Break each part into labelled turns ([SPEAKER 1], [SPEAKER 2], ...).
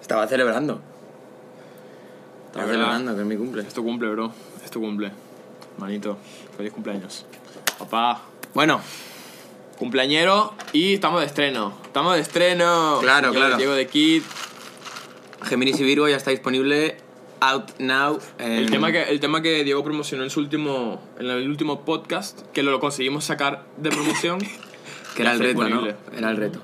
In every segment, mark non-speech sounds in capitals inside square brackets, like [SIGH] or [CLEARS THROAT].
[SPEAKER 1] Estaba celebrando. Estaba
[SPEAKER 2] Es verdad.
[SPEAKER 1] celebrando, que es mi cumple.
[SPEAKER 2] Es tu cumple, bro. Es tu cumple. Manito, feliz cumpleaños. Papá. Bueno, cumpleañero y estamos de estreno. Estamos de estreno.
[SPEAKER 1] Claro,
[SPEAKER 2] Yo,
[SPEAKER 1] claro.
[SPEAKER 2] Diego de Kid.
[SPEAKER 1] Geminis y Virgo ya está disponible. Out now.
[SPEAKER 2] El tema, que, el tema que Diego promocionó en su último en el último podcast, que lo conseguimos sacar
[SPEAKER 1] [LAUGHS]
[SPEAKER 2] de promoción.
[SPEAKER 1] Que era el
[SPEAKER 2] ya está
[SPEAKER 1] reto, ¿no?
[SPEAKER 2] disponible.
[SPEAKER 1] Era el reto.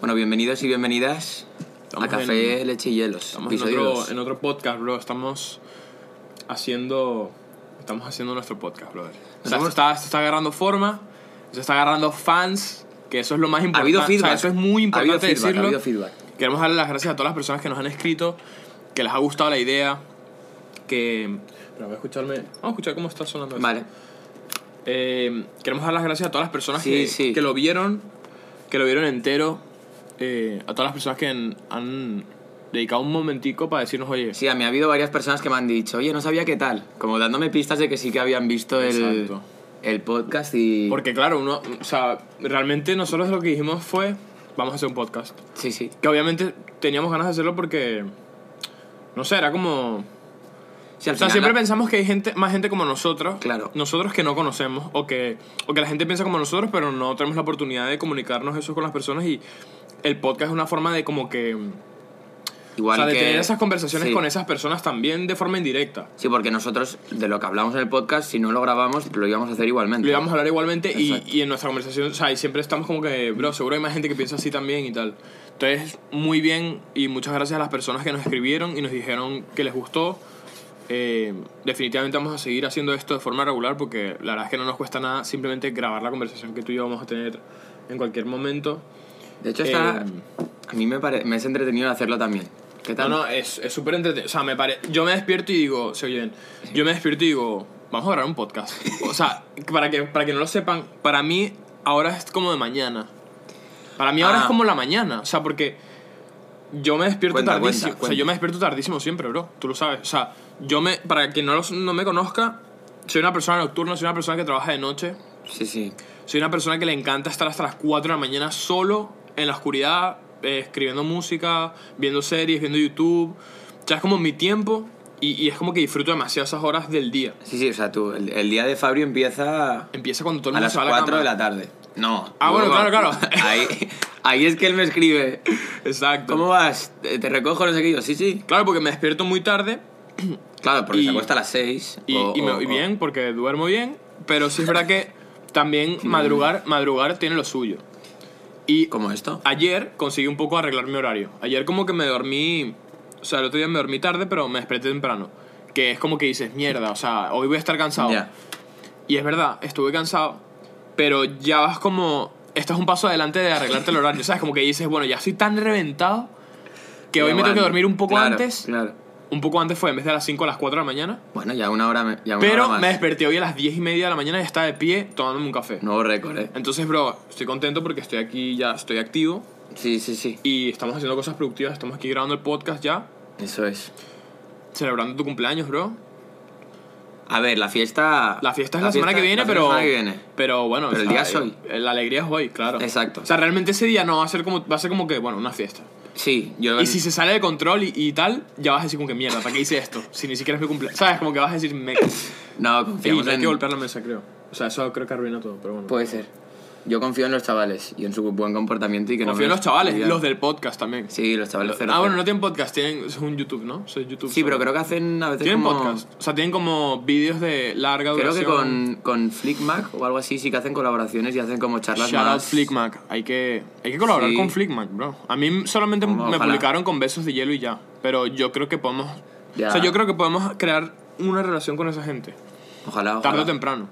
[SPEAKER 1] Bueno, bienvenidos y bienvenidas
[SPEAKER 2] Estamos
[SPEAKER 1] a Café,
[SPEAKER 2] en-
[SPEAKER 1] Leche y Hielos.
[SPEAKER 2] Estamos en
[SPEAKER 1] episodio
[SPEAKER 2] otro,
[SPEAKER 1] dos.
[SPEAKER 2] en otro podcast, bro. Estamos haciendo. Estamos haciendo nuestro podcast, brother. O sea,
[SPEAKER 1] Estamos-
[SPEAKER 2] esto está, esto está agarrando forma, se está agarrando fans, que eso es lo más
[SPEAKER 1] Ha
[SPEAKER 2] importante.
[SPEAKER 1] habido
[SPEAKER 2] O sea,
[SPEAKER 1] feedback.
[SPEAKER 2] eso es muy
[SPEAKER 1] Ha habido
[SPEAKER 2] importante
[SPEAKER 1] feedback,
[SPEAKER 2] decirlo.
[SPEAKER 1] Ha habido feedback.
[SPEAKER 2] Queremos darle las gracias a todas las personas que nos han escrito, que les ha gustado la idea, que... Pero voy a escucharme... Vamos a escuchar cómo está sonando. eso.
[SPEAKER 1] Vale.
[SPEAKER 2] Eh, queremos dar las gracias a todas las personas
[SPEAKER 1] Sí,
[SPEAKER 2] que,
[SPEAKER 1] sí.
[SPEAKER 2] que lo vieron, que lo vieron entero, eh, a todas las personas que han, han dedicado un momentico para decirnos, oye,
[SPEAKER 1] Sí, a mí ha habido varias personas que me han dicho, oye, no sabía qué tal. Como dándome pistas de que sí que habían visto el,
[SPEAKER 2] Exacto.
[SPEAKER 1] el podcast y...
[SPEAKER 2] porque claro, uno, o sea, realmente nosotros lo que dijimos fue, vamos a hacer un podcast.
[SPEAKER 1] Sí, sí.
[SPEAKER 2] Que obviamente teníamos ganas de hacerlo porque, no sé, era como...
[SPEAKER 1] Sí, al
[SPEAKER 2] O sea,
[SPEAKER 1] final
[SPEAKER 2] siempre
[SPEAKER 1] la-
[SPEAKER 2] pensamos que hay gente, más gente como nosotros.
[SPEAKER 1] Claro.
[SPEAKER 2] Nosotros que no conocemos o que, o que la gente piensa como nosotros, pero no tenemos la oportunidad de comunicarnos eso con las personas y el podcast es una forma de como que... o
[SPEAKER 1] igual
[SPEAKER 2] sea, de
[SPEAKER 1] que-
[SPEAKER 2] tener esas conversaciones
[SPEAKER 1] sí.
[SPEAKER 2] con esas personas también de forma indirecta.
[SPEAKER 1] Sí, porque nosotros, de lo que hablamos en el podcast, si no lo grabamos, lo íbamos a hacer igualmente.
[SPEAKER 2] Lo íbamos a hablar igualmente y,
[SPEAKER 1] Exacto.
[SPEAKER 2] y en nuestra conversación, o sea, y siempre estamos como que, bro, seguro hay más gente que piensa así también y tal. Entonces, muy bien y muchas gracias a las personas que nos escribieron y nos dijeron que les gustó. Eh, definitivamente vamos a seguir haciendo esto de forma regular porque la verdad es que no nos cuesta nada simplemente grabar la conversación que tú y yo vamos a tener en cualquier momento.
[SPEAKER 1] De hecho, está...
[SPEAKER 2] Eh,
[SPEAKER 1] a mí me, pare- me es entretenido hacerlo también. ¿Qué
[SPEAKER 2] No,
[SPEAKER 1] tal?
[SPEAKER 2] no, es es súper entretenido. O sea, me pare... yo me despierto y digo, se oyen, yo me despierto y digo, vamos a grabar un podcast. O sea, para que, para que no lo sepan, para mí ahora es como de mañana. Para mí ahora
[SPEAKER 1] Ah.
[SPEAKER 2] es como la mañana. O sea, porque yo me despierto
[SPEAKER 1] Cuenta, cuenta,
[SPEAKER 2] tardísimo. O
[SPEAKER 1] cuenta.
[SPEAKER 2] sea, yo me despierto tardísimo siempre, bro. Tú lo sabes. O sea, yo me, para quien no, los- no me conozca, soy una persona nocturna, soy una persona que trabaja de noche.
[SPEAKER 1] Sí, sí.
[SPEAKER 2] Soy una persona que le encanta estar hasta las 4 de la mañana solo, en la oscuridad, eh, escribiendo música, viendo series, viendo YouTube. O sea, es como mi tiempo y, y es como que disfruto demasiado esas horas del día.
[SPEAKER 1] Sí, sí, o sea, tú, el, el día de Fabio empieza
[SPEAKER 2] Empieza cuando todo el
[SPEAKER 1] a
[SPEAKER 2] mundo
[SPEAKER 1] las
[SPEAKER 2] se va a la
[SPEAKER 1] 4
[SPEAKER 2] cama.
[SPEAKER 1] de la tarde. No.
[SPEAKER 2] Ah, bueno,
[SPEAKER 1] luego-
[SPEAKER 2] claro, claro.
[SPEAKER 1] [LAUGHS] Ahí, ahí es que él me
[SPEAKER 2] [LAUGHS]
[SPEAKER 1] escribe,
[SPEAKER 2] Exacto.
[SPEAKER 1] ¿cómo vas? ¿Te, te recojo? No sé qué. Y Yo, sí, sí.
[SPEAKER 2] Claro, porque me despierto muy tarde
[SPEAKER 1] Claro, porque
[SPEAKER 2] Y-
[SPEAKER 1] se acuesta a las 6.
[SPEAKER 2] y, y
[SPEAKER 1] oh,
[SPEAKER 2] me voy bien porque duermo bien, pero sí es verdad que
[SPEAKER 1] [LAUGHS]
[SPEAKER 2] también madrugar, madrugar tiene lo suyo. Y
[SPEAKER 1] ¿Cómo esto?
[SPEAKER 2] Ayer conseguí un poco arreglar mi horario. Ayer como que me dormí, o sea, el otro día me dormí tarde, pero me desperté temprano. Que es como que dices, mierda, o sea, hoy voy a estar cansado.
[SPEAKER 1] Ya.
[SPEAKER 2] Y es verdad, estuve cansado, pero ya vas como, estás un paso adelante de arreglarte el horario, ¿sabes? Como que dices, bueno, ya estoy tan reventado que hoy
[SPEAKER 1] Ya
[SPEAKER 2] me tengo que
[SPEAKER 1] van.
[SPEAKER 2] dormir un poco
[SPEAKER 1] Claro,
[SPEAKER 2] antes.
[SPEAKER 1] Claro.
[SPEAKER 2] Un poco antes fue, en vez de a las 5 a las 4 de la mañana.
[SPEAKER 1] Bueno, ya una hora, me- ya una
[SPEAKER 2] Pero
[SPEAKER 1] hora más.
[SPEAKER 2] me desperté hoy a las 10 y media de la mañana y estaba de pie tomándome un café.
[SPEAKER 1] Nuevo récord, ¿eh?
[SPEAKER 2] Entonces, bro, estoy contento porque estoy aquí, ya estoy activo.
[SPEAKER 1] Sí, sí, sí.
[SPEAKER 2] Y estamos haciendo cosas productivas, estamos aquí grabando el podcast ya,
[SPEAKER 1] Eso es.
[SPEAKER 2] celebrando tu cumpleaños, bro.
[SPEAKER 1] A ver, la fiesta...
[SPEAKER 2] La fiesta es la, semana
[SPEAKER 1] fiesta-
[SPEAKER 2] que viene,
[SPEAKER 1] la fiesta
[SPEAKER 2] pero...
[SPEAKER 1] es La semana que viene.
[SPEAKER 2] Pero bueno,
[SPEAKER 1] Pero el día es hoy.
[SPEAKER 2] eh, La alegría es hoy, claro.
[SPEAKER 1] Exacto.
[SPEAKER 2] O sea, realmente ese día no va a ser como, va a ser como que, bueno, una fiesta.
[SPEAKER 1] Sí, yo...
[SPEAKER 2] Y si se sale de control y, y tal, ya vas a decir como que mierda, ¿para qué hice esto? Si ni siquiera es mi cumpleaños. ¿Sabes? Como que vas a decir, me... Y
[SPEAKER 1] No, confiamos
[SPEAKER 2] no hay
[SPEAKER 1] en- Pues
[SPEAKER 2] que golpear la mesa, creo. O sea, eso creo que arruina todo, pero bueno.
[SPEAKER 1] Puede ser. Yo confío en los chavales y en su buen comportamiento y que no
[SPEAKER 2] Confío en
[SPEAKER 1] me-
[SPEAKER 2] los chavales,
[SPEAKER 1] Ya.
[SPEAKER 2] los del podcast también.
[SPEAKER 1] Sí, los chavales cero.
[SPEAKER 2] ah,
[SPEAKER 1] cero.
[SPEAKER 2] bueno, no tienen podcast, tienen, es un YouTube, ¿no? Eso es YouTube
[SPEAKER 1] Sí, pero
[SPEAKER 2] solo.
[SPEAKER 1] creo que hacen a veces
[SPEAKER 2] Tienen
[SPEAKER 1] como...
[SPEAKER 2] podcast. O sea, tienen como vídeos de larga
[SPEAKER 1] Creo
[SPEAKER 2] duración.
[SPEAKER 1] que con, con Flickmac o algo así sí que hacen colaboraciones y hacen como charlas
[SPEAKER 2] Shout out
[SPEAKER 1] más...
[SPEAKER 2] Flickmac. Hay que, hay que colaborar
[SPEAKER 1] Sí.
[SPEAKER 2] con Flickmac, bro. A mí solamente
[SPEAKER 1] Ojalá.
[SPEAKER 2] me publicaron con besos de hielo y ya. Pero yo creo que podemos.
[SPEAKER 1] Ya.
[SPEAKER 2] O sea, yo creo que podemos crear una relación con esa gente.
[SPEAKER 1] Ojalá, ojalá.
[SPEAKER 2] Tarde o temprano.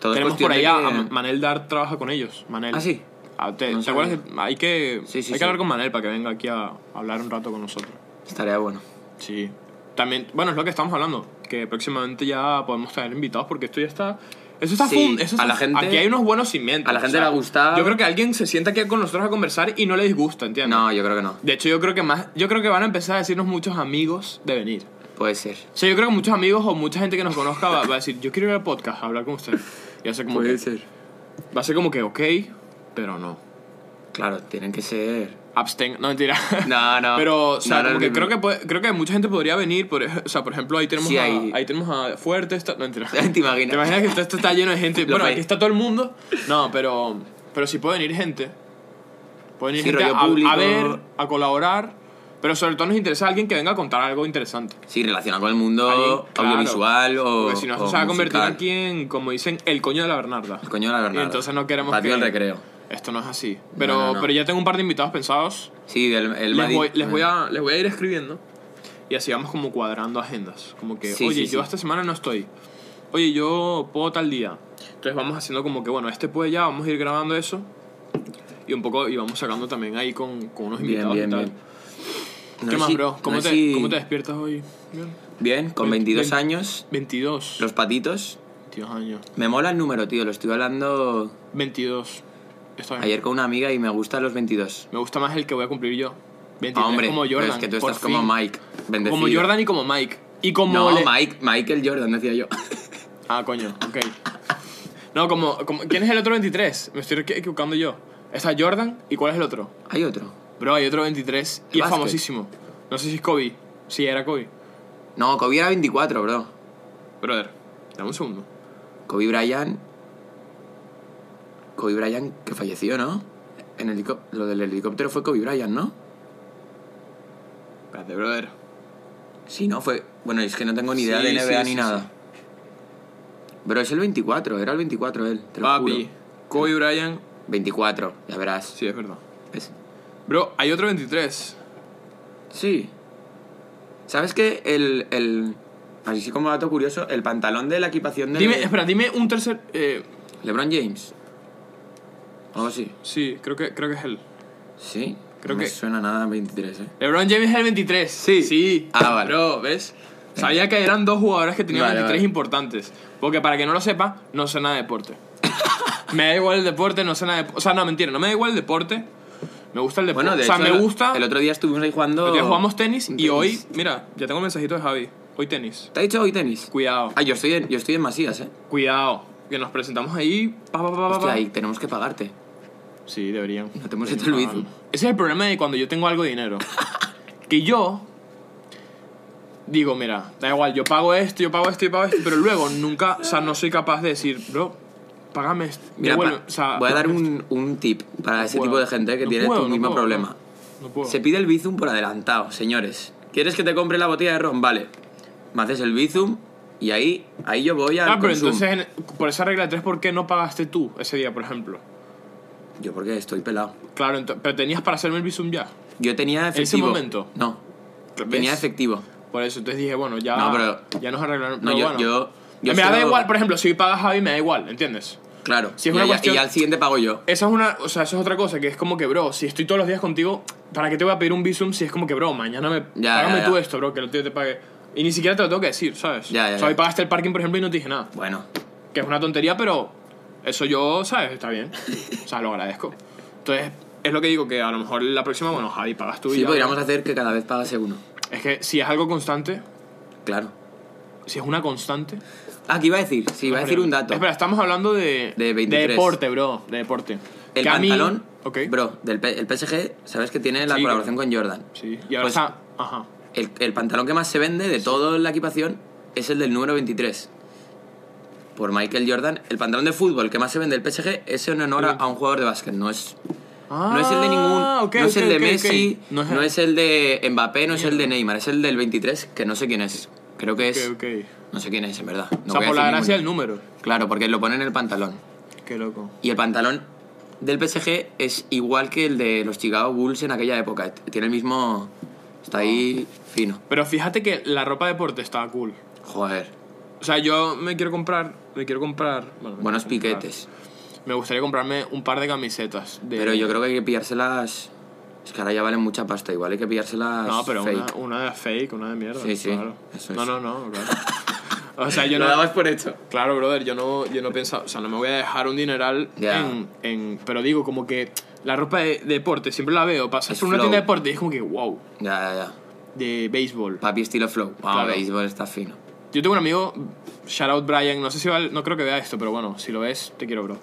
[SPEAKER 1] Todo es
[SPEAKER 2] Tenemos
[SPEAKER 1] cuestión
[SPEAKER 2] por
[SPEAKER 1] de
[SPEAKER 2] allá
[SPEAKER 1] que-
[SPEAKER 2] a Ma- Manel Dar trabaja con ellos. Manel.
[SPEAKER 1] Ah, sí.
[SPEAKER 2] Ah, ¿Te,
[SPEAKER 1] No
[SPEAKER 2] te
[SPEAKER 1] sabía.
[SPEAKER 2] acuerdas? que Hay que,
[SPEAKER 1] Sí, sí,
[SPEAKER 2] hay que
[SPEAKER 1] sí.
[SPEAKER 2] hablar con Manel para que venga aquí a hablar un rato con nosotros.
[SPEAKER 1] Estaría bueno.
[SPEAKER 2] Sí. También, bueno, es lo que estamos hablando, que próximamente ya podemos tener invitados porque esto ya está... Eso está
[SPEAKER 1] Sí,
[SPEAKER 2] fun-
[SPEAKER 1] a
[SPEAKER 2] eso está-
[SPEAKER 1] la gente-
[SPEAKER 2] Aquí hay unos buenos cimientos.
[SPEAKER 1] a la gente le ha gustado.
[SPEAKER 2] Yo creo que alguien se sienta aquí con nosotros a conversar y no le disgusta, ¿entiendes?
[SPEAKER 1] No, yo creo que no.
[SPEAKER 2] De hecho, yo creo que más... Yo creo que van a empezar a decirnos muchos amigos de venir.
[SPEAKER 1] Puede ser.
[SPEAKER 2] O sea, yo creo que muchos amigos o mucha gente que nos conozca va, va a decir, yo quiero ir al podcast a hablar con usted. Y va a ser como que...
[SPEAKER 1] ser.
[SPEAKER 2] Va a ser como que ok, pero no.
[SPEAKER 1] Claro, tienen que ser.
[SPEAKER 2] Absten, no mentira.
[SPEAKER 1] No, no.
[SPEAKER 2] [LAUGHS] Pero, o sea,
[SPEAKER 1] No, no,
[SPEAKER 2] como que
[SPEAKER 1] no.
[SPEAKER 2] creo que, puede- creo que mucha gente podría venir. Por, ej- o sea, por ejemplo, ahí tenemos,
[SPEAKER 1] Sí,
[SPEAKER 2] a,
[SPEAKER 1] ahí-
[SPEAKER 2] ahí tenemos a Fuerte. está- no mentira.
[SPEAKER 1] [LAUGHS] ¿Te imaginas?
[SPEAKER 2] ¿Te imaginas que todo esto está lleno de gente?
[SPEAKER 1] [LAUGHS] Lo
[SPEAKER 2] bueno,
[SPEAKER 1] pe-
[SPEAKER 2] aquí está todo el mundo. No, pero, pero sí puede venir gente. Puede venir
[SPEAKER 1] Sí,
[SPEAKER 2] gente
[SPEAKER 1] rollo
[SPEAKER 2] a- a,
[SPEAKER 1] público.
[SPEAKER 2] ver, a colaborar. Pero sobre todo nos interesa alguien que venga a contar algo interesante.
[SPEAKER 1] Sí, relacionado con el mundo
[SPEAKER 2] Alguien, claro.
[SPEAKER 1] audiovisual o.
[SPEAKER 2] Porque si no, eso
[SPEAKER 1] o
[SPEAKER 2] se va a convertir
[SPEAKER 1] musical.
[SPEAKER 2] aquí en, como dicen, el coño de la Bernarda.
[SPEAKER 1] El Pues coño de la Bernarda.
[SPEAKER 2] Y entonces no queremos
[SPEAKER 1] Patio
[SPEAKER 2] que-
[SPEAKER 1] del recreo.
[SPEAKER 2] Esto no es así. Pero,
[SPEAKER 1] no, no.
[SPEAKER 2] pero ya tengo un par de invitados pensados.
[SPEAKER 1] Sí, del el
[SPEAKER 2] les,
[SPEAKER 1] Madrid.
[SPEAKER 2] voy, les voy a, les voy a ir escribiendo y así vamos como cuadrando agendas. Como que,
[SPEAKER 1] Sí,
[SPEAKER 2] oye,
[SPEAKER 1] sí,
[SPEAKER 2] yo
[SPEAKER 1] sí.
[SPEAKER 2] esta semana no estoy. Oye, yo puedo tal día. Entonces vamos haciendo como que, bueno, este puede ya, vamos a ir grabando eso. Y un poco, y vamos sacando también ahí con, con unos
[SPEAKER 1] Bien,
[SPEAKER 2] invitados
[SPEAKER 1] bien,
[SPEAKER 2] y tal.
[SPEAKER 1] bien. No
[SPEAKER 2] ¿Qué
[SPEAKER 1] sé
[SPEAKER 2] más,
[SPEAKER 1] si-
[SPEAKER 2] bro? ¿Cómo,
[SPEAKER 1] no sé
[SPEAKER 2] te,
[SPEAKER 1] si-
[SPEAKER 2] ¿Cómo te despiertas hoy? Bien.
[SPEAKER 1] Bien, con
[SPEAKER 2] Ve-
[SPEAKER 1] 22
[SPEAKER 2] ve-
[SPEAKER 1] años,
[SPEAKER 2] 22.
[SPEAKER 1] los patitos.
[SPEAKER 2] 22 años.
[SPEAKER 1] Me mola el número, tío. Lo estuve hablando
[SPEAKER 2] 22. Está bien.
[SPEAKER 1] ayer con una amiga y me gustan los 22.
[SPEAKER 2] Me gusta más el que voy a cumplir yo. 23
[SPEAKER 1] Ah, hombre,
[SPEAKER 2] como
[SPEAKER 1] pero
[SPEAKER 2] Jordan.
[SPEAKER 1] es que tú
[SPEAKER 2] por
[SPEAKER 1] estás
[SPEAKER 2] fin.
[SPEAKER 1] como Mike. Bendecido.
[SPEAKER 2] Como Jordan y como Mike. Y como
[SPEAKER 1] No,
[SPEAKER 2] le-
[SPEAKER 1] Mike, Michael Jordan, decía yo. [LAUGHS]
[SPEAKER 2] Ah, coño, ok. No, como, como- ¿Quién es el otro 23? Me estoy equi- equivocando yo. Está Jordan, ¿y cuál es el otro?
[SPEAKER 1] Hay otro.
[SPEAKER 2] Bro, hay otro 23
[SPEAKER 1] El
[SPEAKER 2] y es
[SPEAKER 1] básquet.
[SPEAKER 2] famosísimo. No sé si es Kobe. Sí, era Kobe.
[SPEAKER 1] No, Kobe era 24, bro.
[SPEAKER 2] Brother, dame un segundo.
[SPEAKER 1] Kobe Bryant. Kobe Bryant que falleció, ¿no? En helicó- Lo del helicóptero fue Kobe Bryant, ¿no?
[SPEAKER 2] Espérate, brother.
[SPEAKER 1] Sí, no, fue. Bueno, es que no tengo ni idea
[SPEAKER 2] Sí,
[SPEAKER 1] de
[SPEAKER 2] sí,
[SPEAKER 1] NBA ni
[SPEAKER 2] sí, sí.
[SPEAKER 1] nada. Pero es el 24, era el 24 él, te lo
[SPEAKER 2] Papi,
[SPEAKER 1] juro.
[SPEAKER 2] Kobe Bryant.
[SPEAKER 1] 24, ya verás.
[SPEAKER 2] Sí, es verdad.
[SPEAKER 1] Es-
[SPEAKER 2] Bro, hay otro 23.
[SPEAKER 1] Sí. ¿Sabes qué? El, el. Así como dato curioso, el pantalón de la equipación de.
[SPEAKER 2] Dime, espera, dime un tercer. eh,
[SPEAKER 1] LeBron James. Algo así.
[SPEAKER 2] sí, creo que, creo que es él.
[SPEAKER 1] Sí.
[SPEAKER 2] Creo
[SPEAKER 1] no
[SPEAKER 2] que-
[SPEAKER 1] me suena nada 23, ¿eh?
[SPEAKER 2] LeBron James es el 23. Sí. Sí.
[SPEAKER 1] Ah, vale.
[SPEAKER 2] Bro, ¿ves? Sabía que eran dos jugadores que tenían
[SPEAKER 1] Vale,
[SPEAKER 2] 23
[SPEAKER 1] vale.
[SPEAKER 2] importantes. Porque para que no lo sepa, no sé nada
[SPEAKER 1] [LAUGHS]
[SPEAKER 2] de deporte. me da igual el deporte, no sé nada de... O sea, no, mentira, no me da igual el deporte. Me gusta el deporte.
[SPEAKER 1] Bueno, de
[SPEAKER 2] o sea,
[SPEAKER 1] hecho,
[SPEAKER 2] me
[SPEAKER 1] el-
[SPEAKER 2] gusta...
[SPEAKER 1] El otro día estuvimos ahí jugando.
[SPEAKER 2] porque jugamos tenis, y
[SPEAKER 1] tenis.
[SPEAKER 2] hoy... Mira, ya tengo un mensajito de Javi. Hoy tenis.
[SPEAKER 1] ¿Te ha dicho hoy tenis?
[SPEAKER 2] Cuidado.
[SPEAKER 1] Ah, yo estoy en, yo estoy en Masías, ¿eh?
[SPEAKER 2] Cuidado. Que nos presentamos ahí. Pa, pa, pa, pa,
[SPEAKER 1] Hostia,
[SPEAKER 2] pa.
[SPEAKER 1] ahí tenemos que pagarte.
[SPEAKER 2] Sí, deberían.
[SPEAKER 1] No te hemos hecho el
[SPEAKER 2] Deberían
[SPEAKER 1] bizum.
[SPEAKER 2] pagarlo. Ese es el problema de cuando yo tengo algo de
[SPEAKER 1] [LAUGHS]
[SPEAKER 2] dinero. que yo digo, mira, da igual, yo pago esto, yo pago esto, yo pago esto, pero luego nunca, o sea, no soy capaz de decir, bro, págame esto.
[SPEAKER 1] Mira,
[SPEAKER 2] devuelve",
[SPEAKER 1] pa-
[SPEAKER 2] o sea,
[SPEAKER 1] voy a dar
[SPEAKER 2] págame esto.
[SPEAKER 1] un, un tip para ese
[SPEAKER 2] No
[SPEAKER 1] tipo
[SPEAKER 2] puedo.
[SPEAKER 1] de gente que
[SPEAKER 2] No
[SPEAKER 1] tiene
[SPEAKER 2] puedo,
[SPEAKER 1] tu
[SPEAKER 2] no
[SPEAKER 1] mismo
[SPEAKER 2] puedo,
[SPEAKER 1] problema.
[SPEAKER 2] No, no puedo.
[SPEAKER 1] Se pide el bizum por adelantado, señores. ¿Quieres que te compre la botella de ron? Vale. Me haces el bizum y ahí, ahí yo voy al
[SPEAKER 2] Ah, pero
[SPEAKER 1] Consum.
[SPEAKER 2] entonces, en- por esa regla de tres, ¿por qué no pagaste tú ese día, por ejemplo?
[SPEAKER 1] Yo porque estoy pelado.
[SPEAKER 2] Claro, ento- pero tenías para hacerme el visum ya.
[SPEAKER 1] Yo tenía
[SPEAKER 2] ese
[SPEAKER 1] efectivo.
[SPEAKER 2] momento?
[SPEAKER 1] No.
[SPEAKER 2] ¿Ves?
[SPEAKER 1] Tenía efectivo.
[SPEAKER 2] Por eso, entonces dije, bueno, ya,
[SPEAKER 1] No, pero-
[SPEAKER 2] ya nos arreglaron.
[SPEAKER 1] No,
[SPEAKER 2] pero
[SPEAKER 1] yo-
[SPEAKER 2] bueno.
[SPEAKER 1] yo- yo
[SPEAKER 2] me da
[SPEAKER 1] solo-
[SPEAKER 2] igual, por ejemplo, si hoy pagas Javi, me da igual, ¿entiendes?
[SPEAKER 1] Claro.
[SPEAKER 2] Si es
[SPEAKER 1] y,
[SPEAKER 2] una
[SPEAKER 1] ahí-
[SPEAKER 2] cuestión-
[SPEAKER 1] y al siguiente pago yo.
[SPEAKER 2] Esa es una, o sea, eso es otra cosa, que es como que, bro, si estoy todos los días contigo, ¿para qué te voy a pedir un visum si es como que, bro, mañana me
[SPEAKER 1] Ya,
[SPEAKER 2] págame
[SPEAKER 1] ya, ya.
[SPEAKER 2] tú esto, bro, que el tío te pague? Y ni siquiera te lo tengo que decir, ¿sabes?
[SPEAKER 1] Ya, ya,
[SPEAKER 2] o sea, hoy
[SPEAKER 1] ya.
[SPEAKER 2] pagaste el parking, por ejemplo, y no te dije nada.
[SPEAKER 1] Bueno.
[SPEAKER 2] Que es una tontería, pero eso yo, ¿sabes?
[SPEAKER 1] [LAUGHS]
[SPEAKER 2] Está bien. O sea, lo agradezco. Entonces, es lo que digo, que a lo mejor la próxima, bueno, Javi, pagas tú y
[SPEAKER 1] Sí,
[SPEAKER 2] ya.
[SPEAKER 1] podríamos hacer que cada vez pagase uno.
[SPEAKER 2] Es que si es algo constante,
[SPEAKER 1] Claro.
[SPEAKER 2] si es una constante...
[SPEAKER 1] Ah, ¿qué iba a decir? Sí, iba a decir un dato.
[SPEAKER 2] Espera, estamos hablando de...
[SPEAKER 1] De 23.
[SPEAKER 2] deporte, bro, de deporte.
[SPEAKER 1] El
[SPEAKER 2] Que a mí-
[SPEAKER 1] pantalón,
[SPEAKER 2] Ok.
[SPEAKER 1] bro, del P- el PSG, sabes que tiene la
[SPEAKER 2] Sí,
[SPEAKER 1] colaboración con Jordan.
[SPEAKER 2] Sí, y ahora
[SPEAKER 1] Pues-
[SPEAKER 2] está... Ajá.
[SPEAKER 1] El, el pantalón que más se vende de toda la equipación es el del número 23. Por Michael Jordan, el pantalón de fútbol que más se vende del PSG es en honor a- a un jugador de básquet, no es no es el de ningún
[SPEAKER 2] Ah, ok,
[SPEAKER 1] no es
[SPEAKER 2] ok,
[SPEAKER 1] el de
[SPEAKER 2] ok, ok.
[SPEAKER 1] Messi,
[SPEAKER 2] No
[SPEAKER 1] no
[SPEAKER 2] es
[SPEAKER 1] es,
[SPEAKER 2] el-
[SPEAKER 1] el de Mbappé, no es el de Neymar, es el del 23 que no sé quién es. Creo que es
[SPEAKER 2] Ok, ok.
[SPEAKER 1] no sé quién es en verdad. No
[SPEAKER 2] o sea,
[SPEAKER 1] voy a
[SPEAKER 2] por la
[SPEAKER 1] decir
[SPEAKER 2] gracia del
[SPEAKER 1] ninguno.
[SPEAKER 2] número.
[SPEAKER 1] Claro, porque lo pone en el pantalón.
[SPEAKER 2] Qué loco.
[SPEAKER 1] Y el pantalón del PSG es igual que el de los Chicago Bulls en aquella época. Tiene el mismo. Está ahí
[SPEAKER 2] Ah.
[SPEAKER 1] fino.
[SPEAKER 2] Pero fíjate que la ropa de deporte está cool.
[SPEAKER 1] Joder.
[SPEAKER 2] O sea, yo me quiero comprar, me quiero comprar... bueno, me
[SPEAKER 1] Buenos
[SPEAKER 2] quiero comprar.
[SPEAKER 1] piquetes.
[SPEAKER 2] Me gustaría comprarme un par de camisetas. De,
[SPEAKER 1] Pero yo creo que hay que pillárselas. Es que ahora ya valen mucha pasta, igual hay que pillárselas.
[SPEAKER 2] No, pero una,
[SPEAKER 1] fake.
[SPEAKER 2] una de fake, una de mierda.
[SPEAKER 1] Sí, sí,
[SPEAKER 2] Claro.
[SPEAKER 1] eso
[SPEAKER 2] no,
[SPEAKER 1] es.
[SPEAKER 2] no, no,
[SPEAKER 1] [LAUGHS]
[SPEAKER 2] claro. O sea, yo no...
[SPEAKER 1] por hecho.
[SPEAKER 2] Claro, brother, yo no, yo no pensaba, o sea, no me voy a dejar un dineral
[SPEAKER 1] Ya.
[SPEAKER 2] en, en- Pero digo, como que la ropa de, de deporte, siempre la veo, pasas
[SPEAKER 1] Es
[SPEAKER 2] por una
[SPEAKER 1] flow.
[SPEAKER 2] tienda de deporte y es como que, wow,
[SPEAKER 1] Ya, ya, ya.
[SPEAKER 2] de béisbol.
[SPEAKER 1] Papi estilo flow. Wow,
[SPEAKER 2] Claro.
[SPEAKER 1] béisbol está fino.
[SPEAKER 2] Yo tengo un amigo, shout out Brian, no sé si va, no creo que vea esto, pero bueno, si lo ves, te quiero, bro.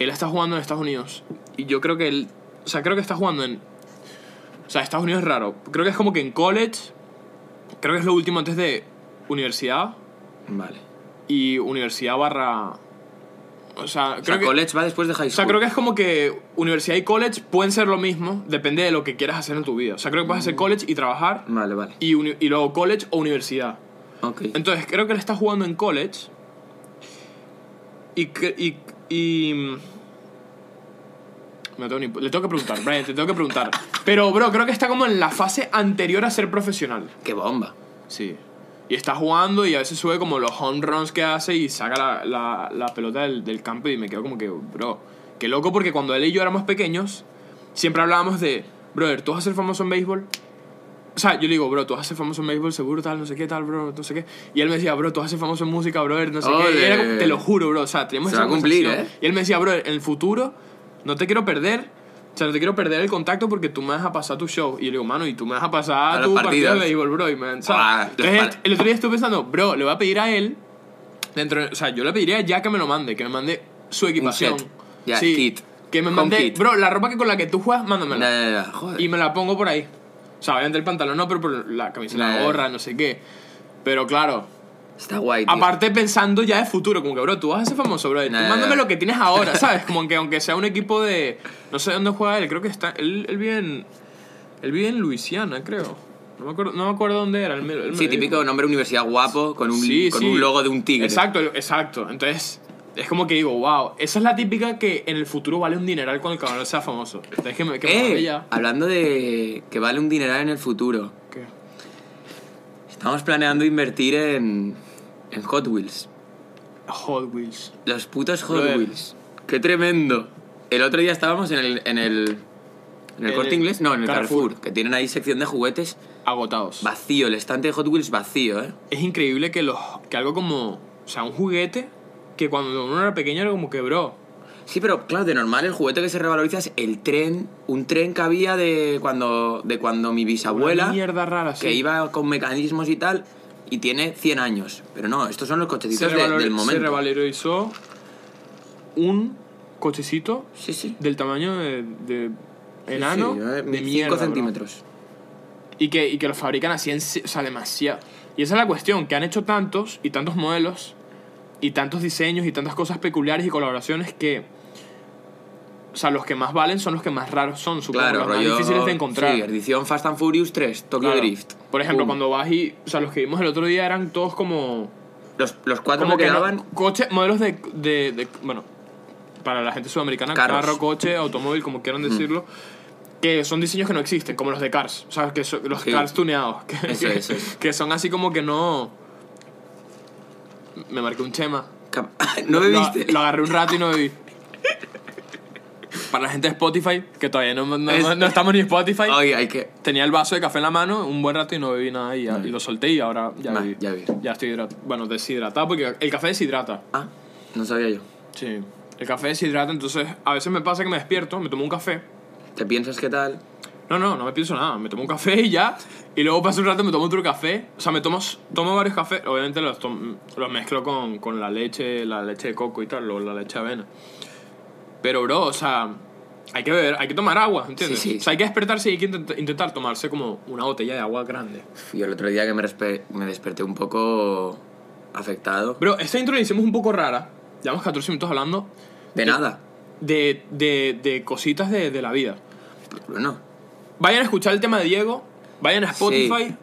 [SPEAKER 2] Él está jugando en Estados Unidos y yo creo que él, o o sea, creo que está jugando en. O sea, Estados Unidos es raro. Creo que es como que en college. Creo que es lo último antes de universidad.
[SPEAKER 1] Vale.
[SPEAKER 2] Y universidad barra. O sea, creo
[SPEAKER 1] O sea,
[SPEAKER 2] que.
[SPEAKER 1] college va después de high
[SPEAKER 2] O
[SPEAKER 1] school.
[SPEAKER 2] sea, creo que es como que universidad y college pueden ser lo mismo, depende de lo que quieras hacer en tu vida. O sea, creo que puedes hacer college y trabajar,
[SPEAKER 1] Vale, vale.
[SPEAKER 2] y, uni- y luego college o universidad.
[SPEAKER 1] Ok.
[SPEAKER 2] Entonces, creo que él está jugando en college. Y. cre- y, y mm, no tengo ni- le tengo que preguntar, Brian, te tengo que preguntar. Pero, bro, creo que está como en la fase anterior a ser profesional.
[SPEAKER 1] Qué bomba.
[SPEAKER 2] Sí. Y está jugando y a veces sube como los home runs que hace y saca la, la- la pelota del, del campo y me quedo como que, bro, qué loco porque cuando él y yo éramos pequeños, siempre hablábamos de, brother, ¿tú vas a ser famoso en béisbol? O sea, yo le digo, bro, tú vas a ser famoso en béisbol, seguro, tal, no sé qué, tal, bro, no sé qué. Y él me decía, bro, tú vas a ser famoso en música, brother, no sé qué. Y era como-
[SPEAKER 1] Ole.
[SPEAKER 2] te lo juro, bro, o sea, teníamos
[SPEAKER 1] Se va a cumplir,
[SPEAKER 2] conversación.
[SPEAKER 1] ¿eh?
[SPEAKER 2] Y él me decía, bro, en el futuro no te quiero perder, o sea, no te quiero perder el contacto porque tú me vas a pasar tu show. Y yo le digo, mano, y tú me vas a pasar
[SPEAKER 1] A
[SPEAKER 2] tu
[SPEAKER 1] las
[SPEAKER 2] partido de
[SPEAKER 1] partidas.
[SPEAKER 2] béisbol, bro, y man, ¿sabes?
[SPEAKER 1] Ah,
[SPEAKER 2] Entonces,
[SPEAKER 1] para-
[SPEAKER 2] el- el otro día estuve pensando, bro, le voy a pedir a él, dentro, o sea, yo le pediría ya que me lo mande, que me mande su equipación.
[SPEAKER 1] set. Ya, kit.
[SPEAKER 2] Que me
[SPEAKER 1] Home
[SPEAKER 2] mande,
[SPEAKER 1] kit.
[SPEAKER 2] bro, la ropa que con la que tú juegas, mándamela.
[SPEAKER 1] Ya, ya, ya, Joder.
[SPEAKER 2] Y me la pongo por ahí. O sea, obviamente el pantalón no, pero por la camisa, la
[SPEAKER 1] Nah.
[SPEAKER 2] gorra, no sé qué. Pero claro,
[SPEAKER 1] Está guay, tío.
[SPEAKER 2] aparte pensando ya de futuro, como que, bro, tú vas a ser famoso, bro. Tú
[SPEAKER 1] Nah.
[SPEAKER 2] mándame lo que tienes ahora, ¿sabes? Como que aunque sea un equipo de... No sé dónde juega él, creo que está... Él, él vive en... Él vive en Luisiana, creo. No me acuerdo, no me acuerdo dónde era. él me- él me
[SPEAKER 1] Sí,
[SPEAKER 2] dijo.
[SPEAKER 1] típico nombre de universidad guapo con un,
[SPEAKER 2] Sí,
[SPEAKER 1] con
[SPEAKER 2] sí.
[SPEAKER 1] un logo de un tigre.
[SPEAKER 2] Exacto, exacto. Entonces, es como que digo, wow, esa es la típica que en el futuro vale un dineral cuando el cabrón sea famoso. Entonces, que me, que me mande
[SPEAKER 1] Eh,
[SPEAKER 2] ya.
[SPEAKER 1] hablando de que vale un dineral en el futuro.
[SPEAKER 2] ¿Qué?
[SPEAKER 1] Estamos planeando invertir en, en Hot Wheels.
[SPEAKER 2] Hot Wheels.
[SPEAKER 1] Los putos Hot
[SPEAKER 2] Brother.
[SPEAKER 1] Wheels. Qué tremendo. El otro día estábamos en el. En el, en el
[SPEAKER 2] En
[SPEAKER 1] corte
[SPEAKER 2] el
[SPEAKER 1] inglés, no, en el
[SPEAKER 2] Carrefour.
[SPEAKER 1] Carrefour, que tienen ahí sección de juguetes
[SPEAKER 2] Agotados.
[SPEAKER 1] vacío, el estante de Hot Wheels vacío, ¿eh?
[SPEAKER 2] Es increíble que, los, que algo como. O sea, un juguete que cuando uno era pequeño era como que, bro.
[SPEAKER 1] Sí, pero claro, de normal el juguete que se revaloriza es el tren, un tren que había de cuando, de cuando mi
[SPEAKER 2] una
[SPEAKER 1] bisabuela,
[SPEAKER 2] mierda rara,
[SPEAKER 1] que
[SPEAKER 2] sí.
[SPEAKER 1] iba con mecanismos y tal, y tiene 100 años. Pero no, estos son los
[SPEAKER 2] se,
[SPEAKER 1] cochecitos de-
[SPEAKER 2] revalor-
[SPEAKER 1] del
[SPEAKER 2] se
[SPEAKER 1] momento.
[SPEAKER 2] revalorizó un cochecito
[SPEAKER 1] Sí, sí.
[SPEAKER 2] del tamaño de. de enano.
[SPEAKER 1] Sí,
[SPEAKER 2] de
[SPEAKER 1] eh,
[SPEAKER 2] mierda.
[SPEAKER 1] cinco
[SPEAKER 2] bro.
[SPEAKER 1] centímetros.
[SPEAKER 2] Y que, y que los fabrican así en se- o sea, demasiado. Y esa es la cuestión, que han hecho tantos y tantos modelos y tantos diseños y tantas cosas peculiares y colaboraciones que... O sea, los que más valen son los que más raros son, supongo,
[SPEAKER 1] Claro,
[SPEAKER 2] los
[SPEAKER 1] rollo-
[SPEAKER 2] más difíciles de encontrar.
[SPEAKER 1] Sí, edición Fast and Furious 3, Tokyo
[SPEAKER 2] Claro.
[SPEAKER 1] Drift.
[SPEAKER 2] Por ejemplo,
[SPEAKER 1] Pum.
[SPEAKER 2] cuando vas y... O sea, los que vimos el otro día eran todos como...
[SPEAKER 1] Los, los cuatro
[SPEAKER 2] Como
[SPEAKER 1] que
[SPEAKER 2] que no-
[SPEAKER 1] quedaban.
[SPEAKER 2] coche, modelos de, de- de- Bueno, para la gente sudamericana,
[SPEAKER 1] Carros.
[SPEAKER 2] carro, coche, automóvil, como quieran decirlo. Que son diseños que no existen, como los de Cars. O sea, que son- los
[SPEAKER 1] Sí.
[SPEAKER 2] Cars tuneados. Que,
[SPEAKER 1] Eso,
[SPEAKER 2] que-
[SPEAKER 1] eso, eso.
[SPEAKER 2] que son así como que no. Me marqué un chema.
[SPEAKER 1] cam- [LAUGHS] ¿No bebiste?
[SPEAKER 2] Lo, lo agarré un rato y no bebí. Para la gente de Spotify, que todavía no, no-
[SPEAKER 1] Es-
[SPEAKER 2] no estamos ni en Spotify,
[SPEAKER 1] Ay, hay que.
[SPEAKER 2] tenía el vaso de café en la mano un buen rato y no bebí nada y, ya- y lo solté y ahora ya
[SPEAKER 1] Nah,
[SPEAKER 2] bebí.
[SPEAKER 1] ya bebí.
[SPEAKER 2] Ya estoy hidrat- bueno, deshidratado porque el café deshidrata.
[SPEAKER 1] Ah, no sabía yo.
[SPEAKER 2] Sí. El café deshidrata, entonces a veces me pasa que me despierto, me tomo un café.
[SPEAKER 1] ¿Te piensas qué tal?
[SPEAKER 2] No, no, no me pienso nada. Me tomo un café y ya. Y luego paso un rato me tomo otro café. O sea, me tomo, tomo varios cafés. Obviamente los, tom- los mezclo con, con la leche, la leche de coco y tal, o la leche de avena. Pero, bro, o sea, hay que beber, hay que tomar agua, ¿entiendes?
[SPEAKER 1] Sí, sí.
[SPEAKER 2] O sea, hay que despertarse y hay que intent- intentar tomarse como una botella de agua grande.
[SPEAKER 1] Yo el otro día que me, respe- me desperté un poco afectado.
[SPEAKER 2] Bro, esta intro la hicimos un poco rara. Llevamos 14 minutos hablando
[SPEAKER 1] De nada.
[SPEAKER 2] de, de, de cositas de, de la vida.
[SPEAKER 1] Bueno.
[SPEAKER 2] Vayan a escuchar el tema de Diego. Vayan a Spotify.
[SPEAKER 1] Sí.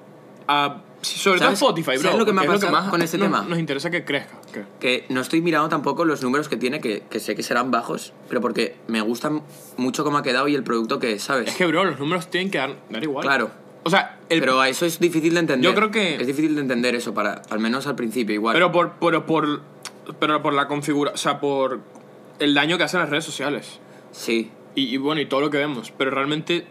[SPEAKER 2] A, sí, sobre todo a
[SPEAKER 1] ¿Sabes-
[SPEAKER 2] Spotify, bro.
[SPEAKER 1] sabes lo que me
[SPEAKER 2] porque
[SPEAKER 1] ha
[SPEAKER 2] es
[SPEAKER 1] pasado con este
[SPEAKER 2] nos-
[SPEAKER 1] tema?
[SPEAKER 2] Nos interesa que crezca. ¿Qué?
[SPEAKER 1] Que no estoy mirando tampoco los números que tiene, que, que sé que serán bajos, pero porque me gustan mucho cómo ha quedado y el producto que es, ¿sabes?
[SPEAKER 2] Es que, bro, los números tienen que dar, dar igual.
[SPEAKER 1] Claro.
[SPEAKER 2] O sea, el, pero,
[SPEAKER 1] Pero a eso es difícil de entender.
[SPEAKER 2] Yo creo que-
[SPEAKER 1] Es difícil de entender eso, para, al menos al principio, igual.
[SPEAKER 2] por, pero por, pero por la configuración, o sea, por el daño que hacen las redes sociales.
[SPEAKER 1] Sí.
[SPEAKER 2] Y, y bueno, y todo lo que vemos. Pero realmente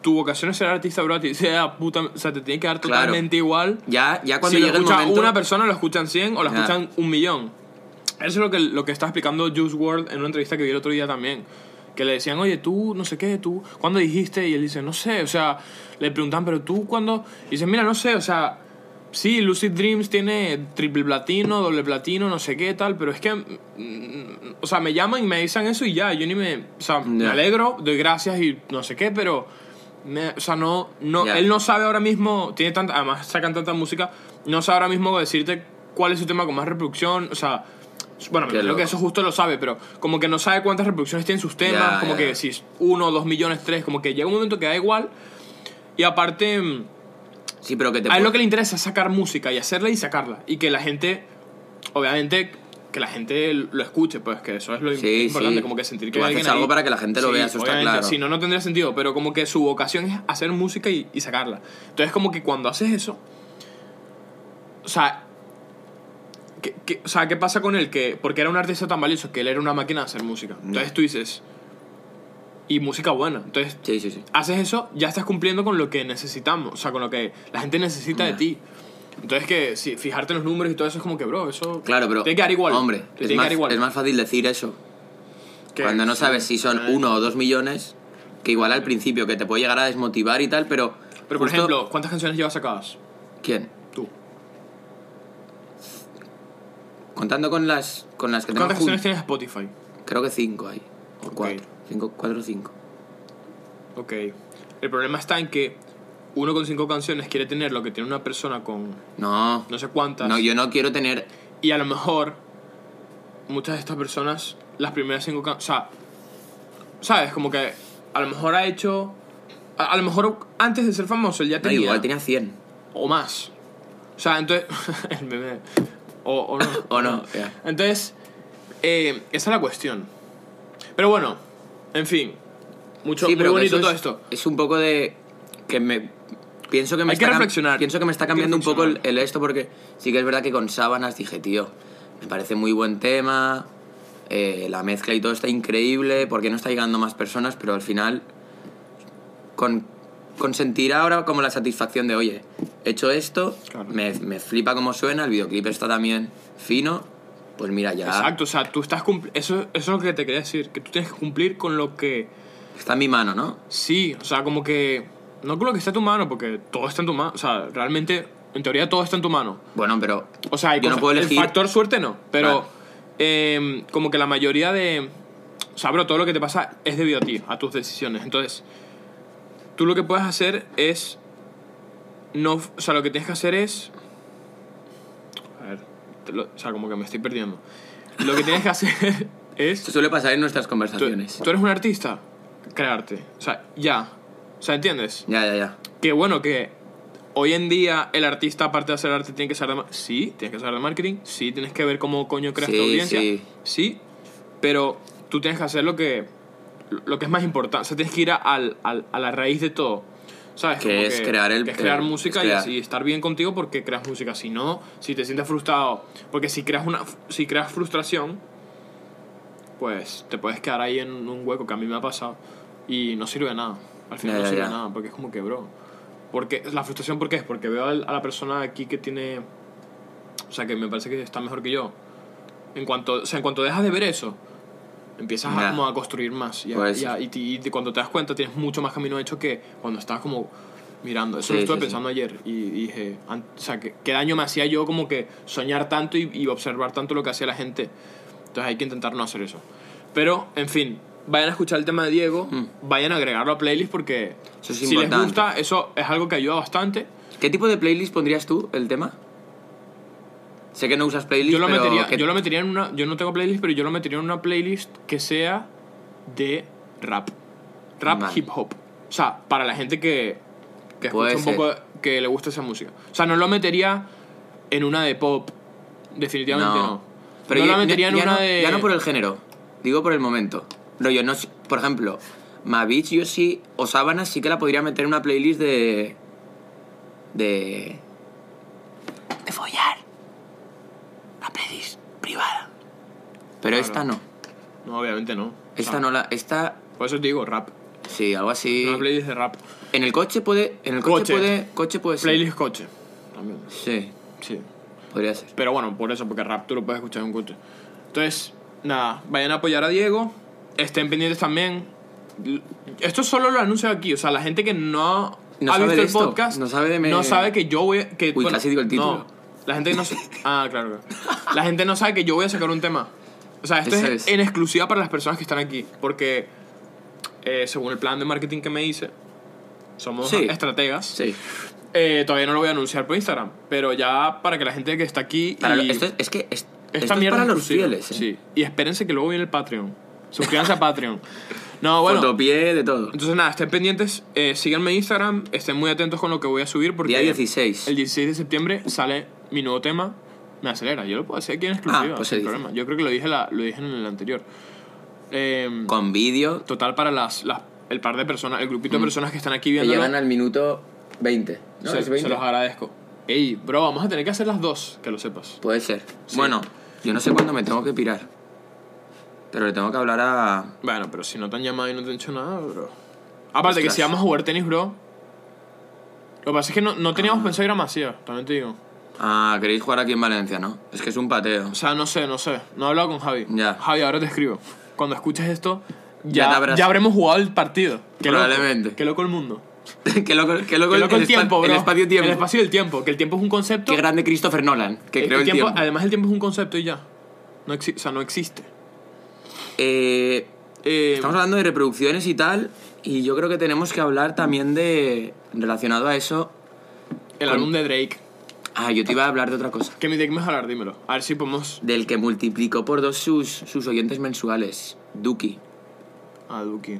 [SPEAKER 2] tu vocación es ser artista, bro. a ti sea puta- o sea, te tiene que dar
[SPEAKER 1] Claro.
[SPEAKER 2] totalmente igual.
[SPEAKER 1] Ya, ya cuando
[SPEAKER 2] si lo
[SPEAKER 1] llega el
[SPEAKER 2] escucha
[SPEAKER 1] momento.
[SPEAKER 2] una persona, lo escuchan 100 o lo
[SPEAKER 1] Ya.
[SPEAKER 2] escuchan un millón. Eso es lo que, lo que está explicando Juice WRLD en una entrevista que vi el otro día también. Que le decían, oye, tú, no sé qué, tú, ¿cuándo dijiste? Y él dice, no sé, o sea, le preguntan, pero tú, ¿cuándo? Y dice, mira, no sé, o sea, Sí, Lucid Dreams tiene triple platino, doble platino, no sé qué tal, pero es que. mm, O sea, me llaman y me dicen eso y ya, yo ni me. O sea, me
[SPEAKER 1] Ya.
[SPEAKER 2] alegro, doy gracias y no sé qué, pero. me- o sea, no. no
[SPEAKER 1] Ya.
[SPEAKER 2] Él no sabe ahora mismo, tiene tanta. Además, sacan tanta música, no sabe ahora mismo decirte cuál es su tema con más reproducción, o sea. Bueno,
[SPEAKER 1] Qué
[SPEAKER 2] creo que
[SPEAKER 1] loco.
[SPEAKER 2] eso justo lo sabe, pero como que no sabe cuántas reproducciones tienen sus temas,
[SPEAKER 1] Ya,
[SPEAKER 2] como
[SPEAKER 1] ya,
[SPEAKER 2] que
[SPEAKER 1] ya.
[SPEAKER 2] si es uno, dos millones, tres, como que llega un momento que da igual. Y aparte. mm,
[SPEAKER 1] Sí, pero que te
[SPEAKER 2] a él
[SPEAKER 1] pu-
[SPEAKER 2] lo que le interesa Ah, es sacar música y hacerla y sacarla. Y que la gente, obviamente, que la gente lo escuche, pues que eso es lo
[SPEAKER 1] Sí,
[SPEAKER 2] importante,
[SPEAKER 1] sí.
[SPEAKER 2] como que sentir
[SPEAKER 1] Tú
[SPEAKER 2] que hay
[SPEAKER 1] haces
[SPEAKER 2] alguien
[SPEAKER 1] algo
[SPEAKER 2] ahí.
[SPEAKER 1] para que la gente lo vea, eso está
[SPEAKER 2] obviamente,
[SPEAKER 1] claro.
[SPEAKER 2] Si no, no tendría sentido, pero como que su vocación es hacer música y, y sacarla. Entonces, como que cuando haces eso, o sea, ¿qué, qué- o sea, ¿qué pasa con él? Que, porque era un artista tan valioso que él era una máquina de hacer música.
[SPEAKER 1] Mm.
[SPEAKER 2] Entonces tú dices, y música buena. Entonces
[SPEAKER 1] Sí, sí, sí.
[SPEAKER 2] haces eso, ya estás cumpliendo con lo que necesitamos, o sea, con lo que la gente necesita de
[SPEAKER 1] Ya.
[SPEAKER 2] ti. Entonces, que si fijarte en los números y todo eso es como que, bro, eso.
[SPEAKER 1] Claro, pero.
[SPEAKER 2] Tiene que dar igual.
[SPEAKER 1] Hombre,
[SPEAKER 2] Te
[SPEAKER 1] es
[SPEAKER 2] tiene que
[SPEAKER 1] más,
[SPEAKER 2] dar igual.
[SPEAKER 1] es más fácil decir eso.
[SPEAKER 2] Que-
[SPEAKER 1] cuando no
[SPEAKER 2] sí,
[SPEAKER 1] sabes si son
[SPEAKER 2] obviamente.
[SPEAKER 1] uno o dos millones, que igual al principio, que te puede llegar a desmotivar y tal, pero.
[SPEAKER 2] Pero, por
[SPEAKER 1] justo-
[SPEAKER 2] ejemplo, ¿cuántas canciones llevas sacadas?
[SPEAKER 1] ¿Quién?
[SPEAKER 2] Tú.
[SPEAKER 1] Contando con las, con las que tengo.
[SPEAKER 2] ¿Cuántas
[SPEAKER 1] jun-
[SPEAKER 2] canciones tienes en Spotify?
[SPEAKER 1] Creo que cinco hay. O
[SPEAKER 2] Ok.
[SPEAKER 1] cuatro. Cinco, cuatro o cinco.
[SPEAKER 2] Ok. El problema está en que uno con cinco canciones quiere tener lo que tiene una persona con
[SPEAKER 1] No.
[SPEAKER 2] no sé cuántas.
[SPEAKER 1] No, yo no quiero tener.
[SPEAKER 2] Y a lo mejor muchas de estas personas, las primeras cinco canciones, o sea, ¿sabes? Como que a lo mejor ha hecho, a, a lo mejor antes de ser famoso él ya
[SPEAKER 1] No,
[SPEAKER 2] tenía,
[SPEAKER 1] igual tenía 100.
[SPEAKER 2] o más. O sea, entonces, [LAUGHS] el meme, o, o no.
[SPEAKER 1] [LAUGHS] O no, ya.
[SPEAKER 2] Entonces, eh, esa es la cuestión. Pero bueno, en fin, mucho, muy
[SPEAKER 1] que
[SPEAKER 2] bonito
[SPEAKER 1] eso
[SPEAKER 2] todo
[SPEAKER 1] es,
[SPEAKER 2] esto.
[SPEAKER 1] Es un poco de. que me. Pienso que me
[SPEAKER 2] Hay que
[SPEAKER 1] está cam-
[SPEAKER 2] reflexionar.
[SPEAKER 1] Pienso que me está
[SPEAKER 2] Hay que
[SPEAKER 1] cambiando un poco el,
[SPEAKER 2] reflexionar.
[SPEAKER 1] el esto porque sí que es verdad que con sábanas dije, tío, me parece muy buen tema. eh, la mezcla y todo está increíble. porque no está llegando más personas? Pero al final. Con, con sentir ahora como la satisfacción de, oye, he hecho esto,
[SPEAKER 2] Claro.
[SPEAKER 1] me, me flipa cómo suena, el videoclip está también fino. Pues mira, ya
[SPEAKER 2] Exacto, o sea, tú estás cumpl- eso, eso es lo que te quería decir, que tú tienes que cumplir con lo que
[SPEAKER 1] está en mi mano, ¿no?
[SPEAKER 2] Sí, o sea, como que. No con lo que está en tu mano, porque todo está en tu mano. O sea, realmente, en teoría, todo está en tu mano.
[SPEAKER 1] Bueno, pero
[SPEAKER 2] O sea, hay
[SPEAKER 1] yo no
[SPEAKER 2] cosas-
[SPEAKER 1] puedo
[SPEAKER 2] el
[SPEAKER 1] elegir.
[SPEAKER 2] factor suerte no, pero
[SPEAKER 1] Claro.
[SPEAKER 2] em, como que la mayoría de. O sea, bro, todo lo que te pasa es debido a ti, a tus decisiones. Entonces, tú lo que puedes hacer es. No, o sea, lo que tienes que hacer es. A ver, te lo- o sea, como que me estoy perdiendo. Lo que tienes que hacer [LAUGHS] es.
[SPEAKER 1] Esto suele pasar en nuestras
[SPEAKER 2] Tú,
[SPEAKER 1] conversaciones.
[SPEAKER 2] tú eres un artista, crearte. O sea, ya. O sea, ¿entiendes?
[SPEAKER 1] Ya, ya, ya.
[SPEAKER 2] Que bueno, que hoy en día el artista, aparte de hacer arte, tiene que saber de ma- Sí, tienes que saber de marketing. Sí, tienes que ver cómo coño creas tu
[SPEAKER 1] Sí,
[SPEAKER 2] audiencia. Sí.
[SPEAKER 1] sí.
[SPEAKER 2] pero tú tienes que hacer lo que, lo que es más importante. O sea, tienes que ir a, al- al- a la raíz de todo. ¿Sabes?
[SPEAKER 1] Que
[SPEAKER 2] Como
[SPEAKER 1] es crear el-
[SPEAKER 2] que es crear
[SPEAKER 1] el-
[SPEAKER 2] música
[SPEAKER 1] es
[SPEAKER 2] y
[SPEAKER 1] crear.
[SPEAKER 2] así estar bien contigo porque creas música. Si no, si te sientes frustrado, porque si creas, una, si creas frustración, pues te puedes quedar ahí en un hueco que a mí me ha pasado y no sirve de nada. Al final
[SPEAKER 1] Ya,
[SPEAKER 2] no
[SPEAKER 1] ya,
[SPEAKER 2] sirve de
[SPEAKER 1] ya.
[SPEAKER 2] nada porque es como que, bro. Porque, la frustración, ¿por qué es? Porque veo al- a la persona aquí que tiene. O sea, que me parece que está mejor que yo. En cuanto, o sea, en cuanto dejas de ver eso, empiezas a,
[SPEAKER 1] Ya.
[SPEAKER 2] como a construir más. Y, a-
[SPEAKER 1] Por
[SPEAKER 2] y,
[SPEAKER 1] eso.
[SPEAKER 2] a- y te- y te- cuando te das cuenta, tienes mucho más camino hecho que cuando estás como mirando. Eso
[SPEAKER 1] Sí,
[SPEAKER 2] lo estuve
[SPEAKER 1] sí, sí.
[SPEAKER 2] pensando ayer y dije, an- o sea, que- qué daño me hacía yo como que soñar tanto y, y observar tanto lo que hacía la gente. Entonces hay que intentar no hacer eso. Pero, en fin, vayan a escuchar el tema de Diego, vayan a agregarlo a playlist porque
[SPEAKER 1] Mm. Eso es
[SPEAKER 2] si les
[SPEAKER 1] importante.
[SPEAKER 2] gusta, eso es algo que ayuda bastante.
[SPEAKER 1] ¿Qué tipo de playlist pondrías tú el tema? Sé que no usas playlist,
[SPEAKER 2] Yo lo,
[SPEAKER 1] pero
[SPEAKER 2] metería,
[SPEAKER 1] ¿qué-
[SPEAKER 2] yo lo metería en una. Yo no tengo playlist, pero yo lo metería en una playlist que sea de rap. Rap
[SPEAKER 1] Vale.
[SPEAKER 2] hip hop. O sea, para la gente que, que escucha
[SPEAKER 1] Puede
[SPEAKER 2] un
[SPEAKER 1] ser.
[SPEAKER 2] poco. que le gusta esa música. O sea, no lo metería en una de pop. Definitivamente no.
[SPEAKER 1] Pero
[SPEAKER 2] no
[SPEAKER 1] yo-
[SPEAKER 2] la metería en
[SPEAKER 1] ya
[SPEAKER 2] una
[SPEAKER 1] no,
[SPEAKER 2] de.
[SPEAKER 1] Ya no por el género, digo por el momento. No, yo no... sé- Por ejemplo, Mavich, yo sí... O Sábanas sí que la podría meter en una playlist de... De... De follar. Una playlist privada. Pero esta no.
[SPEAKER 2] No, obviamente no.
[SPEAKER 1] Esta no la... Esta...
[SPEAKER 2] Por eso te digo rap.
[SPEAKER 1] Sí, algo así...
[SPEAKER 2] Una playlist de rap.
[SPEAKER 1] En el coche puede... En el coche,
[SPEAKER 2] Coche.
[SPEAKER 1] puede... Coche puede ser...
[SPEAKER 2] Playlist coche. También.
[SPEAKER 1] Sí,
[SPEAKER 2] Sí.
[SPEAKER 1] podría ser.
[SPEAKER 2] Pero bueno, por eso, porque rap tú lo puedes escuchar en un coche. Entonces, nada, vayan a apoyar a Diego. Estén pendientes también. L- Esto solo lo anuncio aquí. O sea, la gente que no,
[SPEAKER 1] no
[SPEAKER 2] ha
[SPEAKER 1] sabe
[SPEAKER 2] visto
[SPEAKER 1] de
[SPEAKER 2] el
[SPEAKER 1] esto,
[SPEAKER 2] podcast
[SPEAKER 1] no sabe de me-
[SPEAKER 2] no sabe que yo voy a- que,
[SPEAKER 1] Uy, casi digo el título.
[SPEAKER 2] no, la gente no sa- [LAUGHS] ah claro claro. la gente no sabe que yo voy a sacar un tema o sea esto es,
[SPEAKER 1] Eso es.
[SPEAKER 2] en exclusiva para las personas que están aquí porque eh, según el plan de marketing que me hice somos
[SPEAKER 1] Sí.
[SPEAKER 2] estrategas
[SPEAKER 1] Sí.
[SPEAKER 2] Eh, todavía no lo voy a anunciar por Instagram pero ya para que la gente que está aquí
[SPEAKER 1] Para lo-
[SPEAKER 2] y
[SPEAKER 1] esto es, es que es,
[SPEAKER 2] esta
[SPEAKER 1] esto es
[SPEAKER 2] mierda
[SPEAKER 1] para los
[SPEAKER 2] exclusiva.
[SPEAKER 1] fieles. ¿eh?
[SPEAKER 2] sí y espérense que luego viene el Patreon suscríbanse a Patreon
[SPEAKER 1] [LAUGHS]
[SPEAKER 2] no bueno
[SPEAKER 1] Fotopié de todo.
[SPEAKER 2] entonces nada, estén pendientes, eh, síganme en Instagram, estén muy atentos con lo que voy a subir porque
[SPEAKER 1] Día 16.
[SPEAKER 2] el 16 de septiembre sale mi nuevo tema, Me acelera, yo lo puedo hacer aquí en exclusiva,
[SPEAKER 1] Ah, pues se
[SPEAKER 2] sin
[SPEAKER 1] dice.
[SPEAKER 2] problema. Yo creo que lo dije, la, lo dije en el anterior. Eh,
[SPEAKER 1] Con vídeo
[SPEAKER 2] total para las, las- el par de personas, el grupito de personas que están aquí
[SPEAKER 1] que
[SPEAKER 2] viendo.
[SPEAKER 1] llevan al minuto 20. ¿no?
[SPEAKER 2] se,
[SPEAKER 1] ¿Es
[SPEAKER 2] se
[SPEAKER 1] 20?
[SPEAKER 2] los agradezco. Ey, bro, vamos a tener que hacer las dos, que lo sepas.
[SPEAKER 1] Puede ser. Bueno, yo no sé cuándo me tengo que pirar. Pero le tengo que hablar a.
[SPEAKER 2] Bueno, pero si no te han llamado y no te han hecho nada, bro. Aparte que
[SPEAKER 1] Ostras.
[SPEAKER 2] si vamos a jugar tenis, bro. Lo que pasa es que no, no teníamos pensado ir a Masía, también te digo.
[SPEAKER 1] Ah, queréis jugar aquí en Valencia, ¿no? Es que es un pateo. [LAUGHS]
[SPEAKER 2] O sea, no sé, no sé. No he hablado con Javi.
[SPEAKER 1] Ya.
[SPEAKER 2] Javi, ahora te escribo. Cuando escuches esto,
[SPEAKER 1] Ya
[SPEAKER 2] ya,
[SPEAKER 1] te
[SPEAKER 2] ya,
[SPEAKER 1] habrás-
[SPEAKER 2] habremos jugado el partido. Qué loco,
[SPEAKER 1] Probablemente.
[SPEAKER 2] qué loco el mundo.
[SPEAKER 1] qué loco, qué loco
[SPEAKER 2] Qué loco el,
[SPEAKER 1] espa-
[SPEAKER 2] tiempo, bro.
[SPEAKER 1] El espacio-tiempo.
[SPEAKER 2] El espacio y el tiempo. Que el tiempo es un concepto.
[SPEAKER 1] Qué grande Christopher Nolan, que
[SPEAKER 2] el-
[SPEAKER 1] creó
[SPEAKER 2] el
[SPEAKER 1] el tiempo.
[SPEAKER 2] Además, el tiempo es un concepto y ya. No exi- o sea, no existe.
[SPEAKER 1] Eh,
[SPEAKER 2] Eh,
[SPEAKER 1] estamos hablando de reproducciones y tal. Y yo creo que tenemos que hablar también de. Relacionado a eso.
[SPEAKER 2] el
[SPEAKER 1] con-
[SPEAKER 2] álbum de Drake.
[SPEAKER 1] Ah, yo te iba a hablar de otra cosa.
[SPEAKER 2] ¿Qué me tiene que mejorar? Dímelo. A ver si podemos.
[SPEAKER 1] Del que multiplicó por dos sus, sus oyentes mensuales. Duki.
[SPEAKER 2] Ah, Duki.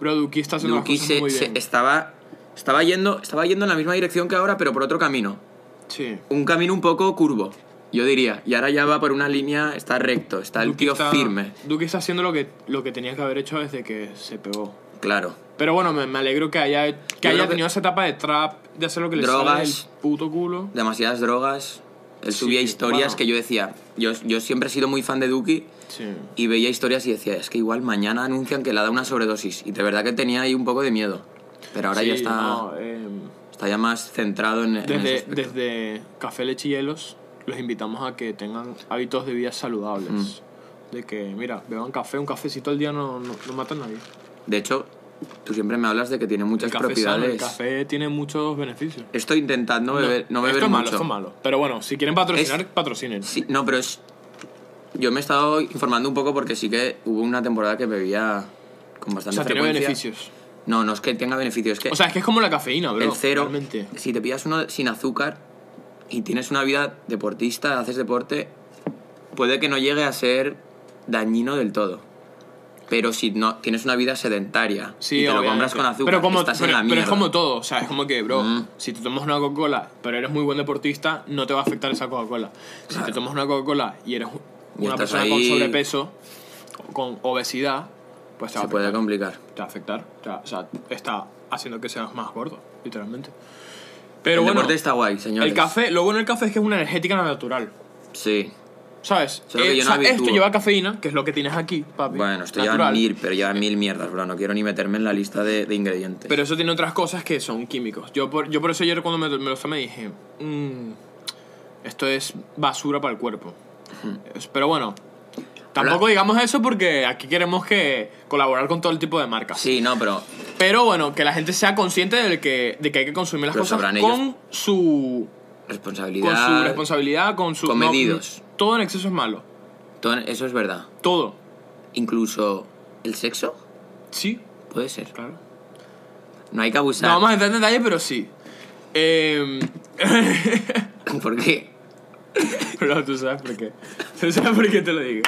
[SPEAKER 2] Bro, Duki está haciendo
[SPEAKER 1] Duki
[SPEAKER 2] las cosas
[SPEAKER 1] se,
[SPEAKER 2] muy
[SPEAKER 1] se-
[SPEAKER 2] bien.
[SPEAKER 1] estaba, estaba, yendo, estaba yendo en la misma dirección que ahora, pero por otro camino.
[SPEAKER 2] Sí.
[SPEAKER 1] Un camino un poco curvo, yo diría. Y ahora ya va por una línea, está recto, está el
[SPEAKER 2] Duki
[SPEAKER 1] tío
[SPEAKER 2] está-
[SPEAKER 1] firme.
[SPEAKER 2] Duki está haciendo lo que, lo que tenía que haber hecho desde que se pegó.
[SPEAKER 1] Claro.
[SPEAKER 2] Pero bueno, me, me alegro que haya, que
[SPEAKER 1] Yo
[SPEAKER 2] haya
[SPEAKER 1] creo que-
[SPEAKER 2] tenido esa etapa de trap, de hacer lo que le sale del
[SPEAKER 1] Drogas.
[SPEAKER 2] puto culo.
[SPEAKER 1] Demasiadas drogas. Él
[SPEAKER 2] Sí,
[SPEAKER 1] subía historias
[SPEAKER 2] bueno.
[SPEAKER 1] que yo decía. Yo, yo siempre he sido muy fan de Duki
[SPEAKER 2] Sí.
[SPEAKER 1] y veía historias y decía, es que igual mañana anuncian que le da una sobredosis. Y de verdad que tenía ahí un poco de miedo. Pero ahora
[SPEAKER 2] Sí,
[SPEAKER 1] ya está,
[SPEAKER 2] no, em,
[SPEAKER 1] está ya más centrado en, en ese
[SPEAKER 2] desde,
[SPEAKER 1] aspecto.
[SPEAKER 2] desde Café Leche y Hielos los invitamos a que tengan hábitos de vida saludables.
[SPEAKER 1] Mm.
[SPEAKER 2] De que, mira, beban café, un cafecito al día no, no, no mata a nadie.
[SPEAKER 1] De hecho, tú siempre me hablas de que tiene
[SPEAKER 2] El
[SPEAKER 1] muchas
[SPEAKER 2] café, es sano,
[SPEAKER 1] propiedades.
[SPEAKER 2] el café tiene muchos beneficios.
[SPEAKER 1] Estoy intentando beber, no, beber
[SPEAKER 2] esto es malo,
[SPEAKER 1] mucho.
[SPEAKER 2] esto es malo. Pero bueno, si quieren patrocinar,
[SPEAKER 1] Es-
[SPEAKER 2] patrocinen.
[SPEAKER 1] Sí, no, pero es. Yo me he estado informando un poco porque sí que hubo una temporada que bebía con
[SPEAKER 2] O
[SPEAKER 1] bastante
[SPEAKER 2] sea, tiene
[SPEAKER 1] frecuencia.
[SPEAKER 2] beneficios.
[SPEAKER 1] No, no es que tenga beneficios, es que
[SPEAKER 2] O sea, es que es como la cafeína, bro.
[SPEAKER 1] el cero.
[SPEAKER 2] Realmente.
[SPEAKER 1] Si te pillas uno sin azúcar y tienes una vida deportista, haces deporte, puede que no llegue a ser dañino del todo. Pero si no tienes una vida sedentaria y te
[SPEAKER 2] obviamente.
[SPEAKER 1] lo compras con azúcar,
[SPEAKER 2] pero como,
[SPEAKER 1] estás
[SPEAKER 2] pero,
[SPEAKER 1] en la
[SPEAKER 2] pero
[SPEAKER 1] mierda. Mm.
[SPEAKER 2] es como todo, o sea, es como que, bro, si te tomas una Coca-Cola, pero eres muy buen deportista, no te va a afectar esa Coca-Cola. Si te tomas una Coca-Cola y eres
[SPEAKER 1] Y
[SPEAKER 2] una
[SPEAKER 1] estás
[SPEAKER 2] persona con
[SPEAKER 1] ahí-
[SPEAKER 2] sobrepeso, o con obesidad, pues te va,
[SPEAKER 1] Se
[SPEAKER 2] a
[SPEAKER 1] puede
[SPEAKER 2] afectar,
[SPEAKER 1] complicar.
[SPEAKER 2] te va a afectar. Te va- O sea, está haciendo que seas más gordo, literalmente. Pero
[SPEAKER 1] el
[SPEAKER 2] bueno,
[SPEAKER 1] deporte está guay, señores.
[SPEAKER 2] el café, lo bueno del café es que es una energética natural.
[SPEAKER 1] Sí.
[SPEAKER 2] ¿Sabes?
[SPEAKER 1] Solo que yo no
[SPEAKER 2] o sea,
[SPEAKER 1] habitúo.
[SPEAKER 2] esto lleva cafeína, que es lo que tienes aquí, papi.
[SPEAKER 1] Bueno, esto lleva
[SPEAKER 2] natural.
[SPEAKER 1] mil, pero lleva mil mierdas, bro. No quiero ni meterme en la lista de, de ingredientes.
[SPEAKER 2] Pero eso tiene otras cosas que son químicos. Yo por, yo por eso ayer cuando me, me lo tomé dije, "Mm, esto es basura para el cuerpo. Es- Pero bueno, tampoco
[SPEAKER 1] Habla-
[SPEAKER 2] digamos eso porque aquí queremos que colaborar con todo el tipo de marcas.
[SPEAKER 1] sí, no, pero
[SPEAKER 2] Pero bueno, que la gente sea consciente de que, de que hay que consumir las
[SPEAKER 1] Pero
[SPEAKER 2] cosas
[SPEAKER 1] sabrán ellos.
[SPEAKER 2] con su,
[SPEAKER 1] responsabilidad.
[SPEAKER 2] con su responsabilidad, con su...
[SPEAKER 1] Con
[SPEAKER 2] no,
[SPEAKER 1] medidos.
[SPEAKER 2] todo en exceso es malo.
[SPEAKER 1] todo- eso es verdad.
[SPEAKER 2] Todo.
[SPEAKER 1] Incluso el sexo
[SPEAKER 2] Sí,
[SPEAKER 1] puede ser.
[SPEAKER 2] claro.
[SPEAKER 1] No hay que
[SPEAKER 2] No
[SPEAKER 1] abusar.
[SPEAKER 2] vamos a entrar en detalle, pero sí. Eh,
[SPEAKER 1] [LAUGHS] porque
[SPEAKER 2] [LAUGHS] Pero tú sabes por qué. [LAUGHS] Tú sabes por qué te lo digo.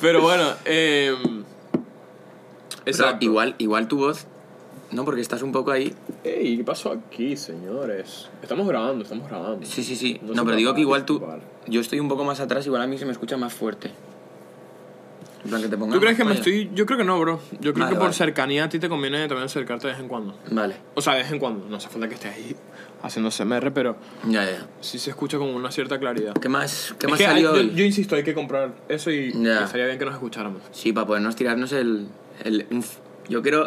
[SPEAKER 2] Pero bueno, eh,
[SPEAKER 1] pero
[SPEAKER 2] exacto.
[SPEAKER 1] igual, igual tu voz. No, porque estás un poco ahí.
[SPEAKER 2] Ey, ¿qué pasó aquí, señores? Estamos grabando, estamos grabando.
[SPEAKER 1] Sí, sí, sí.
[SPEAKER 2] No
[SPEAKER 1] No,
[SPEAKER 2] se
[SPEAKER 1] pero digo
[SPEAKER 2] puede
[SPEAKER 1] que igual tú.
[SPEAKER 2] disculpar.
[SPEAKER 1] Yo estoy un poco más atrás, igual a mí se me escucha más fuerte. En plan que te ponga
[SPEAKER 2] ¿Tú crees
[SPEAKER 1] más
[SPEAKER 2] que me
[SPEAKER 1] fallo.
[SPEAKER 2] estoy...? Yo creo que no, bro. Yo creo
[SPEAKER 1] Vale,
[SPEAKER 2] que por
[SPEAKER 1] vale.
[SPEAKER 2] cercanía a ti te conviene también acercarte de vez en cuando.
[SPEAKER 1] Vale.
[SPEAKER 2] O sea, de vez en cuando. No hace falta que estés ahí haciendo CMR, pero
[SPEAKER 1] Ya, ya.
[SPEAKER 2] sí se escucha con una cierta claridad.
[SPEAKER 1] ¿Qué más, qué
[SPEAKER 2] Es
[SPEAKER 1] más
[SPEAKER 2] que hay-
[SPEAKER 1] salió
[SPEAKER 2] yo,
[SPEAKER 1] hoy?
[SPEAKER 2] yo insisto, hay que comprar eso y, y
[SPEAKER 1] Ya.
[SPEAKER 2] estaría bien que nos escucháramos.
[SPEAKER 1] Sí, para podernos tirarnos el. el- un f- yo quiero.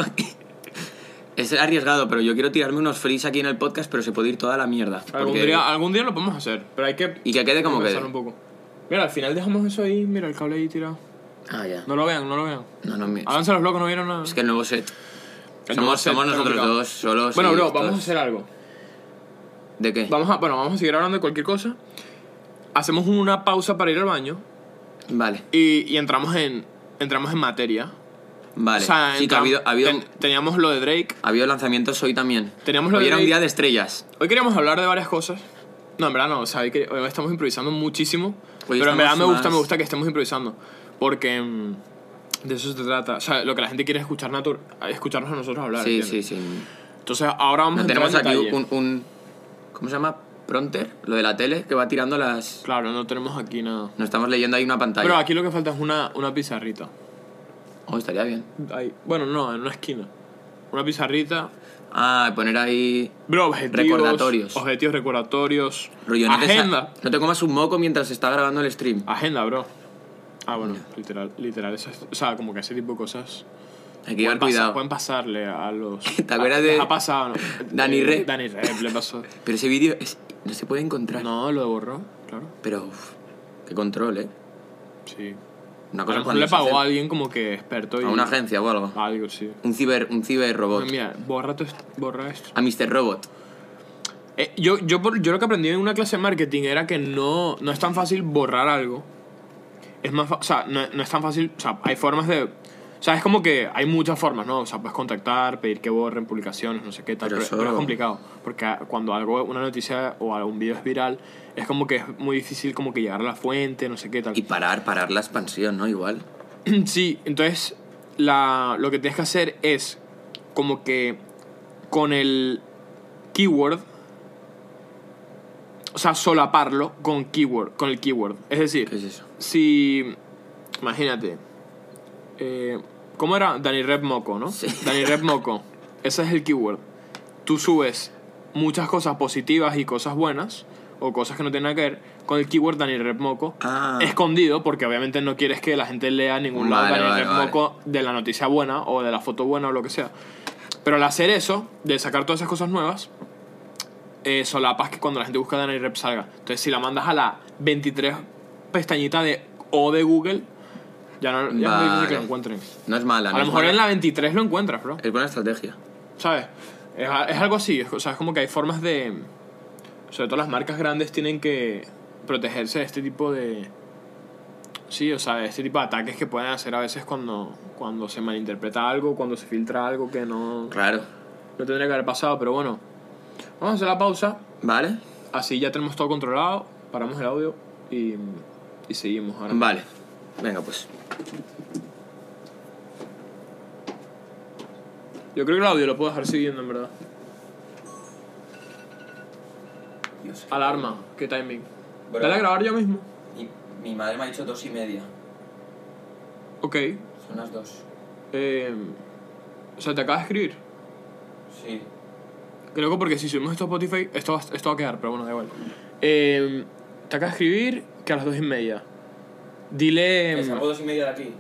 [SPEAKER 1] [LAUGHS] es arriesgado, pero yo quiero tirarme unos frees aquí en el podcast, pero se puede ir toda la mierda.
[SPEAKER 2] Algún,
[SPEAKER 1] porque-
[SPEAKER 2] día, algún día lo podemos hacer, pero hay que...
[SPEAKER 1] Y que quede como
[SPEAKER 2] pensar
[SPEAKER 1] quede.
[SPEAKER 2] un poco. Mira, al final dejamos eso ahí, mira el cable ahí tirado.
[SPEAKER 1] Ah, ya.
[SPEAKER 2] No lo vean, no lo vean.
[SPEAKER 1] No, no, me-
[SPEAKER 2] Háganse los locos, no vieron nada.
[SPEAKER 1] Es que el nuevo set.
[SPEAKER 2] va a
[SPEAKER 1] Somos,
[SPEAKER 2] ser
[SPEAKER 1] somos nosotros
[SPEAKER 2] complicado.
[SPEAKER 1] dos solos.
[SPEAKER 2] Bueno,
[SPEAKER 1] y
[SPEAKER 2] bro, vamos a
[SPEAKER 1] todos.
[SPEAKER 2] hacer algo.
[SPEAKER 1] ¿De qué?
[SPEAKER 2] Vamos a, bueno, vamos a seguir hablando de cualquier cosa. Hacemos una pausa para ir al baño
[SPEAKER 1] Vale,
[SPEAKER 2] y, y entramos, en, entramos en materia.
[SPEAKER 1] vale.
[SPEAKER 2] O sea,
[SPEAKER 1] sí, que ha
[SPEAKER 2] entram-
[SPEAKER 1] habido, ha habido,
[SPEAKER 2] ten- teníamos lo de Drake.
[SPEAKER 1] ha habido lanzamientos hoy también.
[SPEAKER 2] Teníamos lo
[SPEAKER 1] hoy
[SPEAKER 2] de
[SPEAKER 1] era un
[SPEAKER 2] Drake.
[SPEAKER 1] día de estrellas.
[SPEAKER 2] Hoy queríamos hablar de varias cosas. No, en verdad no, o sea, hoy, que- hoy estamos improvisando muchísimo.
[SPEAKER 1] Hoy
[SPEAKER 2] pero
[SPEAKER 1] estamos
[SPEAKER 2] en verdad me gusta,
[SPEAKER 1] más-
[SPEAKER 2] me gusta que estemos improvisando. Porque mm, de eso se trata. O sea, lo que la gente quiere es escuchar natu- escucharnos a nosotros hablar.
[SPEAKER 1] sí, sí,
[SPEAKER 2] ¿entiendes?
[SPEAKER 1] sí.
[SPEAKER 2] Entonces ahora vamos
[SPEAKER 1] No,
[SPEAKER 2] a
[SPEAKER 1] tenemos
[SPEAKER 2] entrar en
[SPEAKER 1] aquí
[SPEAKER 2] detalle.
[SPEAKER 1] un, un- ¿Cómo se llama? Pronter, lo de la tele, que va tirando las.
[SPEAKER 2] Claro, no tenemos aquí nada.
[SPEAKER 1] No estamos leyendo ahí una pantalla.
[SPEAKER 2] Pero aquí lo que falta es una, una pizarrita.
[SPEAKER 1] Oh, estaría bien.
[SPEAKER 2] Ahí. Bueno, no, en una esquina. Una pizarrita.
[SPEAKER 1] Ah, poner ahí.
[SPEAKER 2] Bro, objetivos.
[SPEAKER 1] Recordatorios.
[SPEAKER 2] Objetivos recordatorios.
[SPEAKER 1] Rollo, no te sa-
[SPEAKER 2] agenda.
[SPEAKER 1] no te comas un moco mientras está grabando el stream.
[SPEAKER 2] Agenda, bro. Ah, bueno, literal, literal. eso es- o sea, como que ese tipo de cosas.
[SPEAKER 1] Hay que llevar
[SPEAKER 2] pueden pasar-
[SPEAKER 1] cuidado.
[SPEAKER 2] pueden pasarle a los.
[SPEAKER 1] [LAUGHS] ¿Te acuerdas
[SPEAKER 2] a-
[SPEAKER 1] de-
[SPEAKER 2] Ha pasado, ¿no?
[SPEAKER 1] Dani
[SPEAKER 2] Eh,
[SPEAKER 1] Rep?
[SPEAKER 2] Dani Rep
[SPEAKER 1] [LAUGHS]
[SPEAKER 2] le pasó.
[SPEAKER 1] Pero ese vídeo es- no se puede encontrar.
[SPEAKER 2] No, lo borró, claro.
[SPEAKER 1] Pero, uff, qué control, ¿eh?
[SPEAKER 2] Sí.
[SPEAKER 1] Una
[SPEAKER 2] A
[SPEAKER 1] cosa
[SPEAKER 2] lo mejor
[SPEAKER 1] cuando
[SPEAKER 2] le
[SPEAKER 1] se
[SPEAKER 2] pagó
[SPEAKER 1] hace
[SPEAKER 2] a alguien como que experto. Y... Ah.
[SPEAKER 1] a una agencia o algo.
[SPEAKER 2] Algo, sí.
[SPEAKER 1] Un ciber, un ciberrobot.
[SPEAKER 2] Mira, borra, tu est- borra esto.
[SPEAKER 1] A Mr. Robot.
[SPEAKER 2] Eh, yo, yo, por- yo lo que aprendí en una clase de marketing era que no, no es tan fácil borrar algo. Es más, fa- o sea, no, no es tan fácil, o sea, hay formas de... O sea, es como que hay muchas formas, ¿no? O sea, puedes contactar, pedir que borren publicaciones, no sé qué tal,
[SPEAKER 1] Pero
[SPEAKER 2] pero,
[SPEAKER 1] eso-
[SPEAKER 2] pero es complicado. Porque a- cuando algo, una noticia o algún video es viral, es como que es muy difícil como que llegar a la fuente, no sé qué tal.
[SPEAKER 1] Y parar, parar la expansión, ¿no? Igual.
[SPEAKER 2] [CLEARS THROAT] Sí, entonces la, lo que tienes que hacer es como que con el keyword, o sea, solaparlo con keyword, con el keyword. Es decir,
[SPEAKER 1] ¿Qué es eso?
[SPEAKER 2] si imagínate, eh, ¿cómo era? Danny Rep Moco, ¿no?
[SPEAKER 1] Sí. [LAUGHS]
[SPEAKER 2] Danny Rep Moco. Ese es el keyword. Tú subes muchas cosas positivas y cosas buenas o cosas que no tienen nada que ver con el keyword Danny Rep Moco
[SPEAKER 1] Ah.
[SPEAKER 2] escondido porque obviamente no quieres que la gente lea ningún lado
[SPEAKER 1] Vale,
[SPEAKER 2] Daniel
[SPEAKER 1] vale,
[SPEAKER 2] Rep
[SPEAKER 1] vale.
[SPEAKER 2] Moco de la noticia buena o de la foto buena o lo que sea. Pero al hacer eso, de sacar todas esas cosas nuevas, eh, solapas que cuando la gente busca Daniel Rep salga. Entonces, si la mandas a la 23 pestañita de O de Google, ya no ya es muy difícil que lo
[SPEAKER 1] Vale.
[SPEAKER 2] encuentren.
[SPEAKER 1] No es mala,
[SPEAKER 2] A
[SPEAKER 1] no
[SPEAKER 2] lo
[SPEAKER 1] es
[SPEAKER 2] mejor
[SPEAKER 1] mala.
[SPEAKER 2] en la 23 lo encuentras, bro.
[SPEAKER 1] Es buena estrategia.
[SPEAKER 2] ¿Sabes? Es, a- es algo así. Es, o sea, es como que hay formas de. Sobre todo las marcas grandes tienen que protegerse de este tipo de. Sí, o sea, de este tipo de ataques que pueden hacer a veces cuando, cuando se malinterpreta algo, cuando se filtra algo que no,
[SPEAKER 1] Claro.
[SPEAKER 2] no tendría que haber pasado, pero bueno. Vamos a hacer la pausa,
[SPEAKER 1] ¿Vale?
[SPEAKER 2] así ya tenemos todo controlado, paramos el audio y, y seguimos ahora.
[SPEAKER 1] Vale. Venga, pues.
[SPEAKER 2] Yo creo que el audio lo puedo dejar siguiendo, en verdad. Alarma, qué timing.
[SPEAKER 1] Bro.
[SPEAKER 2] Ah, Dale a grabar ya mismo.
[SPEAKER 1] Mi, madre me ha dicho dos y media.
[SPEAKER 2] Ok.
[SPEAKER 1] Son las dos.
[SPEAKER 2] Eh, o sea, te acaba de escribir.
[SPEAKER 1] Sí.
[SPEAKER 2] Creo que porque si subimos esto a Spotify, esto va, esto va a quedar, pero bueno, da igual. Eh, te acaba de escribir que a las dos y media. Dile, em,
[SPEAKER 1] dos y media de aquí.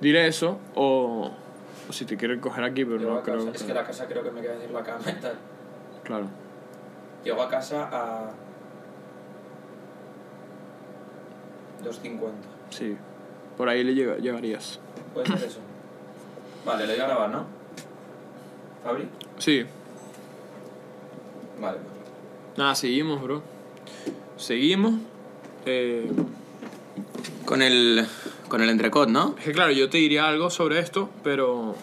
[SPEAKER 2] dile eso o, o si te quiero coger aquí, pero no creo. que-
[SPEAKER 1] casa creo que me queda decir la cama y tal.
[SPEAKER 2] Claro.
[SPEAKER 1] Llego a casa a... 2.50.
[SPEAKER 2] Sí. Por ahí le llega- llegarías.
[SPEAKER 1] Puede ser
[SPEAKER 2] [LAUGHS]
[SPEAKER 1] eso. Vale, lo voy a grabar, ¿no? ¿Fabri?
[SPEAKER 2] Sí.
[SPEAKER 1] Vale. pues.
[SPEAKER 2] Nada, seguimos, bro. Seguimos. Eh,
[SPEAKER 1] Con el, con el entrecot, ¿no?
[SPEAKER 2] es que claro, yo te diría algo sobre esto, pero. O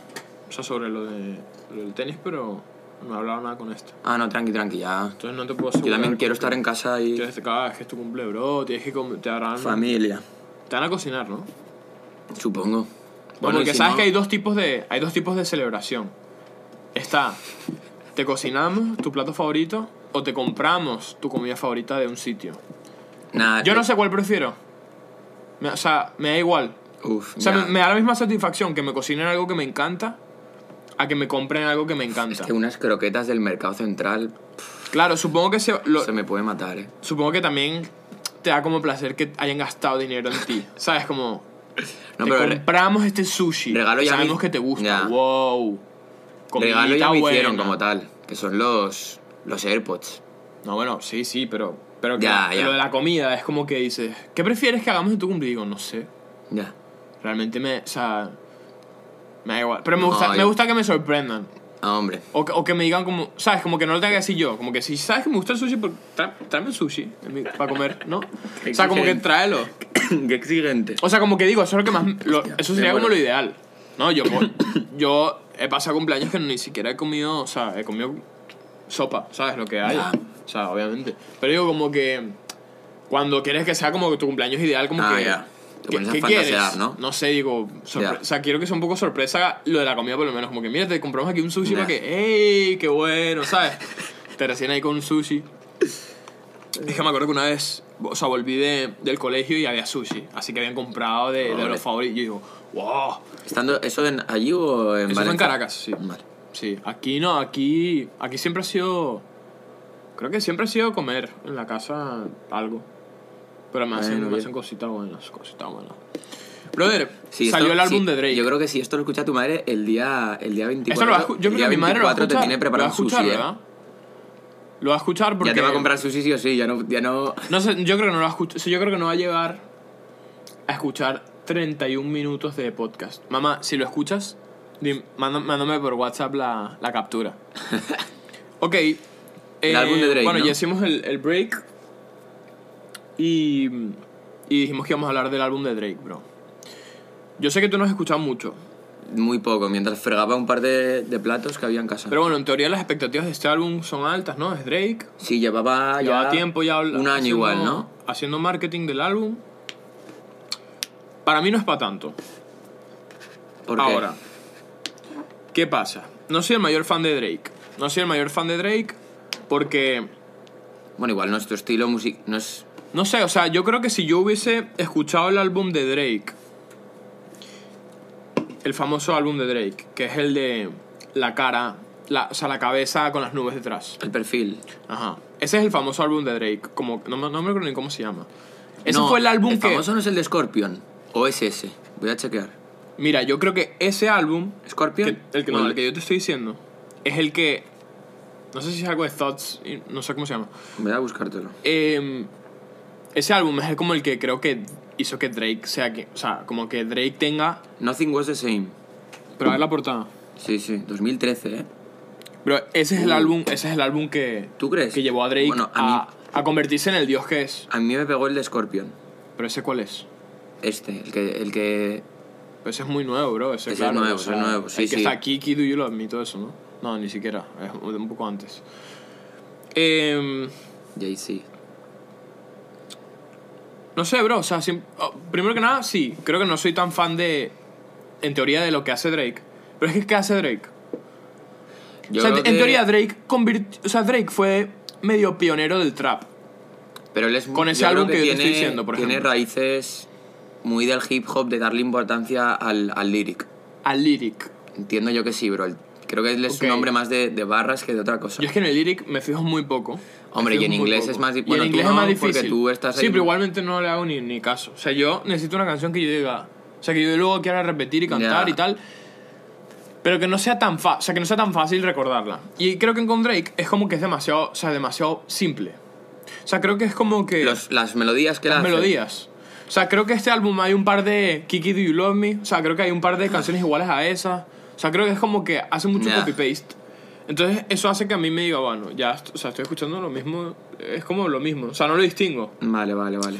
[SPEAKER 2] sea, sobre lo, de, lo del tenis, pero no he hablado nada con esto.
[SPEAKER 1] Ah, no, tranqui, tranqui, ya.
[SPEAKER 2] Entonces no te puedo
[SPEAKER 1] Yo
[SPEAKER 2] asegurar.
[SPEAKER 1] también quiero estar en casa y...
[SPEAKER 2] Tienes que este, cada vez que es tu cumple, bro. Tienes que com- te harán-
[SPEAKER 1] Familia,
[SPEAKER 2] te van a cocinar, ¿no?
[SPEAKER 1] supongo. y
[SPEAKER 2] Bueno, porque
[SPEAKER 1] si
[SPEAKER 2] sabes
[SPEAKER 1] no-
[SPEAKER 2] que hay dos tipos de hay dos tipos de celebración. Está te cocinamos tu plato favorito o te compramos tu comida favorita de un sitio.
[SPEAKER 1] Nah,
[SPEAKER 2] Yo no sé cuál prefiero. Me- o sea, me da igual.
[SPEAKER 1] Uf,
[SPEAKER 2] O sea,
[SPEAKER 1] ya.
[SPEAKER 2] me, me da la misma satisfacción que me cocinen algo que me encanta a que me compren algo que me encanta.
[SPEAKER 1] Que unas croquetas del mercado central
[SPEAKER 2] Claro, supongo que se, lo-
[SPEAKER 1] se me puede matar, ¿eh?
[SPEAKER 2] supongo que también te da como placer que hayan gastado dinero en
[SPEAKER 1] [LAUGHS]
[SPEAKER 2] ti. ¿Sabes? Como
[SPEAKER 1] No,
[SPEAKER 2] te
[SPEAKER 1] pero re-
[SPEAKER 2] compramos este sushi.
[SPEAKER 1] Regalo
[SPEAKER 2] que
[SPEAKER 1] ya
[SPEAKER 2] Sabemos
[SPEAKER 1] me-
[SPEAKER 2] que te gusta.
[SPEAKER 1] Ya.
[SPEAKER 2] Wow.
[SPEAKER 1] regalo ya
[SPEAKER 2] Comidita
[SPEAKER 1] me hicieron
[SPEAKER 2] buena.
[SPEAKER 1] como tal, que son los, los AirPods.
[SPEAKER 2] No, bueno, sí, sí, pero. Pero que
[SPEAKER 1] Ya,
[SPEAKER 2] la-
[SPEAKER 1] ya.
[SPEAKER 2] lo de la comida es como que dices, ¿qué prefieres que hagamos en tu cumpleaños? Digo, no sé.
[SPEAKER 1] Ya.
[SPEAKER 2] Realmente me. O sea. Me da igual. Pero me gusta,
[SPEAKER 1] No,
[SPEAKER 2] me
[SPEAKER 1] yo-
[SPEAKER 2] gusta que me sorprendan.
[SPEAKER 1] Ah, hombre. [COUGHS]
[SPEAKER 2] O que, o que me digan como, ¿sabes? Como que no lo tenga que decir yo. Como que si sabes que me gusta el sushi, pues tra- tráeme el sushi en mi- para comer, ¿no? o sea, como que
[SPEAKER 1] exigente.
[SPEAKER 2] tráelo.
[SPEAKER 1] Qué exigente.
[SPEAKER 2] O sea, como que digo, eso es lo que más... lo-
[SPEAKER 1] Hostia,
[SPEAKER 2] eso
[SPEAKER 1] me
[SPEAKER 2] sería como
[SPEAKER 1] muero.
[SPEAKER 2] lo ideal. No, yo,
[SPEAKER 1] [COUGHS]
[SPEAKER 2] co- yo he pasado cumpleaños que ni siquiera he comido, o sea, he comido sopa, ¿sabes? Lo que hay.
[SPEAKER 1] Ya.
[SPEAKER 2] O sea, obviamente. Pero digo, como que cuando quieres que sea como tu cumpleaños ideal, como
[SPEAKER 1] Ah,
[SPEAKER 2] que...
[SPEAKER 1] ya. Te
[SPEAKER 2] ¿qué-
[SPEAKER 1] pones a
[SPEAKER 2] ¿Qué
[SPEAKER 1] fantasear,
[SPEAKER 2] quieres?
[SPEAKER 1] ¿no?
[SPEAKER 2] sé, digo, sorpre-
[SPEAKER 1] Ya.
[SPEAKER 2] o sea, quiero que sea un poco sorpresa lo de la comida por lo menos, como que mira, te compramos aquí un sushi
[SPEAKER 1] Ya.
[SPEAKER 2] para que, ¡ey, qué
[SPEAKER 1] [LAUGHS]
[SPEAKER 2] bueno! ¿Sabes? te recién ahí con un sushi. Es que me acuerdo que una vez, o sea, volví de- del colegio y había sushi. Así que habían comprado de, de
[SPEAKER 1] Ole.
[SPEAKER 2] los favoritos. Y yo digo, wow.
[SPEAKER 1] ¿Estando eso en, allí o en
[SPEAKER 2] Eso
[SPEAKER 1] Valencia?
[SPEAKER 2] fue en Caracas, sí.
[SPEAKER 1] Vale.
[SPEAKER 2] Sí, aquí no, aquí, aquí siempre ha sido... Creo que siempre ha sido comer en la casa algo. Pero me hacen,
[SPEAKER 1] Bueno,
[SPEAKER 2] me
[SPEAKER 1] bien.
[SPEAKER 2] hacen cositas buenas, cositas buenas. Brother,
[SPEAKER 1] Sí, esto-
[SPEAKER 2] salió el álbum
[SPEAKER 1] sí,
[SPEAKER 2] de Drake.
[SPEAKER 1] Yo creo que si esto lo escucha tu madre el día, el día 24.
[SPEAKER 2] Esto lo va a escu- yo
[SPEAKER 1] el
[SPEAKER 2] creo
[SPEAKER 1] día
[SPEAKER 2] que mi madre lo va a
[SPEAKER 1] 24
[SPEAKER 2] escuchar.
[SPEAKER 1] te tiene preparado
[SPEAKER 2] lo va a escuchar,
[SPEAKER 1] sushi, ¿eh?
[SPEAKER 2] ¿verdad? Lo va a escuchar porque...
[SPEAKER 1] Ya te va a comprar sushi sí o sí, ya no... Ya no...
[SPEAKER 2] No sé, yo creo que no lo va a escuchar. Yo creo que no va a llegar a escuchar 31 minutos de podcast. Mamá, si lo escuchas, dim- manda- mándame por WhatsApp la,
[SPEAKER 1] [LAUGHS]
[SPEAKER 2] la captura. ok. eh,
[SPEAKER 1] álbum de Drake,
[SPEAKER 2] Bueno,
[SPEAKER 1] ¿no?
[SPEAKER 2] ya hicimos el, el break. Y, y dijimos que íbamos a hablar del álbum de Drake, bro. Yo sé que tú no has escuchado mucho.
[SPEAKER 1] Muy poco, mientras fregaba un par de, de platos que había en casa.
[SPEAKER 2] Pero bueno, en teoría las expectativas de este álbum son altas, ¿no? Es Drake.
[SPEAKER 1] sí, llevaba ya...
[SPEAKER 2] Lleva tiempo ya habla-
[SPEAKER 1] Un año
[SPEAKER 2] haciendo-
[SPEAKER 1] igual, ¿no?
[SPEAKER 2] Haciendo marketing del álbum. Para mí no es para tanto.
[SPEAKER 1] Porque
[SPEAKER 2] Ahora, ¿qué pasa? No soy el mayor fan de Drake. No soy el mayor fan de Drake porque,
[SPEAKER 1] Bueno, igual nuestro estilo music no es...
[SPEAKER 2] no sé, o sea, yo creo que si yo hubiese escuchado el álbum de Drake, el famoso álbum de Drake, que es el de la cara, la, o sea, la cabeza con las nubes detrás.
[SPEAKER 1] El perfil.
[SPEAKER 2] Ajá. Ese es el famoso álbum de Drake. Como, no, me- no me acuerdo ni cómo se llama. Ese
[SPEAKER 1] No,
[SPEAKER 2] fue el álbum que...
[SPEAKER 1] famoso no es el de Scorpion. O es ese. Voy a chequear.
[SPEAKER 2] Mira, yo creo que ese álbum,
[SPEAKER 1] ¿Scorpion?
[SPEAKER 2] que- el, que,
[SPEAKER 1] O
[SPEAKER 2] no,
[SPEAKER 1] el-
[SPEAKER 2] el que yo te estoy diciendo, es el que. No sé si es algo de Thoughts, y no sé cómo se llama.
[SPEAKER 1] Voy a buscártelo.
[SPEAKER 2] Eh, ese álbum es como el que creo que hizo que Drake sea. Que, o sea, como que Drake tenga.
[SPEAKER 1] Nothing was the same.
[SPEAKER 2] Pero a ver la portada.
[SPEAKER 1] Sí, sí, 2013, ¿eh?
[SPEAKER 2] Pero ese es el álbum, ese es el álbum que.
[SPEAKER 1] ¿Tú crees?
[SPEAKER 2] Que llevó a Drake
[SPEAKER 1] Bueno, a
[SPEAKER 2] a,
[SPEAKER 1] mí-
[SPEAKER 2] a convertirse en el dios que es.
[SPEAKER 1] A mí me pegó el de Scorpion.
[SPEAKER 2] Pero ese cuál es.
[SPEAKER 1] Este, el que... El que...
[SPEAKER 2] Pero ese es muy nuevo, bro. Ese,
[SPEAKER 1] Ese es
[SPEAKER 2] claro,
[SPEAKER 1] nuevo,
[SPEAKER 2] o sea,
[SPEAKER 1] ese es nuevo, sí,
[SPEAKER 2] el que
[SPEAKER 1] sí.
[SPEAKER 2] está aquí, Kidu, yo lo admito eso, ¿no? No, ni siquiera. Es un poco antes. Eh.
[SPEAKER 1] Jay-Z.
[SPEAKER 2] No sé, bro. O sea, sim- oh, primero que nada, sí. Creo que no soy tan fan de. En teoría, de lo que hace Drake. Pero es que, ¿qué hace Drake?
[SPEAKER 1] Yo
[SPEAKER 2] o sea, en,
[SPEAKER 1] creo
[SPEAKER 2] en
[SPEAKER 1] que-
[SPEAKER 2] teoría, Drake convirtió. O sea, Drake fue medio pionero del trap.
[SPEAKER 1] Pero él es
[SPEAKER 2] Con ese
[SPEAKER 1] yo creo
[SPEAKER 2] álbum que yo te
[SPEAKER 1] tiene,
[SPEAKER 2] estoy diciendo, por
[SPEAKER 1] tiene
[SPEAKER 2] ejemplo.
[SPEAKER 1] raíces muy del hip hop, de darle importancia al, al lyric.
[SPEAKER 2] Al lyric.
[SPEAKER 1] Entiendo yo que sí, bro. El- Creo que él es
[SPEAKER 2] Ok.
[SPEAKER 1] un hombre más de, de barras que de otra cosa.
[SPEAKER 2] Yo es que en el lyric me fijo muy poco. Me
[SPEAKER 1] Hombre, y
[SPEAKER 2] fijo
[SPEAKER 1] en
[SPEAKER 2] muy
[SPEAKER 1] inglés
[SPEAKER 2] poco.
[SPEAKER 1] es más di-
[SPEAKER 2] Y
[SPEAKER 1] bueno,
[SPEAKER 2] en
[SPEAKER 1] tú
[SPEAKER 2] inglés
[SPEAKER 1] no,
[SPEAKER 2] es más
[SPEAKER 1] porque
[SPEAKER 2] difícil.
[SPEAKER 1] tú estás
[SPEAKER 2] sí,
[SPEAKER 1] ahí-
[SPEAKER 2] pero igualmente no le hago ni, ni caso. O sea, yo necesito una canción que yo diga. O sea, que yo luego quiera repetir y cantar
[SPEAKER 1] Ya.
[SPEAKER 2] y tal. Pero que no sea tan fácil. O sea, que no sea tan fácil recordarla. Y creo que con Drake es como que es demasiado. O sea, demasiado simple. O sea, creo que es como que.
[SPEAKER 1] Los- las melodías que
[SPEAKER 2] las
[SPEAKER 1] él hace.
[SPEAKER 2] melodías. O sea, creo que este álbum hay un par de Kiki Do You Love Me. O sea, creo que hay un par de canciones iguales a esa. O sea, creo que es como que hace mucho
[SPEAKER 1] Ya.
[SPEAKER 2] copy-paste. Entonces, eso hace que a mí me diga, bueno, ya, est- o sea, estoy escuchando lo mismo. Es como lo mismo. O sea, no lo distingo.
[SPEAKER 1] Vale, vale, vale.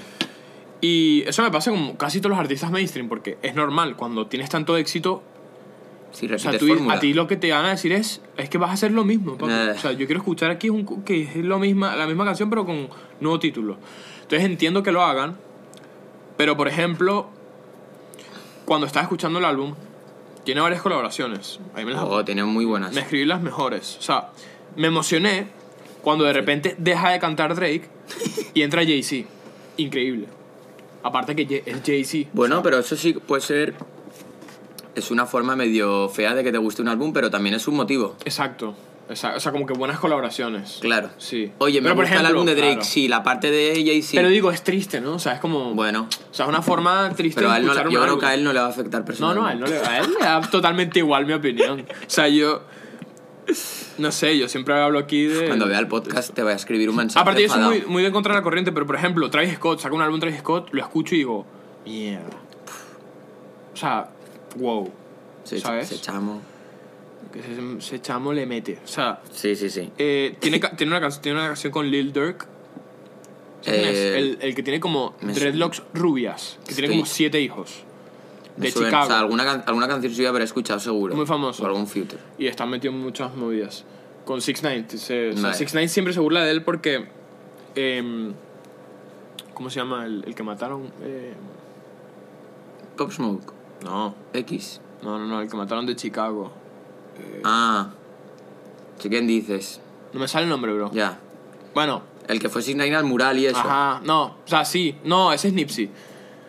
[SPEAKER 2] Y eso me pasa con casi todos los artistas mainstream, porque es normal. Cuando tienes tanto éxito,
[SPEAKER 1] Sí,
[SPEAKER 2] o sea,
[SPEAKER 1] repites
[SPEAKER 2] tú-
[SPEAKER 1] fórmula.
[SPEAKER 2] a ti lo que te van a decir es, es que vas a hacer lo mismo. papi.
[SPEAKER 1] Eh.
[SPEAKER 2] O sea, yo quiero escuchar aquí un, cu- que es lo misma, la misma canción, pero con nuevo título. Entonces entiendo que lo hagan, pero por ejemplo, cuando estaba escuchando el álbum, tiene varias colaboraciones. Ahí me las
[SPEAKER 1] Oh, tiene muy buenas.
[SPEAKER 2] me escribí las mejores. O sea, me emocioné cuando de repente deja de cantar Drake y entra Jay-Z. Increíble. Aparte que Ye- es Jay-Z.
[SPEAKER 1] Bueno, pero eso sí puede ser... Es una forma medio fea de que te guste un álbum, pero también es un motivo.
[SPEAKER 2] Exacto. Exacto. O sea, como que buenas colaboraciones.
[SPEAKER 1] Claro.
[SPEAKER 2] Sí.
[SPEAKER 1] Oye, me
[SPEAKER 2] Pero, por
[SPEAKER 1] gusta el
[SPEAKER 2] ejemplo,
[SPEAKER 1] álbum de Drake,
[SPEAKER 2] claro.
[SPEAKER 1] sí. La parte de Jay-Z...
[SPEAKER 2] Pero digo, es triste, ¿no? O sea, es como.
[SPEAKER 1] Bueno,
[SPEAKER 2] O sea, es una forma triste
[SPEAKER 1] pero
[SPEAKER 2] de
[SPEAKER 1] a él no,
[SPEAKER 2] escuchar un
[SPEAKER 1] yo creo
[SPEAKER 2] álbum.
[SPEAKER 1] que a él no le va a afectar
[SPEAKER 2] No,
[SPEAKER 1] personalmente.
[SPEAKER 2] no, a él, no le, a él le da totalmente igual mi opinión. O sea, yo. No sé, yo siempre hablo aquí de.
[SPEAKER 1] Cuando vea el podcast te va a escribir un mensaje.
[SPEAKER 2] Aparte, yo soy
[SPEAKER 1] enfadado.
[SPEAKER 2] muy, muy de contra la corriente, pero por ejemplo, Travis Scott, saca un álbum Travis Scott, lo escucho y digo, mierda. O sea, wow.
[SPEAKER 1] Sí,
[SPEAKER 2] ¿sabes?
[SPEAKER 1] Se chamo.
[SPEAKER 2] Que ese, ese chamo le mete. O sea,
[SPEAKER 1] Sí, sí, sí.
[SPEAKER 2] eh, tiene, ca- tiene, una can- tiene una canción con Lil Durk. ¿Sabes quién es?
[SPEAKER 1] Eh,
[SPEAKER 2] el, el que tiene como
[SPEAKER 1] me su-
[SPEAKER 2] dreadlocks rubias, que tiene
[SPEAKER 1] Estoy-
[SPEAKER 2] como siete hijos.
[SPEAKER 1] Me
[SPEAKER 2] De
[SPEAKER 1] suena-
[SPEAKER 2] Chicago.
[SPEAKER 1] O sea, alguna, can- alguna canción suya habré escuchado seguro.
[SPEAKER 2] Muy famoso.
[SPEAKER 1] O algún filtro.
[SPEAKER 2] Y está metido en muchas movidas. Con 6 9 se, o sea,
[SPEAKER 1] Vale.
[SPEAKER 2] 6ix9ine siempre se burla de él porque. em, ¿Cómo se llama? El, el que mataron. Eh,
[SPEAKER 1] Pop Smoke.
[SPEAKER 2] no,
[SPEAKER 1] X.
[SPEAKER 2] no, no, no, el que mataron de Chicago.
[SPEAKER 1] Ah. ¿Sí quién dices?
[SPEAKER 2] No me sale el nombre, bro.
[SPEAKER 1] Ya.
[SPEAKER 2] Bueno,
[SPEAKER 1] El que fue Sign al mural y eso.
[SPEAKER 2] ajá, no, o sea, sí, no, ese es Nipsey.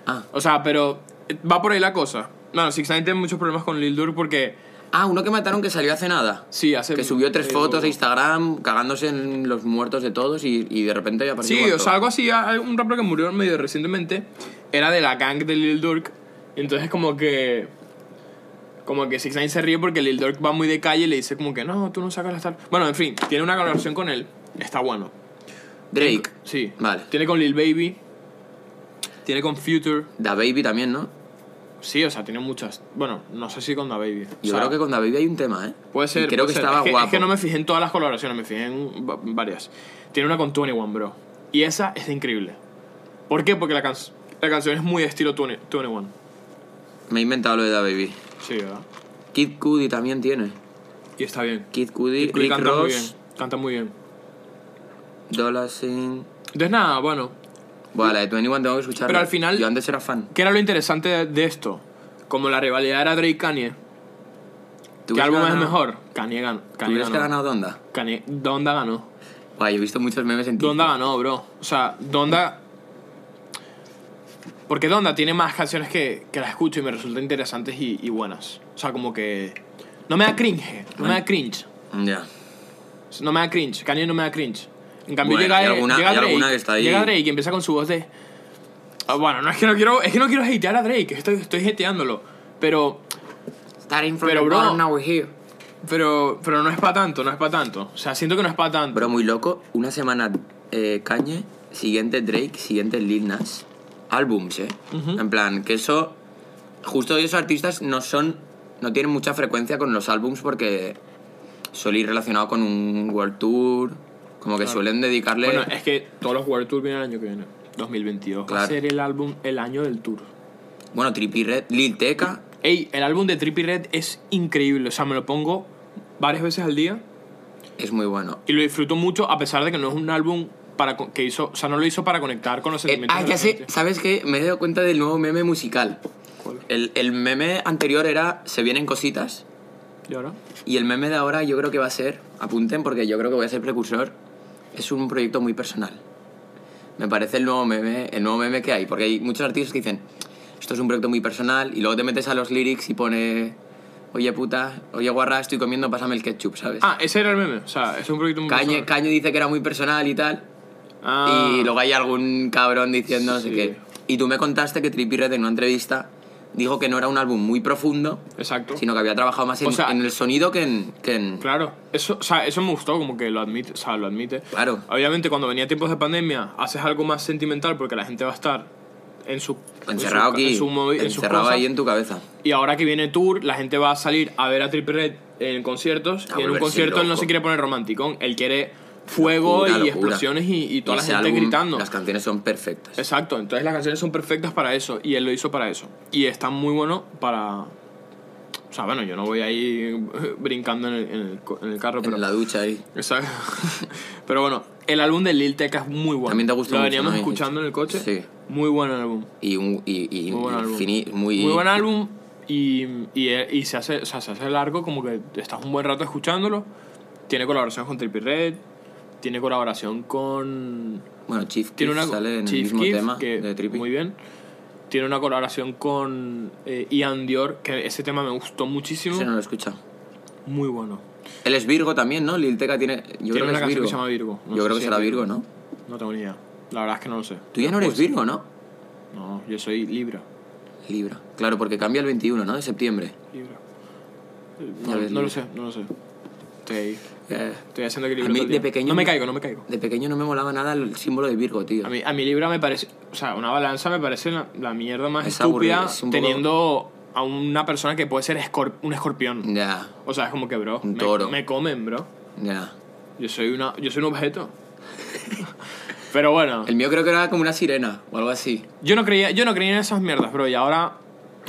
[SPEAKER 1] Ah.
[SPEAKER 2] O sea, pero eh, va por ahí la cosa. Bueno, 6 9 tiene muchos problemas con Lil Durk porque.
[SPEAKER 1] Ah, uno que mataron que salió hace nada.
[SPEAKER 2] Sí, hace.
[SPEAKER 1] Que subió tres
[SPEAKER 2] eh,
[SPEAKER 1] fotos a Instagram cagándose en los muertos de todos y, y de repente ya apareció.
[SPEAKER 2] Sí, o
[SPEAKER 1] muerto.
[SPEAKER 2] sea, algo así. a- a- Un rapero que murió medio recientemente era de la gang de Lil Durk. Entonces, como que. Como que 6 se ríe porque Lil Durk va muy de calle y le dice, como que no, tú no sacas las tal. Bueno, en fin, tiene una colaboración con él. Está bueno.
[SPEAKER 1] Drake.
[SPEAKER 2] Sí.
[SPEAKER 1] Vale.
[SPEAKER 2] Tiene con Lil Baby. Tiene con Future.
[SPEAKER 1] Da Baby también, ¿no?
[SPEAKER 2] Sí, o sea, tiene muchas. Bueno, no sé si con Da Baby. O
[SPEAKER 1] Yo
[SPEAKER 2] sea,
[SPEAKER 1] creo que con Da Baby hay un tema, ¿eh?
[SPEAKER 2] Puede ser.
[SPEAKER 1] Y creo
[SPEAKER 2] puede
[SPEAKER 1] que
[SPEAKER 2] ser.
[SPEAKER 1] estaba
[SPEAKER 2] es que,
[SPEAKER 1] guapo.
[SPEAKER 2] Es que no me fijé en todas las colaboraciones, me fijé en va- varias. Tiene una con 21, bro. Y esa es increíble. ¿Por qué? Porque la, can- la canción es muy estilo 20 21.
[SPEAKER 1] Me he inventado lo de Da Baby.
[SPEAKER 2] Sí, ¿verdad?
[SPEAKER 1] Kid Cudi también tiene.
[SPEAKER 2] Y está bien.
[SPEAKER 1] Kid Cudi,
[SPEAKER 2] Kid Cudi
[SPEAKER 1] Rick
[SPEAKER 2] canta muy bien.
[SPEAKER 1] Ross,
[SPEAKER 2] Canta muy bien.
[SPEAKER 1] Dollar Sin.
[SPEAKER 2] Entonces, nada, bueno.
[SPEAKER 1] Bueno, la de 21 tengo que escucharla.
[SPEAKER 2] Pero al final-
[SPEAKER 1] Yo antes era fan.
[SPEAKER 2] ¿Qué era lo interesante de, de esto? Como la rivalidad era Drake-Kanye.
[SPEAKER 1] ¿Tú
[SPEAKER 2] ¿Qué
[SPEAKER 1] crees
[SPEAKER 2] álbum
[SPEAKER 1] que ha
[SPEAKER 2] es
[SPEAKER 1] ganado-
[SPEAKER 2] mejor? Kanye ganó.
[SPEAKER 1] ¿Tú
[SPEAKER 2] Kanye
[SPEAKER 1] crees que ha
[SPEAKER 2] ganó.
[SPEAKER 1] ganado Donda?
[SPEAKER 2] Kanye, Donda ganó.
[SPEAKER 1] Guay, he visto muchos memes en TikTok.
[SPEAKER 2] Donda ganó, bro. O sea, Donda. Porque Donda tiene más canciones que, que las escucho y me resultan interesantes y, y buenas. O sea, como que. No me da cringe. No me da cringe.
[SPEAKER 1] Ya.
[SPEAKER 2] No me da cringe. Kanye no me da cringe. En cambio,
[SPEAKER 1] Bueno,
[SPEAKER 2] llega,
[SPEAKER 1] hay alguna-
[SPEAKER 2] llega
[SPEAKER 1] hay
[SPEAKER 2] Drake.
[SPEAKER 1] alguna que está ahí.
[SPEAKER 2] Llega Drake y empieza con su voz de. Ah, bueno, no es que no quiero. Es que no quiero hatear a Drake. Estoy, estoy hateándolo. Pero.
[SPEAKER 1] Starting from
[SPEAKER 2] Pero,
[SPEAKER 1] the
[SPEAKER 2] bro-
[SPEAKER 1] bottom, now we're here.
[SPEAKER 2] Pero. Pero no es para tanto, no es para tanto. O sea, siento que no es para tanto.
[SPEAKER 1] Bro, muy loco. Una semana eh, Kanye, siguiente Drake, siguiente Lil Nas. Álbums, ¿eh? En plan, que eso... Justo esos artistas no son... No tienen mucha frecuencia con los álbums porque suele ir relacionado con un World Tour. Como que suelen dedicarle...
[SPEAKER 2] Bueno, eh. es que todos los World Tour vienen el año que viene. 2022. Va a
[SPEAKER 1] Claro.
[SPEAKER 2] ser el álbum, el año del tour.
[SPEAKER 1] Bueno, Trippie Red, Lil Teca.
[SPEAKER 2] Ey, el álbum de Trippy Red es increíble. O sea, me lo pongo varias veces al día
[SPEAKER 1] Es muy bueno.
[SPEAKER 2] y lo disfruto mucho a pesar de que no es un álbum para co- que hizo, o sea, no lo hizo para conectar con los
[SPEAKER 1] Eh,
[SPEAKER 2] sentimientos.
[SPEAKER 1] ah,
[SPEAKER 2] de
[SPEAKER 1] ya
[SPEAKER 2] la
[SPEAKER 1] sé,
[SPEAKER 2] gente.
[SPEAKER 1] ¿sabes qué? Me he dado cuenta del nuevo meme musical.
[SPEAKER 2] ¿Cuál?
[SPEAKER 1] El, el meme anterior era Se vienen cositas.
[SPEAKER 2] ¿Y ahora?
[SPEAKER 1] Y el meme de ahora yo creo que va a ser, apunten porque yo creo que voy a ser precursor, es un proyecto muy personal. Me parece el nuevo meme, el nuevo meme que hay, porque hay muchos artistas que dicen, esto es un proyecto muy personal, y luego te metes a los lyrics y pone, oye puta, oye guarra, estoy comiendo, pásame el ketchup, ¿sabes?
[SPEAKER 2] Ah, ese era el meme. O sea, es un proyecto muy
[SPEAKER 1] Cañe,
[SPEAKER 2] personal.
[SPEAKER 1] Cañe dice que era muy personal y tal,
[SPEAKER 2] Ah,
[SPEAKER 1] y luego hay algún cabrón diciendo no sé
[SPEAKER 2] Sí.
[SPEAKER 1] qué. Y tú me contaste que Trippie Redd en una entrevista dijo que no era un álbum muy profundo,
[SPEAKER 2] Exacto.
[SPEAKER 1] sino que había trabajado más en,
[SPEAKER 2] O sea-
[SPEAKER 1] en el sonido que en... que en-
[SPEAKER 2] Claro, eso, o sea, eso me gustó, como que lo admite, o sea, lo admite.
[SPEAKER 1] Claro.
[SPEAKER 2] Obviamente cuando venía tiempos de pandemia, haces algo más sentimental porque la gente va a estar en su...
[SPEAKER 1] Encerrado
[SPEAKER 2] en su,
[SPEAKER 1] aquí,
[SPEAKER 2] En su movi- en sus
[SPEAKER 1] encerrado ahí
[SPEAKER 2] cosas.
[SPEAKER 1] en tu cabeza.
[SPEAKER 2] Y ahora que viene tour, la gente va a salir a ver a Triple Red en conciertos.
[SPEAKER 1] A
[SPEAKER 2] y en un
[SPEAKER 1] volverse
[SPEAKER 2] concierto él no
[SPEAKER 1] loco.
[SPEAKER 2] se quiere poner romántico. Él quiere fuego
[SPEAKER 1] Locura,
[SPEAKER 2] y
[SPEAKER 1] locura.
[SPEAKER 2] explosiones y, y toda la
[SPEAKER 1] Ese
[SPEAKER 2] gente
[SPEAKER 1] álbum,
[SPEAKER 2] gritando.
[SPEAKER 1] Las canciones son perfectas.
[SPEAKER 2] Exacto. Entonces las canciones son perfectas para eso. Y él lo hizo para eso. Y está muy bueno para... O sea, bueno, yo no voy ahí [LAUGHS] brincando en el, en el co- en el carro, pero...
[SPEAKER 1] en la ducha ahí.
[SPEAKER 2] Exacto. [LAUGHS] pero bueno, el álbum de Lil Tecca es muy bueno.
[SPEAKER 1] También te gustó
[SPEAKER 2] Lo
[SPEAKER 1] mucho,
[SPEAKER 2] veníamos
[SPEAKER 1] ¿no?
[SPEAKER 2] escuchando en el coche.
[SPEAKER 1] Sí.
[SPEAKER 2] Muy buen álbum.
[SPEAKER 1] Y, un, y, y
[SPEAKER 2] Muy buen álbum.
[SPEAKER 1] infini- muy,
[SPEAKER 2] Muy buen álbum y, y, y se, hace, o sea, se hace largo, como que estás un buen rato escuchándolo. Tiene colaboración con Trippie Red, tiene colaboración con...
[SPEAKER 1] Bueno, Chief
[SPEAKER 2] Tiene
[SPEAKER 1] Keef
[SPEAKER 2] una
[SPEAKER 1] sale en el
[SPEAKER 2] Chief
[SPEAKER 1] mismo
[SPEAKER 2] Keef,
[SPEAKER 1] tema
[SPEAKER 2] que
[SPEAKER 1] de Trippie.
[SPEAKER 2] muy bien. Tiene una colaboración con eh, Ian Dior, que ese tema me gustó muchísimo.
[SPEAKER 1] Ese no lo he escuchado.
[SPEAKER 2] Muy bueno.
[SPEAKER 1] Él es Virgo también, ¿no? Lil Tecca tiene... Yo
[SPEAKER 2] tiene
[SPEAKER 1] creo
[SPEAKER 2] una
[SPEAKER 1] que es
[SPEAKER 2] canción
[SPEAKER 1] Virgo.
[SPEAKER 2] que se llama Virgo. No
[SPEAKER 1] yo
[SPEAKER 2] sé
[SPEAKER 1] creo que
[SPEAKER 2] si
[SPEAKER 1] será
[SPEAKER 2] es
[SPEAKER 1] Virgo, ¿no?
[SPEAKER 2] No tengo ni idea. La verdad es que no lo sé.
[SPEAKER 1] Tú ya no eres Virgo, ¿no?
[SPEAKER 2] No, yo soy Libra.
[SPEAKER 1] Libra. Claro, porque cambia el 21, ¿no? De septiembre.
[SPEAKER 2] Libra.
[SPEAKER 1] Ya
[SPEAKER 2] No,
[SPEAKER 1] ves,
[SPEAKER 2] no lo
[SPEAKER 1] Libra.
[SPEAKER 2] sé, no lo sé. Estoy ahí.
[SPEAKER 1] Eh,
[SPEAKER 2] Estoy haciendo equilibrio.
[SPEAKER 1] A mí
[SPEAKER 2] todo el
[SPEAKER 1] de
[SPEAKER 2] día.
[SPEAKER 1] pequeño
[SPEAKER 2] No me
[SPEAKER 1] me-
[SPEAKER 2] caigo, no me caigo.
[SPEAKER 1] de pequeño no me molaba nada el símbolo de Virgo, tío.
[SPEAKER 2] A mí, a mí Libra me parece. O sea, una balanza me parece la, la mierda más
[SPEAKER 1] Es
[SPEAKER 2] estúpida
[SPEAKER 1] aburrido, es un poco-
[SPEAKER 2] teniendo a una persona que puede ser escorp- un escorpión.
[SPEAKER 1] Ya,
[SPEAKER 2] O sea, es como que, bro,
[SPEAKER 1] Mm. Un
[SPEAKER 2] me-
[SPEAKER 1] toro.
[SPEAKER 2] Me, comen, bro.
[SPEAKER 1] ya.
[SPEAKER 2] Yo soy, una, yo soy un objeto. Pero bueno,
[SPEAKER 1] El mío creo que era como una sirena o algo así.
[SPEAKER 2] yo no, creía, yo no creía en esas mierdas, bro. Y ahora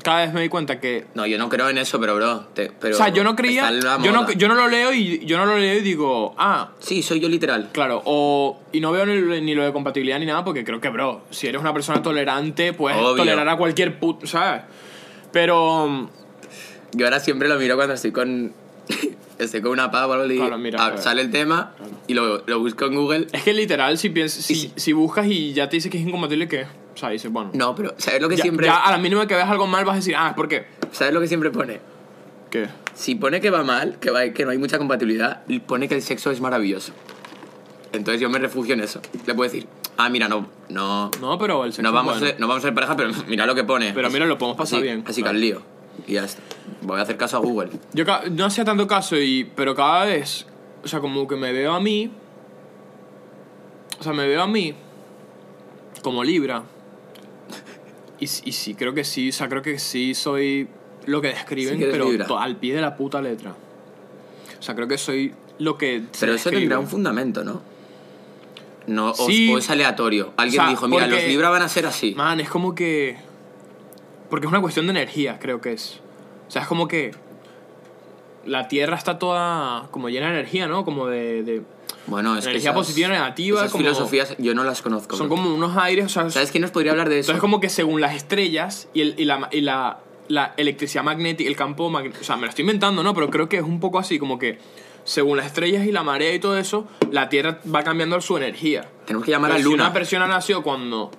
[SPEAKER 2] cada vez me di cuenta que...
[SPEAKER 1] No, yo no creo en eso, pero bro. te- pero
[SPEAKER 2] o sea, yo no creía...
[SPEAKER 1] está en la
[SPEAKER 2] Yo no,
[SPEAKER 1] moda.
[SPEAKER 2] yo no lo leo y yo no lo leo y digo, ah,
[SPEAKER 1] Sí, soy yo literal.
[SPEAKER 2] claro. O, y no veo ni, ni lo de compatibilidad ni nada porque creo que, bro, si eres una persona tolerante, puedes
[SPEAKER 1] Obvio.
[SPEAKER 2] tolerar a cualquier puto, ¿sabes? Pero...
[SPEAKER 1] Yo ahora siempre lo miro cuando estoy con. [LAUGHS] estoy con una pava o algo y
[SPEAKER 2] Claro, mira, eh".
[SPEAKER 1] ah,
[SPEAKER 2] a ver.
[SPEAKER 1] sale el tema y lo, lo busco en Google.
[SPEAKER 2] Es que literal, si, piensas, si, si buscas y ya te dice que es incompatible, ¿qué? O sea, dices, bueno...
[SPEAKER 1] No, pero ¿sabes lo que
[SPEAKER 2] ya,
[SPEAKER 1] siempre.
[SPEAKER 2] ya a la mínima que veas algo mal vas a decir, ah, ¿es por qué?
[SPEAKER 1] ¿Sabes lo que siempre pone?
[SPEAKER 2] ¿Qué?
[SPEAKER 1] Si pone que va mal, que, va- que no hay mucha compatibilidad, y pone que el sexo es maravilloso. Entonces yo me refugio en eso. Le puedo decir, ah, mira, no, no,
[SPEAKER 2] No, pero el sexo
[SPEAKER 1] no,
[SPEAKER 2] es
[SPEAKER 1] vamos, a
[SPEAKER 2] bueno.
[SPEAKER 1] ser, no vamos a ser pareja, pero [LAUGHS] mira lo que pone.
[SPEAKER 2] Pero mira, lo podemos pasar
[SPEAKER 1] Así-
[SPEAKER 2] bien.
[SPEAKER 1] Así
[SPEAKER 2] claro.
[SPEAKER 1] que al lío. Y ya está. Voy a hacer caso a Google.
[SPEAKER 2] Yo ca- no hacía tanto caso, y, pero cada vez, o sea, como que me veo a mí, o sea, me veo a mí como Libra. Y, s- y sí, creo que sí, o sea, creo que sí soy lo que describen,
[SPEAKER 1] Sí que eres
[SPEAKER 2] pero
[SPEAKER 1] Libra.
[SPEAKER 2] to- al pie de la puta letra. O sea, creo que soy lo que... se
[SPEAKER 1] Pero eso
[SPEAKER 2] describe.
[SPEAKER 1] tendrá un fundamento, ¿no? No, o,
[SPEAKER 2] Sí.
[SPEAKER 1] o es aleatorio. Alguien
[SPEAKER 2] O sea,
[SPEAKER 1] dijo, mira,
[SPEAKER 2] porque-
[SPEAKER 1] los Libra van a ser así.
[SPEAKER 2] Man, es como que. Porque es una cuestión de energía, creo que es. O sea, es como que. La Tierra está toda como llena de energía, ¿no? Como de. de-
[SPEAKER 1] Bueno, es que
[SPEAKER 2] Energía
[SPEAKER 1] esas-
[SPEAKER 2] positiva y negativa,
[SPEAKER 1] Esas
[SPEAKER 2] como-
[SPEAKER 1] filosofías yo no las conozco.
[SPEAKER 2] son
[SPEAKER 1] bro.
[SPEAKER 2] como unos aires, o sea.
[SPEAKER 1] ¿Sabes quién nos podría hablar de eso?
[SPEAKER 2] Entonces, como que según las estrellas y, el- y la, y la- la electricidad magnética, el campo magnético. O sea, me lo estoy inventando, ¿no? Pero creo que es un poco así, como que según las estrellas y la marea y todo eso, la Tierra va cambiando su energía.
[SPEAKER 1] Tenemos que llamar
[SPEAKER 2] Pero
[SPEAKER 1] a
[SPEAKER 2] si
[SPEAKER 1] Luna.
[SPEAKER 2] una persona nació cuando.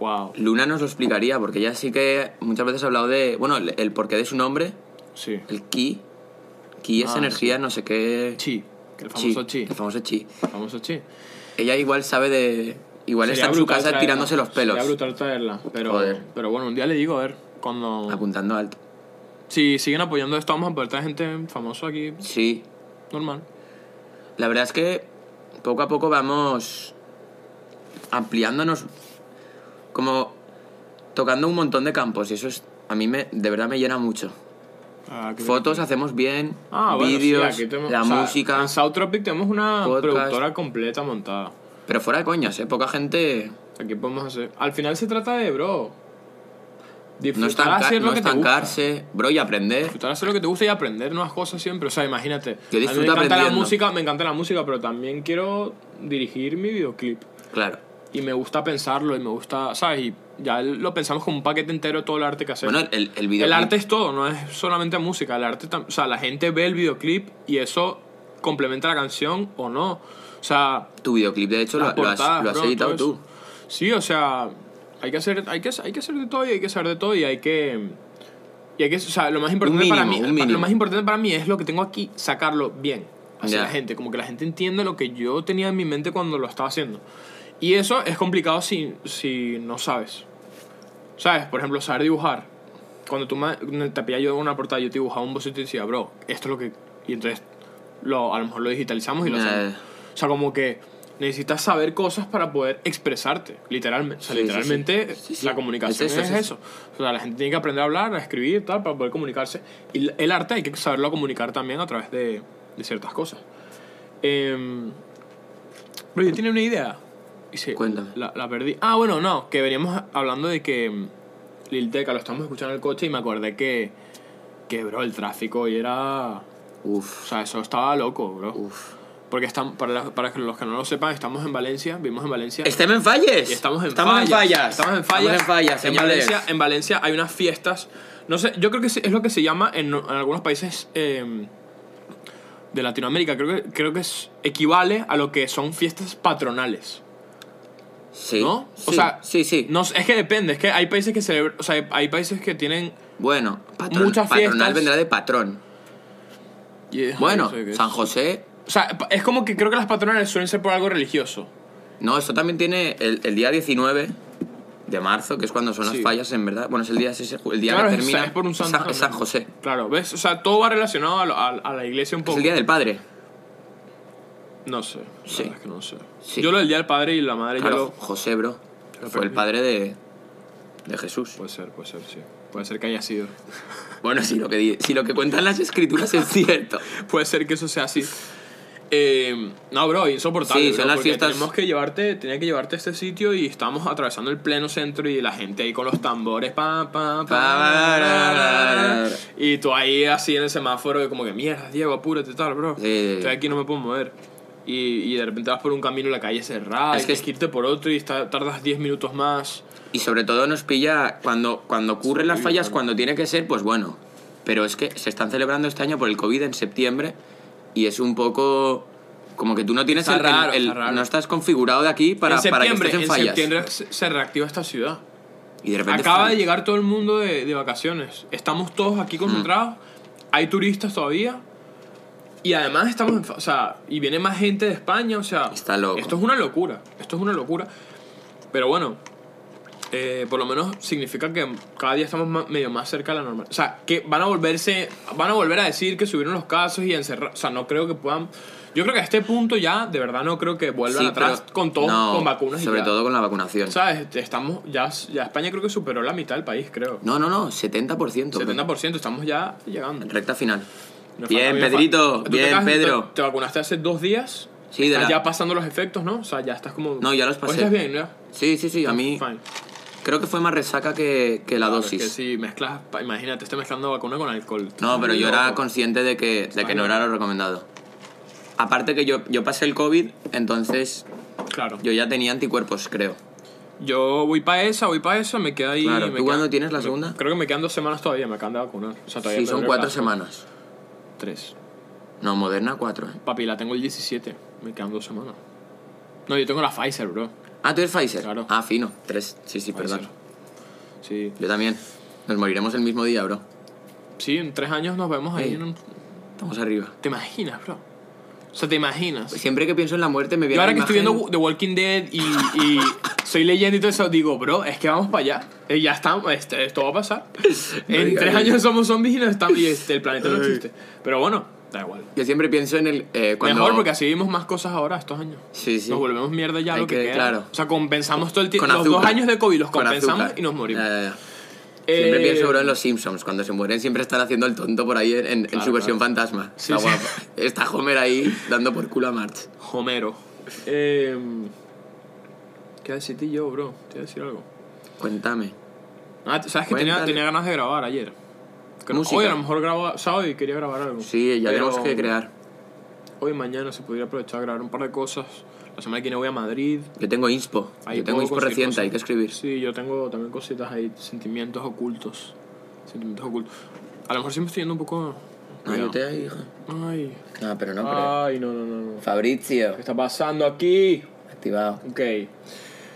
[SPEAKER 2] ¡Wow!
[SPEAKER 1] Luna nos lo explicaría, porque ella sí que muchas veces ha hablado de. Bueno, el, el porqué de su nombre,
[SPEAKER 2] Sí.
[SPEAKER 1] el ki. Ki es
[SPEAKER 2] Ah,
[SPEAKER 1] energía, no sé qué.
[SPEAKER 2] Chi. El famoso chi.
[SPEAKER 1] El famoso chi.
[SPEAKER 2] El famoso chi.
[SPEAKER 1] Ella igual sabe de. Igual
[SPEAKER 2] Sería
[SPEAKER 1] está en su
[SPEAKER 2] brutal
[SPEAKER 1] casa
[SPEAKER 2] traerla.
[SPEAKER 1] tirándose los pelos.
[SPEAKER 2] Sería brutal traerla, pero,
[SPEAKER 1] Joder. Ah,
[SPEAKER 2] pero bueno, un día le digo, a ver, cuando...
[SPEAKER 1] Apuntando alto.
[SPEAKER 2] Si siguen apoyando esto, vamos a poder traer gente famosa aquí,
[SPEAKER 1] Sí.
[SPEAKER 2] normal.
[SPEAKER 1] La verdad es que poco a poco vamos ampliándonos, como tocando un montón de campos. Y eso es, a mí me, de verdad me llena mucho.
[SPEAKER 2] Ah, qué
[SPEAKER 1] Fotos hacemos bien,
[SPEAKER 2] bien. Ah, bueno, sí,
[SPEAKER 1] vídeos,
[SPEAKER 2] aquí tenemos-
[SPEAKER 1] la
[SPEAKER 2] o sea,
[SPEAKER 1] música.
[SPEAKER 2] En South Tropic tenemos una
[SPEAKER 1] podcast.
[SPEAKER 2] productora completa montada.
[SPEAKER 1] Pero fuera de coñas, ¿eh? Poca gente.
[SPEAKER 2] Aquí podemos hacer... Al final se trata de, bro...
[SPEAKER 1] No
[SPEAKER 2] Disfrutar
[SPEAKER 1] estanca-
[SPEAKER 2] hacer lo
[SPEAKER 1] no
[SPEAKER 2] que te gusta.
[SPEAKER 1] estancarse, bro, y aprender.
[SPEAKER 2] Disfrutar hacer lo que te gusta y aprender nuevas cosas siempre. O sea, imagínate.
[SPEAKER 1] Yo
[SPEAKER 2] a mí me
[SPEAKER 1] disfruto
[SPEAKER 2] encanta la
[SPEAKER 1] aprendiendo.
[SPEAKER 2] música, me encanta la música, pero también quiero dirigir mi videoclip.
[SPEAKER 1] Claro.
[SPEAKER 2] Y me gusta pensarlo y me gusta, ¿sabes? Y ya lo pensamos como un paquete entero todo el arte que hacemos.
[SPEAKER 1] Bueno, el, el
[SPEAKER 2] el
[SPEAKER 1] videoclip-
[SPEAKER 2] arte es todo, no es solamente música. El arte, tam- o sea, la gente ve el videoclip y eso complementa la canción o no. O sea,
[SPEAKER 1] Tu videoclip, de hecho, lo,
[SPEAKER 2] las
[SPEAKER 1] lo has,
[SPEAKER 2] portadas,
[SPEAKER 1] lo has
[SPEAKER 2] bro,
[SPEAKER 1] editado tú.
[SPEAKER 2] todo eso. Sí, o sea, hay que hacer, hay que, hay que hacer de todo y hay que hacer de todo y hay que y hay que, o sea, lo más importante
[SPEAKER 1] mínimo,
[SPEAKER 2] para mí,
[SPEAKER 1] un mínimo.
[SPEAKER 2] lo más importante para mí es lo que tengo aquí, sacarlo bien hacia
[SPEAKER 1] Ya.
[SPEAKER 2] la gente, como que la gente entienda lo que yo tenía en mi mente cuando lo estaba haciendo. Y eso es complicado si si no sabes. ¿Sabes? Por ejemplo, saber dibujar. Cuando tú ma- te pillaba yo una portada, yo te dibujaba un boceto y decía, bro, esto es lo que. Y entonces lo, a lo mejor lo digitalizamos y lo
[SPEAKER 1] Eh.
[SPEAKER 2] hacemos. O sea, como que necesitas saber cosas para poder expresarte, literalmente. O sea,
[SPEAKER 1] Sí, sí,
[SPEAKER 2] literalmente
[SPEAKER 1] sí. Sí, sí.
[SPEAKER 2] la comunicación
[SPEAKER 1] Es eso,
[SPEAKER 2] es eso,
[SPEAKER 1] es eso.
[SPEAKER 2] O sea, la gente tiene que aprender a hablar, a escribir, tal, para poder comunicarse. Y l- el arte hay que saberlo comunicar también a través de, de ciertas cosas. Em, pero yo tenía una idea. Y se-
[SPEAKER 1] Cuéntame.
[SPEAKER 2] La, la perdí. Ah, bueno, no, que veníamos hablando de que mm, Lil Teca lo estamos escuchando en el coche y me acordé que, que bro, el tráfico y era... O
[SPEAKER 1] Uf,
[SPEAKER 2] sea, eso estaba loco, bro.
[SPEAKER 1] uf.
[SPEAKER 2] Porque estamos, para, la- para que los que no lo sepan, estamos en Valencia, vivimos en Valencia.
[SPEAKER 1] Estamos en falles.
[SPEAKER 2] y estamos en
[SPEAKER 1] estamos
[SPEAKER 2] fallas,
[SPEAKER 1] fallas.
[SPEAKER 2] Estamos en
[SPEAKER 1] Estamos
[SPEAKER 2] fallas.
[SPEAKER 1] en fallas,
[SPEAKER 2] En
[SPEAKER 1] señores.
[SPEAKER 2] Valencia, en Valencia hay unas fiestas. No sé, yo creo que es lo que se llama en, en algunos países eh, de Latinoamérica. Creo que, creo que es, equivale a lo que son fiestas patronales.
[SPEAKER 1] Sí.
[SPEAKER 2] ¿No?
[SPEAKER 1] Sí,
[SPEAKER 2] O sea,
[SPEAKER 1] sí, sí.
[SPEAKER 2] No, sé, es que depende, es que hay países que celebran. O sea, hay- hay países que tienen.
[SPEAKER 1] Bueno, patrón,
[SPEAKER 2] Muchas
[SPEAKER 1] patronal
[SPEAKER 2] fiestas.
[SPEAKER 1] vendrá de patrón. Bueno, San José.
[SPEAKER 2] O sea, es como que creo que las patronales suelen ser por algo religioso.
[SPEAKER 1] No, esto también tiene el, el día 19 de marzo, que es cuando son las
[SPEAKER 2] Sí.
[SPEAKER 1] fallas, en verdad. Bueno, es el día, es ese- el día
[SPEAKER 2] Claro,
[SPEAKER 1] que
[SPEAKER 2] es-
[SPEAKER 1] termina.
[SPEAKER 2] es por un santo
[SPEAKER 1] San, es San
[SPEAKER 2] también.
[SPEAKER 1] José.
[SPEAKER 2] Claro, ¿ves? O sea, todo va relacionado a, lo- a- a la iglesia un
[SPEAKER 1] Es
[SPEAKER 2] poco.
[SPEAKER 1] el día del padre.
[SPEAKER 2] No sé. la
[SPEAKER 1] Sí.
[SPEAKER 2] verdad es que no sé.
[SPEAKER 1] Sí.
[SPEAKER 2] Yo lo del día del padre y la madre, yo
[SPEAKER 1] Claro,
[SPEAKER 2] lo.
[SPEAKER 1] José, bro.
[SPEAKER 2] lo
[SPEAKER 1] Fue el
[SPEAKER 2] perdí.
[SPEAKER 1] padre de, de Jesús.
[SPEAKER 2] Puede ser, puede ser, sí. Puede ser que haya sido. [LAUGHS]
[SPEAKER 1] Bueno, si lo que, di- si lo que cuentan las escrituras es cierto.
[SPEAKER 2] Puede ser que eso sea así. Eh, no, bro, insoportable.
[SPEAKER 1] Sí, son
[SPEAKER 2] bro,
[SPEAKER 1] las
[SPEAKER 2] porque
[SPEAKER 1] fiestas-
[SPEAKER 2] Tenemos que llevarte, tenía que llevarte a este sitio y estamos atravesando el pleno centro y la gente ahí con los tambores. Pa, pa, pa, ra, ra, ra, ra. y tú ahí así en el semáforo, y como que mierda, Diego, apúrate y tal, bro.
[SPEAKER 1] Sí.
[SPEAKER 2] Estoy aquí, no me puedo mover. Y, y de repente vas por un camino y la calle es cerrada,
[SPEAKER 1] Es
[SPEAKER 2] y
[SPEAKER 1] que
[SPEAKER 2] tienes que irte por otro y está- tardas 10 minutos más.
[SPEAKER 1] Y sobre todo nos pilla cuando, cuando ocurren las
[SPEAKER 2] Sí,
[SPEAKER 1] fallas,
[SPEAKER 2] claro.
[SPEAKER 1] cuando tiene que ser, pues bueno. Pero es que se están celebrando este año por el COVID en septiembre y es un poco como que tú no tienes
[SPEAKER 2] Está
[SPEAKER 1] el, el-
[SPEAKER 2] raro,
[SPEAKER 1] el-
[SPEAKER 2] está raro.
[SPEAKER 1] no estás configurado de aquí para,
[SPEAKER 2] en
[SPEAKER 1] para que
[SPEAKER 2] septiembre,
[SPEAKER 1] estés en,
[SPEAKER 2] en
[SPEAKER 1] fallas.
[SPEAKER 2] septiembre se se reactiva esta ciudad.
[SPEAKER 1] Y de repente
[SPEAKER 2] Acaba de
[SPEAKER 1] fallas.
[SPEAKER 2] llegar todo el mundo de, de vacaciones. Estamos todos aquí concentrados. Hay turistas todavía. Y además estamos en fa- O sea, y viene más gente de España. O sea,
[SPEAKER 1] Está loco.
[SPEAKER 2] esto es una locura. Esto es una locura. Pero bueno, eh, por lo menos significa que cada día estamos ma- medio más cerca de la normal. O sea, que van a volverse. Van a volver a decir que subieron los casos y encerrar. O sea, no creo que puedan. Yo creo que a este punto ya, de verdad, no creo que vuelvan
[SPEAKER 1] Sí,
[SPEAKER 2] atrás
[SPEAKER 1] pero-
[SPEAKER 2] con todo,
[SPEAKER 1] no,
[SPEAKER 2] con vacunas y
[SPEAKER 1] Sobre
[SPEAKER 2] ya.
[SPEAKER 1] todo con la vacunación.
[SPEAKER 2] ¿Sabes? Este, Estamos ya, ya España creo que superó la mitad del país, creo.
[SPEAKER 1] No, no, no, 70%.
[SPEAKER 2] 70%, estamos ya llegando.
[SPEAKER 1] Recta final.
[SPEAKER 2] Nos
[SPEAKER 1] bien,
[SPEAKER 2] falta-
[SPEAKER 1] Pedrito,
[SPEAKER 2] ¿Tú te
[SPEAKER 1] bien,
[SPEAKER 2] acabas-
[SPEAKER 1] Pedro.
[SPEAKER 2] Te, te vacunaste hace dos días.
[SPEAKER 1] Sí, de
[SPEAKER 2] estás
[SPEAKER 1] la-
[SPEAKER 2] ya pasando los efectos, ¿no? O sea, ya estás como.
[SPEAKER 1] No, ya los pasé.
[SPEAKER 2] O estás bien, ¿no?
[SPEAKER 1] Sí, sí, sí, a mí
[SPEAKER 2] Fine.
[SPEAKER 1] creo que fue más resaca que, que la
[SPEAKER 2] Claro, es
[SPEAKER 1] dosis.
[SPEAKER 2] que si mezclas, pa- imagínate, estoy mezclando vacuna con alcohol.
[SPEAKER 1] No, pero yo era
[SPEAKER 2] Loco.
[SPEAKER 1] consciente de que, de que no era lo recomendado. Aparte que yo, yo pasé el COVID, entonces
[SPEAKER 2] Claro.
[SPEAKER 1] yo
[SPEAKER 2] Yo,
[SPEAKER 1] ya tenía anticuerpos, creo.
[SPEAKER 2] voy para esa, voy para esa, me queda ahí.
[SPEAKER 1] Claro,
[SPEAKER 2] me
[SPEAKER 1] ¿tú
[SPEAKER 2] queda-
[SPEAKER 1] cuándo tienes la
[SPEAKER 2] me-
[SPEAKER 1] segunda?
[SPEAKER 2] Creo que me quedan dos semanas todavía, me acaban de vacunar. O sea, todavía
[SPEAKER 1] Sí,
[SPEAKER 2] me
[SPEAKER 1] son
[SPEAKER 2] duele el
[SPEAKER 1] cuatro
[SPEAKER 2] brazo.
[SPEAKER 1] semanas.
[SPEAKER 2] Tres.
[SPEAKER 1] No, Moderna cuatro. ¿eh?
[SPEAKER 2] Papi, la tengo el 17, me quedan dos semanas. No, yo tengo la Pfizer, bro.
[SPEAKER 1] Ah, tú eres Pfizer.
[SPEAKER 2] Claro.
[SPEAKER 1] Ah, fino. Tres. Sí, sí, perdón.
[SPEAKER 2] Sí.
[SPEAKER 1] Yo también. Nos moriremos el mismo día, bro.
[SPEAKER 2] Sí, en tres años nos vemos ahí.
[SPEAKER 1] Ey.
[SPEAKER 2] en un-
[SPEAKER 1] Estamos arriba.
[SPEAKER 2] ¿Te imaginas, bro? O sea, ¿te imaginas?
[SPEAKER 1] Siempre que pienso en la muerte me viene
[SPEAKER 2] Yo ahora
[SPEAKER 1] la
[SPEAKER 2] que estoy
[SPEAKER 1] imagen-
[SPEAKER 2] viendo The Walking Dead y, y soy leyenda y todo eso, digo, bro, es que vamos para allá. Eh, ya estamos, este- esto va
[SPEAKER 1] [LAUGHS]
[SPEAKER 2] a pasar. en
[SPEAKER 1] digas
[SPEAKER 2] tres
[SPEAKER 1] eso.
[SPEAKER 2] años somos zombies y, no estamos, y este, el planeta no existe. Pero bueno, da igual.
[SPEAKER 1] Yo siempre pienso en el... eh, cuando...
[SPEAKER 2] Mejor porque así vimos más cosas ahora estos años.
[SPEAKER 1] Sí, sí.
[SPEAKER 2] Nos volvemos mierda ya
[SPEAKER 1] Hay
[SPEAKER 2] lo que,
[SPEAKER 1] que-
[SPEAKER 2] queda.
[SPEAKER 1] claro.
[SPEAKER 2] O sea, compensamos todo el tiempo.
[SPEAKER 1] Con
[SPEAKER 2] Los dos
[SPEAKER 1] azúcar.
[SPEAKER 2] años de COVID los
[SPEAKER 1] Con
[SPEAKER 2] compensamos
[SPEAKER 1] azúcar.
[SPEAKER 2] y nos morimos.
[SPEAKER 1] Ya, ya, ya. Siempre
[SPEAKER 2] Eh,
[SPEAKER 1] pienso bro, en los Simpsons. Cuando se mueren siempre están haciendo el tonto por ahí en, en
[SPEAKER 2] Claro,
[SPEAKER 1] su versión
[SPEAKER 2] claro.
[SPEAKER 1] fantasma.
[SPEAKER 2] Sí,
[SPEAKER 1] Está
[SPEAKER 2] sí.
[SPEAKER 1] guapo. Está Homer ahí dando por culo a March.
[SPEAKER 2] Homero. Eh, ¿Qué decirte yo, bro? Te voy a decir algo.
[SPEAKER 1] Cuéntame.
[SPEAKER 2] Ah, ¿Sabes que tenía,
[SPEAKER 1] Cuéntale.
[SPEAKER 2] tenía ganas de grabar ayer? Que no-
[SPEAKER 1] Música.
[SPEAKER 2] Hoy a lo mejor grabo, o sea, hoy quería grabar algo.
[SPEAKER 1] Sí, ya
[SPEAKER 2] Pero
[SPEAKER 1] tenemos que crear.
[SPEAKER 2] Hoy mañana se podría aprovechar a grabar un par de cosas. La semana que viene voy a Madrid.
[SPEAKER 1] Yo tengo inspo.
[SPEAKER 2] Ahí
[SPEAKER 1] yo tengo
[SPEAKER 2] puedo
[SPEAKER 1] inspo
[SPEAKER 2] conseguir
[SPEAKER 1] reciente,
[SPEAKER 2] cosas.
[SPEAKER 1] hay que escribir.
[SPEAKER 2] Sí, yo tengo también cositas ahí, sentimientos ocultos. Sentimientos ocultos. A lo mejor sí me estoy yendo un poco.
[SPEAKER 1] Ah, yo te hija.
[SPEAKER 2] Ay.
[SPEAKER 1] Ah, pero no, pero.
[SPEAKER 2] Ay, no, no, no, no.
[SPEAKER 1] Fabrizio,
[SPEAKER 2] ¿Qué está pasando aquí?
[SPEAKER 1] activado.
[SPEAKER 2] Ok.
[SPEAKER 1] Qué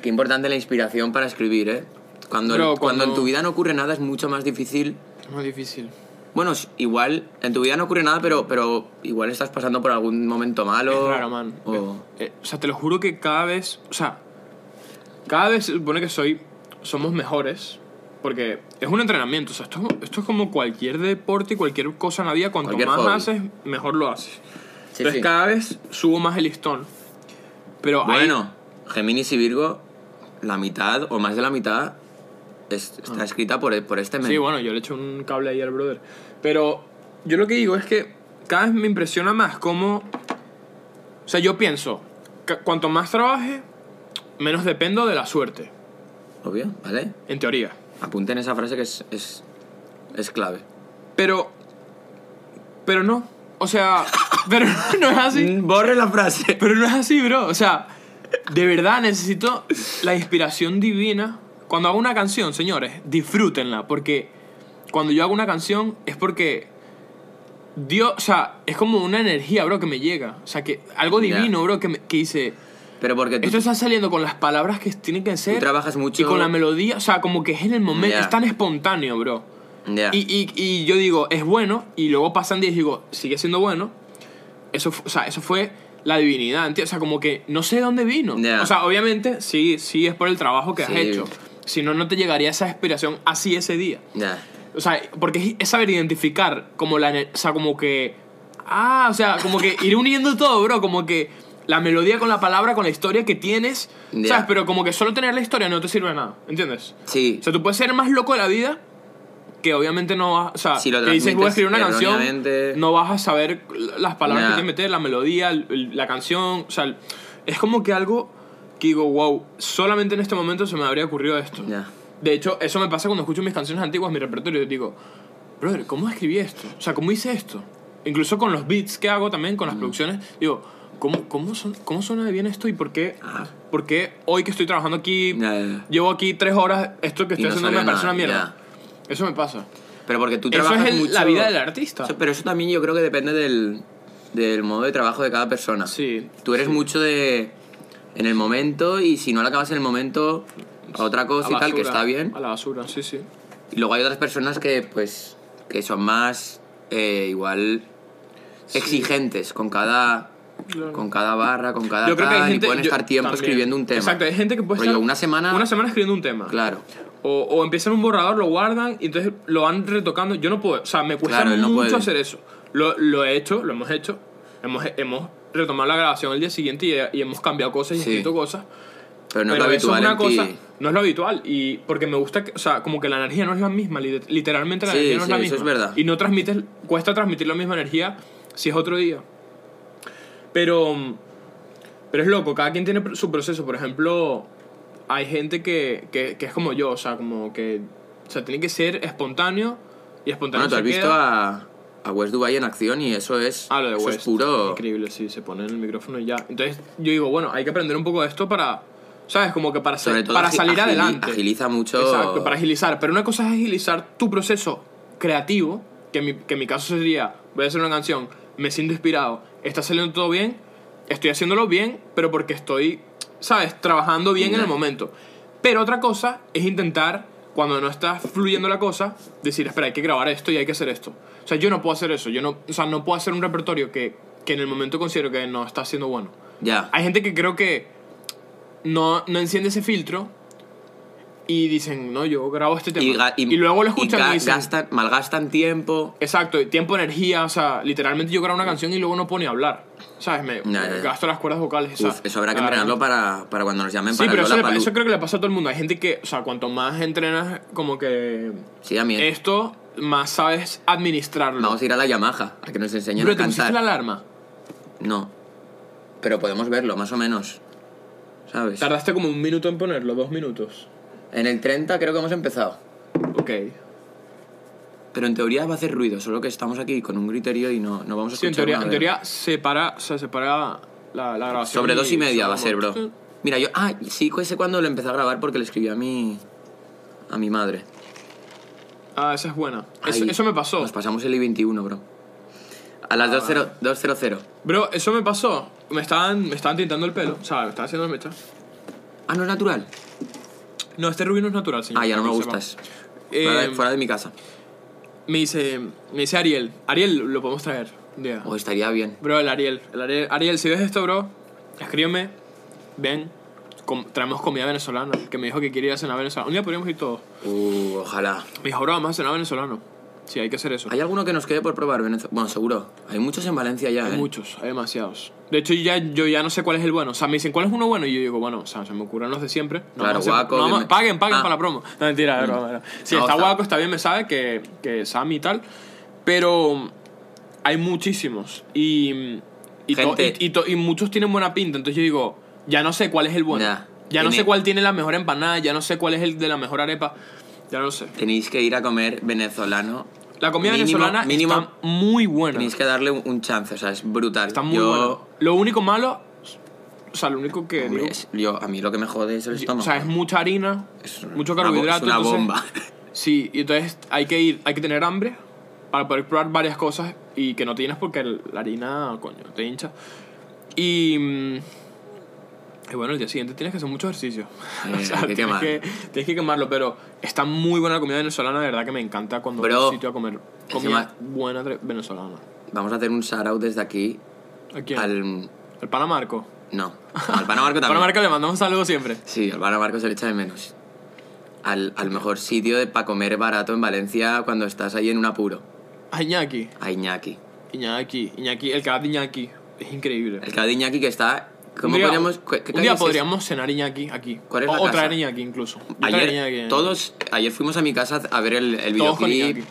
[SPEAKER 1] importante la inspiración para escribir, ¿eh? Cuando, el-
[SPEAKER 2] Bro,
[SPEAKER 1] cuando... en
[SPEAKER 2] cuando-
[SPEAKER 1] tu vida no ocurre nada es mucho más difícil.
[SPEAKER 2] Es más difícil.
[SPEAKER 1] Bueno, s- igual en tu vida no ocurre nada, pero, pero igual estás pasando por algún momento malo.
[SPEAKER 2] Es raro, man.
[SPEAKER 1] o-
[SPEAKER 2] Eh, o sea, te lo juro que cada vez. O sea, cada vez se supone que soy. Somos mejores. Porque es un entrenamiento. O sea, esto, esto es como cualquier deporte y cualquier cosa en la vida. Cuanto
[SPEAKER 1] Cualquier
[SPEAKER 2] más
[SPEAKER 1] hobby.
[SPEAKER 2] haces, mejor lo haces.
[SPEAKER 1] Sí,
[SPEAKER 2] Entonces
[SPEAKER 1] sí.
[SPEAKER 2] cada vez subo más el listón. Pero hay-
[SPEAKER 1] Bueno, Géminis y Virgo, la mitad o más de la mitad es- está escrita por, por este mes.
[SPEAKER 2] Ah. Sí, bueno, yo le echo un cable ahí al brother. Pero yo lo que digo es que cada vez me impresiona más cómo. O sea, yo pienso, ca- cuanto más trabaje, menos dependo de la suerte.
[SPEAKER 1] Obvio, ¿vale?
[SPEAKER 2] En teoría.
[SPEAKER 1] Apunten esa frase que es, es, es clave.
[SPEAKER 2] Pero. Pero no. O sea. Pero no es así.
[SPEAKER 1] Mm, Borre la frase.
[SPEAKER 2] Pero no es así, bro. O sea, de verdad necesito la inspiración divina. Cuando hago una canción, señores, disfrútenla. Porque cuando yo hago una canción es porque. Dios, o sea, es como una energía, bro, que me llega. O sea, que algo
[SPEAKER 1] Ya.
[SPEAKER 2] divino, bro, que, me- que dice.
[SPEAKER 1] Pero porque tú,
[SPEAKER 2] Esto está saliendo con las palabras que tienen que ser.
[SPEAKER 1] Tú trabajas mucho-
[SPEAKER 2] Y con la melodía, o sea, como que es en el momento.
[SPEAKER 1] Ya.
[SPEAKER 2] Es tan espontáneo, bro.
[SPEAKER 1] Ya.
[SPEAKER 2] Y, y- y yo digo, es bueno, y luego pasan días y digo, sigue siendo bueno. Eso, fu- o sea, eso fue la divinidad, ¿entiendes? O sea, como que no sé de dónde vino.
[SPEAKER 1] Ya.
[SPEAKER 2] O sea, obviamente, sí, sí es por el trabajo que
[SPEAKER 1] Sí.
[SPEAKER 2] has hecho. Si no, no te llegaría esa inspiración así ese día.
[SPEAKER 1] Ya.
[SPEAKER 2] O sea, porque es- es saber identificar como la... ener- O sea, como que... Ah, o sea, como que ir uniendo todo, bro. Como que la melodía con la palabra, con la historia que tienes.
[SPEAKER 1] Ya.
[SPEAKER 2] ¿Sabes? Pero como que solo tener la historia no te sirve de nada, ¿entiendes?
[SPEAKER 1] Sí.
[SPEAKER 2] O sea, tú puedes ser el más loco de la vida, que obviamente no vas. O sea,
[SPEAKER 1] Si lo
[SPEAKER 2] que dices, voy a
[SPEAKER 1] transmites
[SPEAKER 2] escribir una canción,
[SPEAKER 1] erróneamente.
[SPEAKER 2] no vas a saber las palabras
[SPEAKER 1] Ya.
[SPEAKER 2] que tienes que meter, la melodía, el- el- la canción. O sea, el- es como que algo que digo, wow, solamente en este momento se me habría ocurrido esto.
[SPEAKER 1] Ya.
[SPEAKER 2] De hecho, eso me pasa cuando escucho mis canciones antiguas, mi repertorio. Digo, brother, ¿cómo escribí esto? O sea, ¿cómo hice esto? Incluso con los beats que hago también,
[SPEAKER 1] Mm.
[SPEAKER 2] con las producciones, digo, ¿cómo, cómo, son, ¿cómo suena de bien esto y por qué,
[SPEAKER 1] Ah.
[SPEAKER 2] por qué hoy que estoy trabajando aquí,
[SPEAKER 1] Ya, ya, ya.
[SPEAKER 2] llevo aquí tres horas, esto
[SPEAKER 1] Y
[SPEAKER 2] que estoy
[SPEAKER 1] no
[SPEAKER 2] haciendo me
[SPEAKER 1] salió
[SPEAKER 2] parece
[SPEAKER 1] nada,
[SPEAKER 2] una mierda? Eso me pasa.
[SPEAKER 1] Pero porque tú
[SPEAKER 2] Eso
[SPEAKER 1] trabajas
[SPEAKER 2] es el-
[SPEAKER 1] mucho-
[SPEAKER 2] la vida del artista.
[SPEAKER 1] Eso- pero eso también yo creo que depende del, del modo de trabajo de cada persona.
[SPEAKER 2] Sí,
[SPEAKER 1] Tú eres
[SPEAKER 2] sí.
[SPEAKER 1] mucho de. en el momento y si no lo acabas en el momento, a otra cosa
[SPEAKER 2] A
[SPEAKER 1] y tal, que
[SPEAKER 2] basura,
[SPEAKER 1] está bien.
[SPEAKER 2] A la basura, sí, sí.
[SPEAKER 1] Y luego hay otras personas que, pues, que son más. eh, igual. exigentes con cada.
[SPEAKER 2] Claro.
[SPEAKER 1] Con cada barra, con cada
[SPEAKER 2] Yo creo que hay
[SPEAKER 1] tal,
[SPEAKER 2] gente.
[SPEAKER 1] y pueden
[SPEAKER 2] yo-
[SPEAKER 1] estar tiempo
[SPEAKER 2] también.
[SPEAKER 1] escribiendo un tema.
[SPEAKER 2] Exacto, hay gente que puede
[SPEAKER 1] Rollo,
[SPEAKER 2] estar.
[SPEAKER 1] una semana-
[SPEAKER 2] Una semana escribiendo un tema.
[SPEAKER 1] Claro.
[SPEAKER 2] O, o empiezan un borrador, lo guardan y entonces lo van retocando. Yo no puedo, o sea, me cuesta
[SPEAKER 1] Claro, él no
[SPEAKER 2] mucho
[SPEAKER 1] puede.
[SPEAKER 2] hacer eso. Lo, lo he hecho, lo hemos hecho. Hemos, hemos retomado la grabación el día siguiente y, y hemos cambiado cosas y
[SPEAKER 1] Sí.
[SPEAKER 2] escrito cosas.
[SPEAKER 1] Pero no
[SPEAKER 2] pero
[SPEAKER 1] es lo
[SPEAKER 2] eso
[SPEAKER 1] habitual
[SPEAKER 2] es una
[SPEAKER 1] en
[SPEAKER 2] cosa,
[SPEAKER 1] ti.
[SPEAKER 2] no es lo habitual. Y porque me gusta, que- o sea, como que la energía no es la misma, lit- literalmente la
[SPEAKER 1] Sí,
[SPEAKER 2] energía
[SPEAKER 1] sí,
[SPEAKER 2] no es la
[SPEAKER 1] eso
[SPEAKER 2] misma.
[SPEAKER 1] es verdad.
[SPEAKER 2] Y no transmites, cuesta transmitir la misma energía si es otro día. Pero, pero es loco, cada quien tiene su proceso. Por ejemplo, hay gente que, que, que es como yo, o sea, como que, o sea, tiene que ser espontáneo y espontáneo.
[SPEAKER 1] Bueno, tú
[SPEAKER 2] se
[SPEAKER 1] has visto
[SPEAKER 2] queda.
[SPEAKER 1] a, a West Dubai en acción y eso es.
[SPEAKER 2] Ah, lo de
[SPEAKER 1] eso
[SPEAKER 2] West.
[SPEAKER 1] es puro.
[SPEAKER 2] Increíble, sí, se pone en el micrófono y ya. Entonces, yo digo, bueno, hay que aprender un poco de esto para. ¿Sabes? Como que para, sa-
[SPEAKER 1] Sobre todo
[SPEAKER 2] para
[SPEAKER 1] agi-
[SPEAKER 2] salir
[SPEAKER 1] agili-
[SPEAKER 2] adelante.
[SPEAKER 1] agiliza mucho-
[SPEAKER 2] Exacto, para agilizar. Pero una cosa es agilizar tu proceso creativo, que en mi, que en mi caso sería: voy a hacer una canción, me siento inspirado, está saliendo todo bien, estoy haciéndolo bien, pero porque estoy, ¿sabes? Trabajando bien en
[SPEAKER 1] Ya.
[SPEAKER 2] el momento. Pero otra cosa es intentar, cuando no está fluyendo la cosa, decir, espera, hay que grabar esto y hay que hacer esto. O sea, yo no puedo hacer eso. Yo no, o sea, no puedo hacer un repertorio que, que en el momento considero que no está siendo bueno.
[SPEAKER 1] Ya.
[SPEAKER 2] Hay gente que creo que no, no enciende ese filtro y dicen, no, yo grabo este tema.
[SPEAKER 1] Y,
[SPEAKER 2] Y,
[SPEAKER 1] ga- y-
[SPEAKER 2] luego
[SPEAKER 1] y
[SPEAKER 2] lo escuchan y,
[SPEAKER 1] ga-
[SPEAKER 2] dicen,
[SPEAKER 1] gastan, malgastan tiempo.
[SPEAKER 2] exacto, tiempo, energía, o sea, literalmente yo grabo una canción y luego no puedo ni hablar. ¿Sabes? Me,
[SPEAKER 1] Mm. Ya, ya, ya.
[SPEAKER 2] gasto las cuerdas vocales. o sea,
[SPEAKER 1] Uf, eso habrá que
[SPEAKER 2] la
[SPEAKER 1] entrenarlo para, para cuando nos llamen
[SPEAKER 2] Sí,
[SPEAKER 1] para
[SPEAKER 2] pero eso, le-
[SPEAKER 1] Lollapalooza.
[SPEAKER 2] eso creo que le pasa a todo el mundo. Hay gente que, o sea, cuanto más entrenas, como que
[SPEAKER 1] Sí, a mí.
[SPEAKER 2] esto, más sabes administrarlo.
[SPEAKER 1] Vamos a ir a la Yamaha a que nos enseñen
[SPEAKER 2] Bro,
[SPEAKER 1] a
[SPEAKER 2] ¿te pusiste
[SPEAKER 1] cantar.
[SPEAKER 2] la alarma?
[SPEAKER 1] No. Pero podemos verlo, más o menos. ¿Sabes?
[SPEAKER 2] Tardaste como un minuto en ponerlo, dos minutos.
[SPEAKER 1] En el 30 creo que hemos empezado.
[SPEAKER 2] Ok.
[SPEAKER 1] Pero en teoría va a hacer ruido, solo que estamos aquí con un griterío y no, no vamos a
[SPEAKER 2] Sí, en
[SPEAKER 1] escuchar
[SPEAKER 2] teoría,
[SPEAKER 1] nada
[SPEAKER 2] en
[SPEAKER 1] de-
[SPEAKER 2] teoría separa, o sea, separa la, la grabación.
[SPEAKER 1] Sobre dos y media va a ser, bro.
[SPEAKER 2] como-
[SPEAKER 1] Mira, yo. Ah, sí, ese cuando lo empecé a grabar porque le escribí a mi. a mi madre.
[SPEAKER 2] Ah, esa es buena. Eso,
[SPEAKER 1] Ahí.
[SPEAKER 2] eso me pasó. Ah,
[SPEAKER 1] Nos pasamos el I-21, bro. A las 2.00. 2.00.
[SPEAKER 2] Bro, eso me pasó. Me estaban, me estaban tintando el pelo. O sea, me estaban haciendo mecha.
[SPEAKER 1] Ah, no es natural.
[SPEAKER 2] No, este rubio no es natural, señor.
[SPEAKER 1] Ah, ya no me
[SPEAKER 2] que sepa.
[SPEAKER 1] gustas.
[SPEAKER 2] Eh,
[SPEAKER 1] fuera, de, fuera de mi casa.
[SPEAKER 2] Me dice, me dice Ariel. Ariel, lo podemos traer. un día.
[SPEAKER 1] O Pues estaría bien.
[SPEAKER 2] Bro, el Ariel, el Ariel. Ariel, si ves esto, bro, escríbeme. Ven. com- traemos comida venezolana. Que me dijo que quería ir a cenar venezolana. Un día podríamos ir todos.
[SPEAKER 1] Uh, ojalá.
[SPEAKER 2] Me dijo, bro, vamos a cenar venezolano. Sí, hay que hacer eso. Hay,
[SPEAKER 1] ¿Hay alguno que nos quede por probar? Venez- Bueno, seguro. Hay muchos en Valencia ya. ¿eh?
[SPEAKER 2] muchos, hay demasiados. De hecho, ya, yo ya no sé cuál es el bueno. O sea, me dicen, ¿cuál es uno bueno? Y yo digo, bueno, o sea, se me ocurren los de siempre. No,
[SPEAKER 1] Claro,
[SPEAKER 2] vamos a hacer-
[SPEAKER 1] Guaco,
[SPEAKER 2] no, vamos-
[SPEAKER 1] bien-
[SPEAKER 2] paguen, paguen
[SPEAKER 1] Ah.
[SPEAKER 2] para la promo. No, mentira, bro, bro. Sí,
[SPEAKER 1] No,
[SPEAKER 2] está
[SPEAKER 1] está-
[SPEAKER 2] guaco, está bien, me sabe que, que Sammy y tal. Pero hay muchísimos. Y, y, to-
[SPEAKER 1] Gente.
[SPEAKER 2] y- y to- y muchos tienen buena pinta. Entonces yo digo, ya no sé cuál es el bueno.
[SPEAKER 1] Ya.
[SPEAKER 2] Ya no
[SPEAKER 1] Tiene-
[SPEAKER 2] sé cuál tiene la mejor empanada, ya no sé cuál es el de la mejor arepa. Ya no sé.
[SPEAKER 1] Tenéis que ir a comer venezolano.
[SPEAKER 2] La comida
[SPEAKER 1] Mínimo-
[SPEAKER 2] venezolana
[SPEAKER 1] mínimo
[SPEAKER 2] está muy buena.
[SPEAKER 1] Tenéis que darle un, un chance, o sea, es brutal.
[SPEAKER 2] Está muy
[SPEAKER 1] yo,
[SPEAKER 2] bueno. Lo único malo, o sea, lo único que
[SPEAKER 1] hombre,
[SPEAKER 2] digo,
[SPEAKER 1] es- yo, a mí lo que me jode es el
[SPEAKER 2] yo- o
[SPEAKER 1] estómago.
[SPEAKER 2] sea, es mucha harina,
[SPEAKER 1] Es
[SPEAKER 2] mucho
[SPEAKER 1] una bo-
[SPEAKER 2] carbohidrato.
[SPEAKER 1] es una
[SPEAKER 2] entonces-
[SPEAKER 1] bomba. [LAUGHS]
[SPEAKER 2] Sí, y entonces hay que ir, hay que tener hambre para poder probar varias cosas y que no tienes porque el- la harina, coño, te hincha. Y, mm, y bueno, el día siguiente tienes que hacer mucho ejercicio. [LAUGHS]
[SPEAKER 1] Eh, hay que
[SPEAKER 2] tienes,
[SPEAKER 1] quemar.
[SPEAKER 2] que, tienes que quemarlo, pero está muy buena la comida venezolana, de verdad que me encanta cuando voy a
[SPEAKER 1] Bro,
[SPEAKER 2] un sitio a comer comida
[SPEAKER 1] encima-
[SPEAKER 2] buena tre- venezolana.
[SPEAKER 1] Vamos a hacer un shout out desde aquí
[SPEAKER 2] ¿A quién? Al,
[SPEAKER 1] al.
[SPEAKER 2] Panamarco. [LAUGHS]
[SPEAKER 1] No, al Panamarco también.
[SPEAKER 2] Panamarco le mandamos un saludo siempre.
[SPEAKER 1] Sí, al Panamarco se le echa de menos. Al, al mejor sitio para comer barato en Valencia cuando estás ahí en un apuro.
[SPEAKER 2] A Iñaki.
[SPEAKER 1] A Iñaki.
[SPEAKER 2] Iñaki. Iñaki. El kebab de Iñaki. Es increíble.
[SPEAKER 1] El kebab de Iñaki que está ¿Cómo
[SPEAKER 2] un día,
[SPEAKER 1] podríamos- cu- qué
[SPEAKER 2] un
[SPEAKER 1] calle
[SPEAKER 2] día
[SPEAKER 1] es
[SPEAKER 2] podríamos cenar Iñaki aquí.
[SPEAKER 1] ¿Cuál es
[SPEAKER 2] o,
[SPEAKER 1] la
[SPEAKER 2] o
[SPEAKER 1] casa?
[SPEAKER 2] traer Iñaki incluso. Yo traer Iñaki.
[SPEAKER 1] Ayer, todos, ayer fuimos a mi casa a ver el, el
[SPEAKER 2] Todos con
[SPEAKER 1] videoclip.
[SPEAKER 2] Iñaki.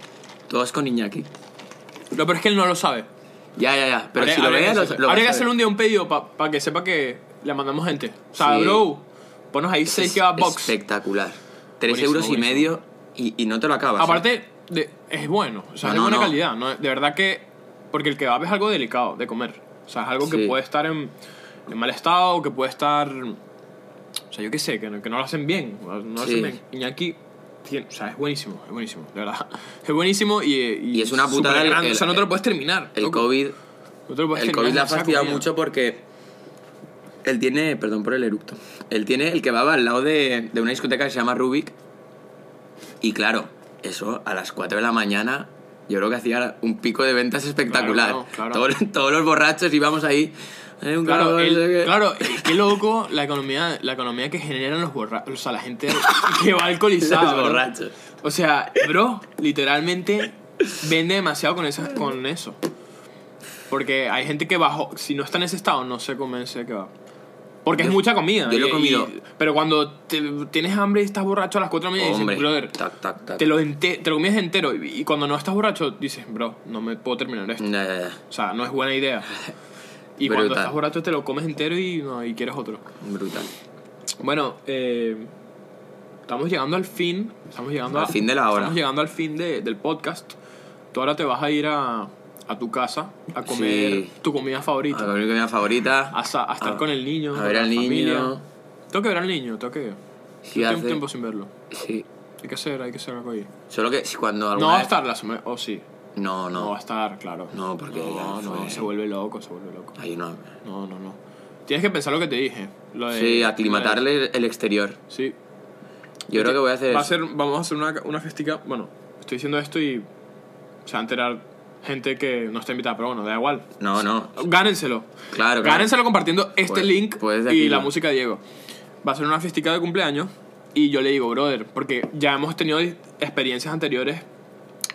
[SPEAKER 1] Todos con Iñaki.
[SPEAKER 2] Lo peor es que él no lo sabe.
[SPEAKER 1] Ya, ya, ya. Pero
[SPEAKER 2] Habría-
[SPEAKER 1] si lo
[SPEAKER 2] habría
[SPEAKER 1] veas,
[SPEAKER 2] que
[SPEAKER 1] lo,
[SPEAKER 2] hacer-
[SPEAKER 1] lo vas
[SPEAKER 2] habría
[SPEAKER 1] a
[SPEAKER 2] que
[SPEAKER 1] ver.
[SPEAKER 2] hacerle un día un pedido para que sepa que le mandamos gente. O sea,
[SPEAKER 1] Sí.
[SPEAKER 2] bro, ponos ahí
[SPEAKER 1] Es
[SPEAKER 2] 6 que va box.
[SPEAKER 1] Espectacular. Tres
[SPEAKER 2] Buenísimo,
[SPEAKER 1] euros y
[SPEAKER 2] buenísimo.
[SPEAKER 1] medio y, y no te lo acabas. ¿eh?
[SPEAKER 2] Aparte, de- es bueno. O
[SPEAKER 1] No,
[SPEAKER 2] sea, es de
[SPEAKER 1] no,
[SPEAKER 2] buena
[SPEAKER 1] no.
[SPEAKER 2] calidad. ¿no? De verdad que. Porque el kebab es algo delicado de comer. O sea, es algo que
[SPEAKER 1] Sí.
[SPEAKER 2] puede estar en, en mal estado, que puede estar. O sea, yo qué sé, que no, que no lo hacen bien. No lo
[SPEAKER 1] Sí.
[SPEAKER 2] hacen bien. Iñaki. tiene- o sea, es buenísimo, es buenísimo, de verdad. [LAUGHS] Es buenísimo y.
[SPEAKER 1] Y es una putada
[SPEAKER 2] súper
[SPEAKER 1] el-
[SPEAKER 2] grande,
[SPEAKER 1] el-
[SPEAKER 2] o sea, no te lo puedes terminar.
[SPEAKER 1] El
[SPEAKER 2] loco.
[SPEAKER 1] COVID,
[SPEAKER 2] No te lo puedes
[SPEAKER 1] el
[SPEAKER 2] terminar
[SPEAKER 1] COVID la ha
[SPEAKER 2] esa
[SPEAKER 1] fastidiado
[SPEAKER 2] comida.
[SPEAKER 1] mucho porque él tiene, perdón por el eructo, él tiene el que va al lado de, de una discoteca que se llama Rubik. Y claro, eso a las 4 de la mañana yo creo que hacía un pico de ventas espectacular.
[SPEAKER 2] Claro, claro, claro.
[SPEAKER 1] Todos, todos los borrachos íbamos ahí. "Hay un
[SPEAKER 2] Claro,
[SPEAKER 1] calor,
[SPEAKER 2] el-
[SPEAKER 1] no sé qué".
[SPEAKER 2] claro, el- qué loco la economía, la economía que generan los borrachos, o sea, la gente
[SPEAKER 1] [LAUGHS]
[SPEAKER 2] que va alcoholizada.
[SPEAKER 1] Los
[SPEAKER 2] bro.
[SPEAKER 1] borrachos.
[SPEAKER 2] O sea, bro, literalmente vende demasiado con, esas, con eso. Porque hay gente que bajo, si no está en ese estado, no se convence que va. Porque es
[SPEAKER 1] Yo-
[SPEAKER 2] mucha comida.
[SPEAKER 1] yo lo he
[SPEAKER 2] y-
[SPEAKER 1] comido.
[SPEAKER 2] y- pero cuando te- tienes hambre y estás borracho a las 4 de la mañana,
[SPEAKER 1] Hombre,
[SPEAKER 2] dices, brother,
[SPEAKER 1] tac, tac, tac.
[SPEAKER 2] te lo, ente- te lo comías entero. Y, y cuando no estás borracho, dices, bro, no me puedo terminar esto.
[SPEAKER 1] Ya, ya, ya.
[SPEAKER 2] O sea, no es buena
[SPEAKER 1] [LAUGHS]
[SPEAKER 2] idea. Y cuando
[SPEAKER 1] Mm. Brutal.
[SPEAKER 2] estás borracho te lo comes entero y, no, y quieres otro.
[SPEAKER 1] Brutal.
[SPEAKER 2] Bueno, eh, estamos llegando al fin. Estamos llegando
[SPEAKER 1] Al
[SPEAKER 2] a-
[SPEAKER 1] fin de la hora.
[SPEAKER 2] Estamos llegando al fin de- del podcast. Tú ahora te vas a ir a, a tu casa a comer
[SPEAKER 1] Sí.
[SPEAKER 2] tu comida
[SPEAKER 1] A
[SPEAKER 2] favorita.
[SPEAKER 1] comer mi comida favorita.
[SPEAKER 2] A, sa- a estar
[SPEAKER 1] A-
[SPEAKER 2] con el niño.
[SPEAKER 1] a
[SPEAKER 2] con
[SPEAKER 1] ver
[SPEAKER 2] la
[SPEAKER 1] al niño.
[SPEAKER 2] familia. Tengo que ver al niño, tengo que...
[SPEAKER 1] Sí,
[SPEAKER 2] tengo
[SPEAKER 1] hace-
[SPEAKER 2] tiempo sin verlo.
[SPEAKER 1] Sí.
[SPEAKER 2] Hay que hacer, hay que hacer algo ahí.
[SPEAKER 1] Solo que si cuando alguna
[SPEAKER 2] No va a
[SPEAKER 1] vez-
[SPEAKER 2] estar la semana... Oh, sí.
[SPEAKER 1] No,
[SPEAKER 2] No.
[SPEAKER 1] no.
[SPEAKER 2] va a estar, claro.
[SPEAKER 1] No, porque ya
[SPEAKER 2] No, no,
[SPEAKER 1] fue.
[SPEAKER 2] se vuelve loco, se vuelve loco.
[SPEAKER 1] Ahí no.
[SPEAKER 2] No, no, no. Tienes que pensar lo que te dije. Lo de-
[SPEAKER 1] Sí, aclimatarle el exterior.
[SPEAKER 2] lo de- sí.
[SPEAKER 1] Yo creo que voy a hacer
[SPEAKER 2] eh, Va a
[SPEAKER 1] eso.
[SPEAKER 2] ser, vamos a hacer una, una festica. Bueno, estoy diciendo esto y se va a enterar gente que no está invitada, pero bueno, da igual.
[SPEAKER 1] No, no.
[SPEAKER 2] Gánenselo.
[SPEAKER 1] Claro, claro.
[SPEAKER 2] Gánenselo compartiendo este
[SPEAKER 1] Pues-
[SPEAKER 2] link
[SPEAKER 1] pues de
[SPEAKER 2] y
[SPEAKER 1] aquí
[SPEAKER 2] la
[SPEAKER 1] va.
[SPEAKER 2] música de Diego. Va a ser una festica de cumpleaños y yo le digo, brother, porque ya hemos tenido dis- experiencias anteriores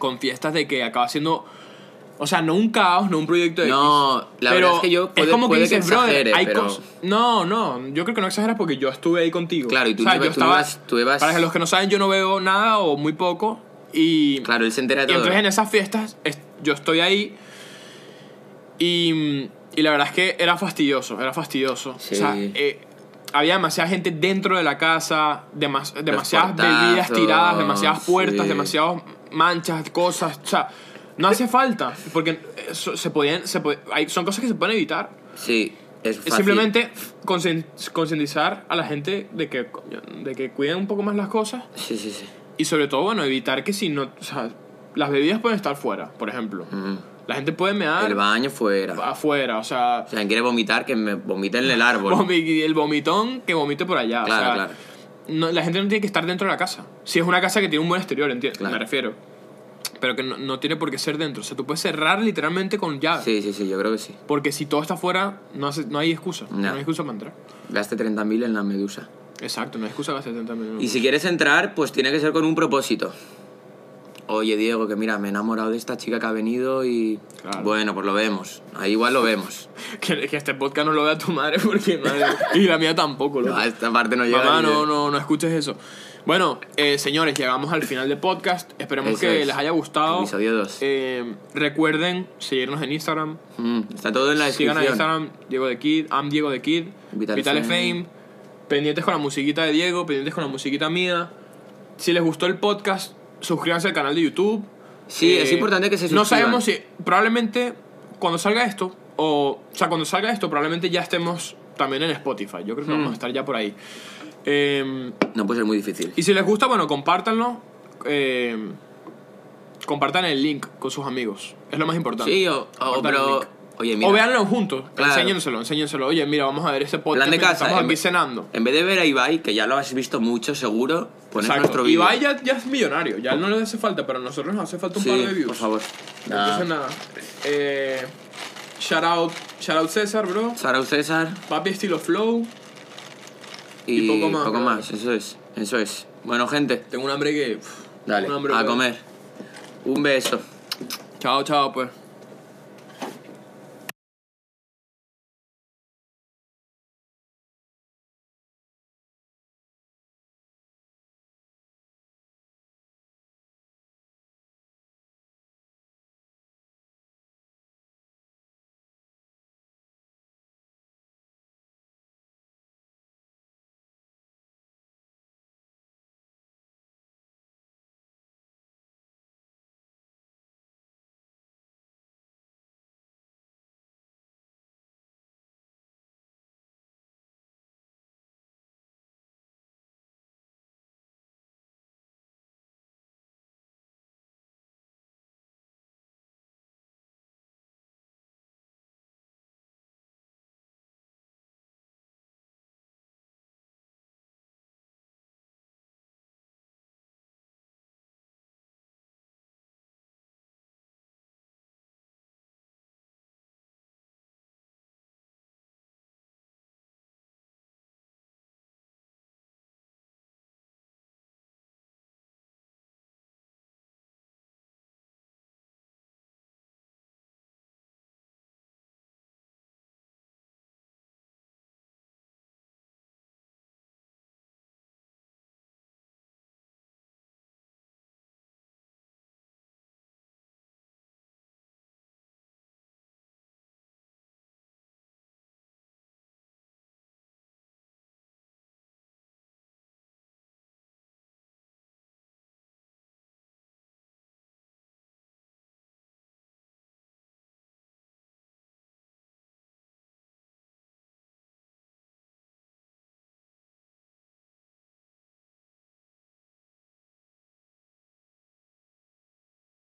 [SPEAKER 2] con fiestas de que acaba siendo... O sea, no un caos, no un proyecto de
[SPEAKER 1] No, la
[SPEAKER 2] pero
[SPEAKER 1] verdad es que yo puede-
[SPEAKER 2] como
[SPEAKER 1] puede
[SPEAKER 2] que dices,
[SPEAKER 1] que
[SPEAKER 2] brother,
[SPEAKER 1] exagere,
[SPEAKER 2] hay
[SPEAKER 1] pero-
[SPEAKER 2] cos- No, no, yo creo que no exageras porque yo estuve ahí contigo.
[SPEAKER 1] Claro, y tú
[SPEAKER 2] O sea,
[SPEAKER 1] no
[SPEAKER 2] yo
[SPEAKER 1] ve- tú no
[SPEAKER 2] estaba-
[SPEAKER 1] vas- tú ibas-
[SPEAKER 2] Para los que no saben, yo no veo nada o muy poco. Y,
[SPEAKER 1] Claro, él se entera
[SPEAKER 2] y
[SPEAKER 1] de todo.
[SPEAKER 2] entonces en esas fiestas es- yo estoy ahí y, y la verdad es que era fastidioso, era fastidioso.
[SPEAKER 1] Sí.
[SPEAKER 2] O sea, eh, había demasiada gente dentro de la casa, demas- demasiadas
[SPEAKER 1] portazos,
[SPEAKER 2] bebidas tiradas, demasiadas puertas,
[SPEAKER 1] sí.
[SPEAKER 2] demasiadas manchas, cosas. O sea, no hace falta, porque eso se podían, se pod- hay, son cosas que se pueden evitar.
[SPEAKER 1] Sí, es
[SPEAKER 2] Es
[SPEAKER 1] fácil.
[SPEAKER 2] simplemente concien- concientizar a la gente de que, coño, de que cuiden un poco más las cosas
[SPEAKER 1] Sí, sí, sí.
[SPEAKER 2] y sobre todo, bueno, evitar que si no... O sea, las bebidas pueden estar fuera, por ejemplo.
[SPEAKER 1] Mm.
[SPEAKER 2] La gente puede mear
[SPEAKER 1] El baño fuera.
[SPEAKER 2] afuera, o sea...
[SPEAKER 1] O sea, quiere vomitar, que me vomite en el árbol.
[SPEAKER 2] vomi- el vomitón que vomite por allá.
[SPEAKER 1] Claro,
[SPEAKER 2] o sea,
[SPEAKER 1] claro.
[SPEAKER 2] no- la gente no tiene que estar dentro de la casa. Si es una casa que tiene un buen exterior, entiendo,
[SPEAKER 1] Claro.
[SPEAKER 2] me refiero. Pero que no, no tiene por qué ser dentro. O sea, tú puedes cerrar literalmente con llave.
[SPEAKER 1] Sí, sí, sí, yo creo que sí.
[SPEAKER 2] Porque si todo está fuera, no, hace- no hay excusa. No.
[SPEAKER 1] No.
[SPEAKER 2] hay excusa para entrar.
[SPEAKER 1] Gaste 30.000 en la medusa.
[SPEAKER 2] Exacto, no hay excusa para 70 minutos.
[SPEAKER 1] Y si quieres entrar, pues tiene que ser con un propósito. Oye, Diego, que mira, me he enamorado de esta chica que ha venido y...
[SPEAKER 2] Claro.
[SPEAKER 1] Bueno, pues lo vemos. Ahí igual lo
[SPEAKER 2] [LAUGHS]
[SPEAKER 1] vemos.
[SPEAKER 2] [LAUGHS] Que, que este podcast no lo vea tu madre porque madre, y la mía tampoco. loco.
[SPEAKER 1] No, a esta parte no llega.
[SPEAKER 2] Mamá,
[SPEAKER 1] ni de-
[SPEAKER 2] no, no, no escuches eso. Bueno, eh, señores, llegamos al final del podcast. Esperemos
[SPEAKER 1] Eso
[SPEAKER 2] que
[SPEAKER 1] es.
[SPEAKER 2] les haya gustado.
[SPEAKER 1] Episodio dos.
[SPEAKER 2] Oh. Eh, recuerden seguirnos en Instagram.
[SPEAKER 1] Mm, está todo en la descripción.
[SPEAKER 2] Sigan a Instagram, Diego de Kid, am Diego de Kid, Vital,
[SPEAKER 1] Vital
[SPEAKER 2] Fame.
[SPEAKER 1] Fame.
[SPEAKER 2] Pendientes con la musiquita de Diego, pendientes con la musiquita mía. Si les gustó el podcast, suscríbanse al canal de YouTube. Eh,
[SPEAKER 1] Sí, es importante que se
[SPEAKER 2] No
[SPEAKER 1] suscriban.
[SPEAKER 2] sabemos si. Probablemente cuando salga esto, o. O sea, cuando salga esto, probablemente ya estemos también en Spotify. Yo creo que
[SPEAKER 1] Mm.
[SPEAKER 2] vamos a estar ya por ahí. Eh,
[SPEAKER 1] No puede ser muy difícil.
[SPEAKER 2] y si les gusta, bueno, compártanlo. eh, compartan el link con sus amigos. Es lo más importante.
[SPEAKER 1] Sí, o, o-
[SPEAKER 2] Compartan el
[SPEAKER 1] pero...
[SPEAKER 2] link.
[SPEAKER 1] Oye, mira.
[SPEAKER 2] O véanlo juntos.
[SPEAKER 1] Claro.
[SPEAKER 2] Enséñenselo, enséñenselo. Oye, mira, vamos a ver este podcast.
[SPEAKER 1] Plan de
[SPEAKER 2] mientras
[SPEAKER 1] casa, eh,
[SPEAKER 2] Estamos
[SPEAKER 1] en
[SPEAKER 2] aquí
[SPEAKER 1] vez-
[SPEAKER 2] cenando.
[SPEAKER 1] En vez de ver a Ibai, que ya lo has visto mucho seguro, pones nuestro
[SPEAKER 2] Exacto.
[SPEAKER 1] vídeo.
[SPEAKER 2] Ibai ya, ya es millonario. Ya no le hace falta, pero a nosotros nos hace falta un
[SPEAKER 1] Sí,
[SPEAKER 2] par de views.
[SPEAKER 1] por favor.
[SPEAKER 2] Entonces, nada. Eh, shout, out, shout out César, bro.
[SPEAKER 1] Sarau César
[SPEAKER 2] Papi estilo flow.
[SPEAKER 1] y,
[SPEAKER 2] Y poco más,
[SPEAKER 1] Poco
[SPEAKER 2] ¿no?
[SPEAKER 1] más, eso es. Eso es. Bueno, gente,
[SPEAKER 2] Tengo un hambre que... pff,
[SPEAKER 1] dale,
[SPEAKER 2] un hambre
[SPEAKER 1] a
[SPEAKER 2] que-
[SPEAKER 1] comer. Un beso.
[SPEAKER 2] Chao, chao, pues.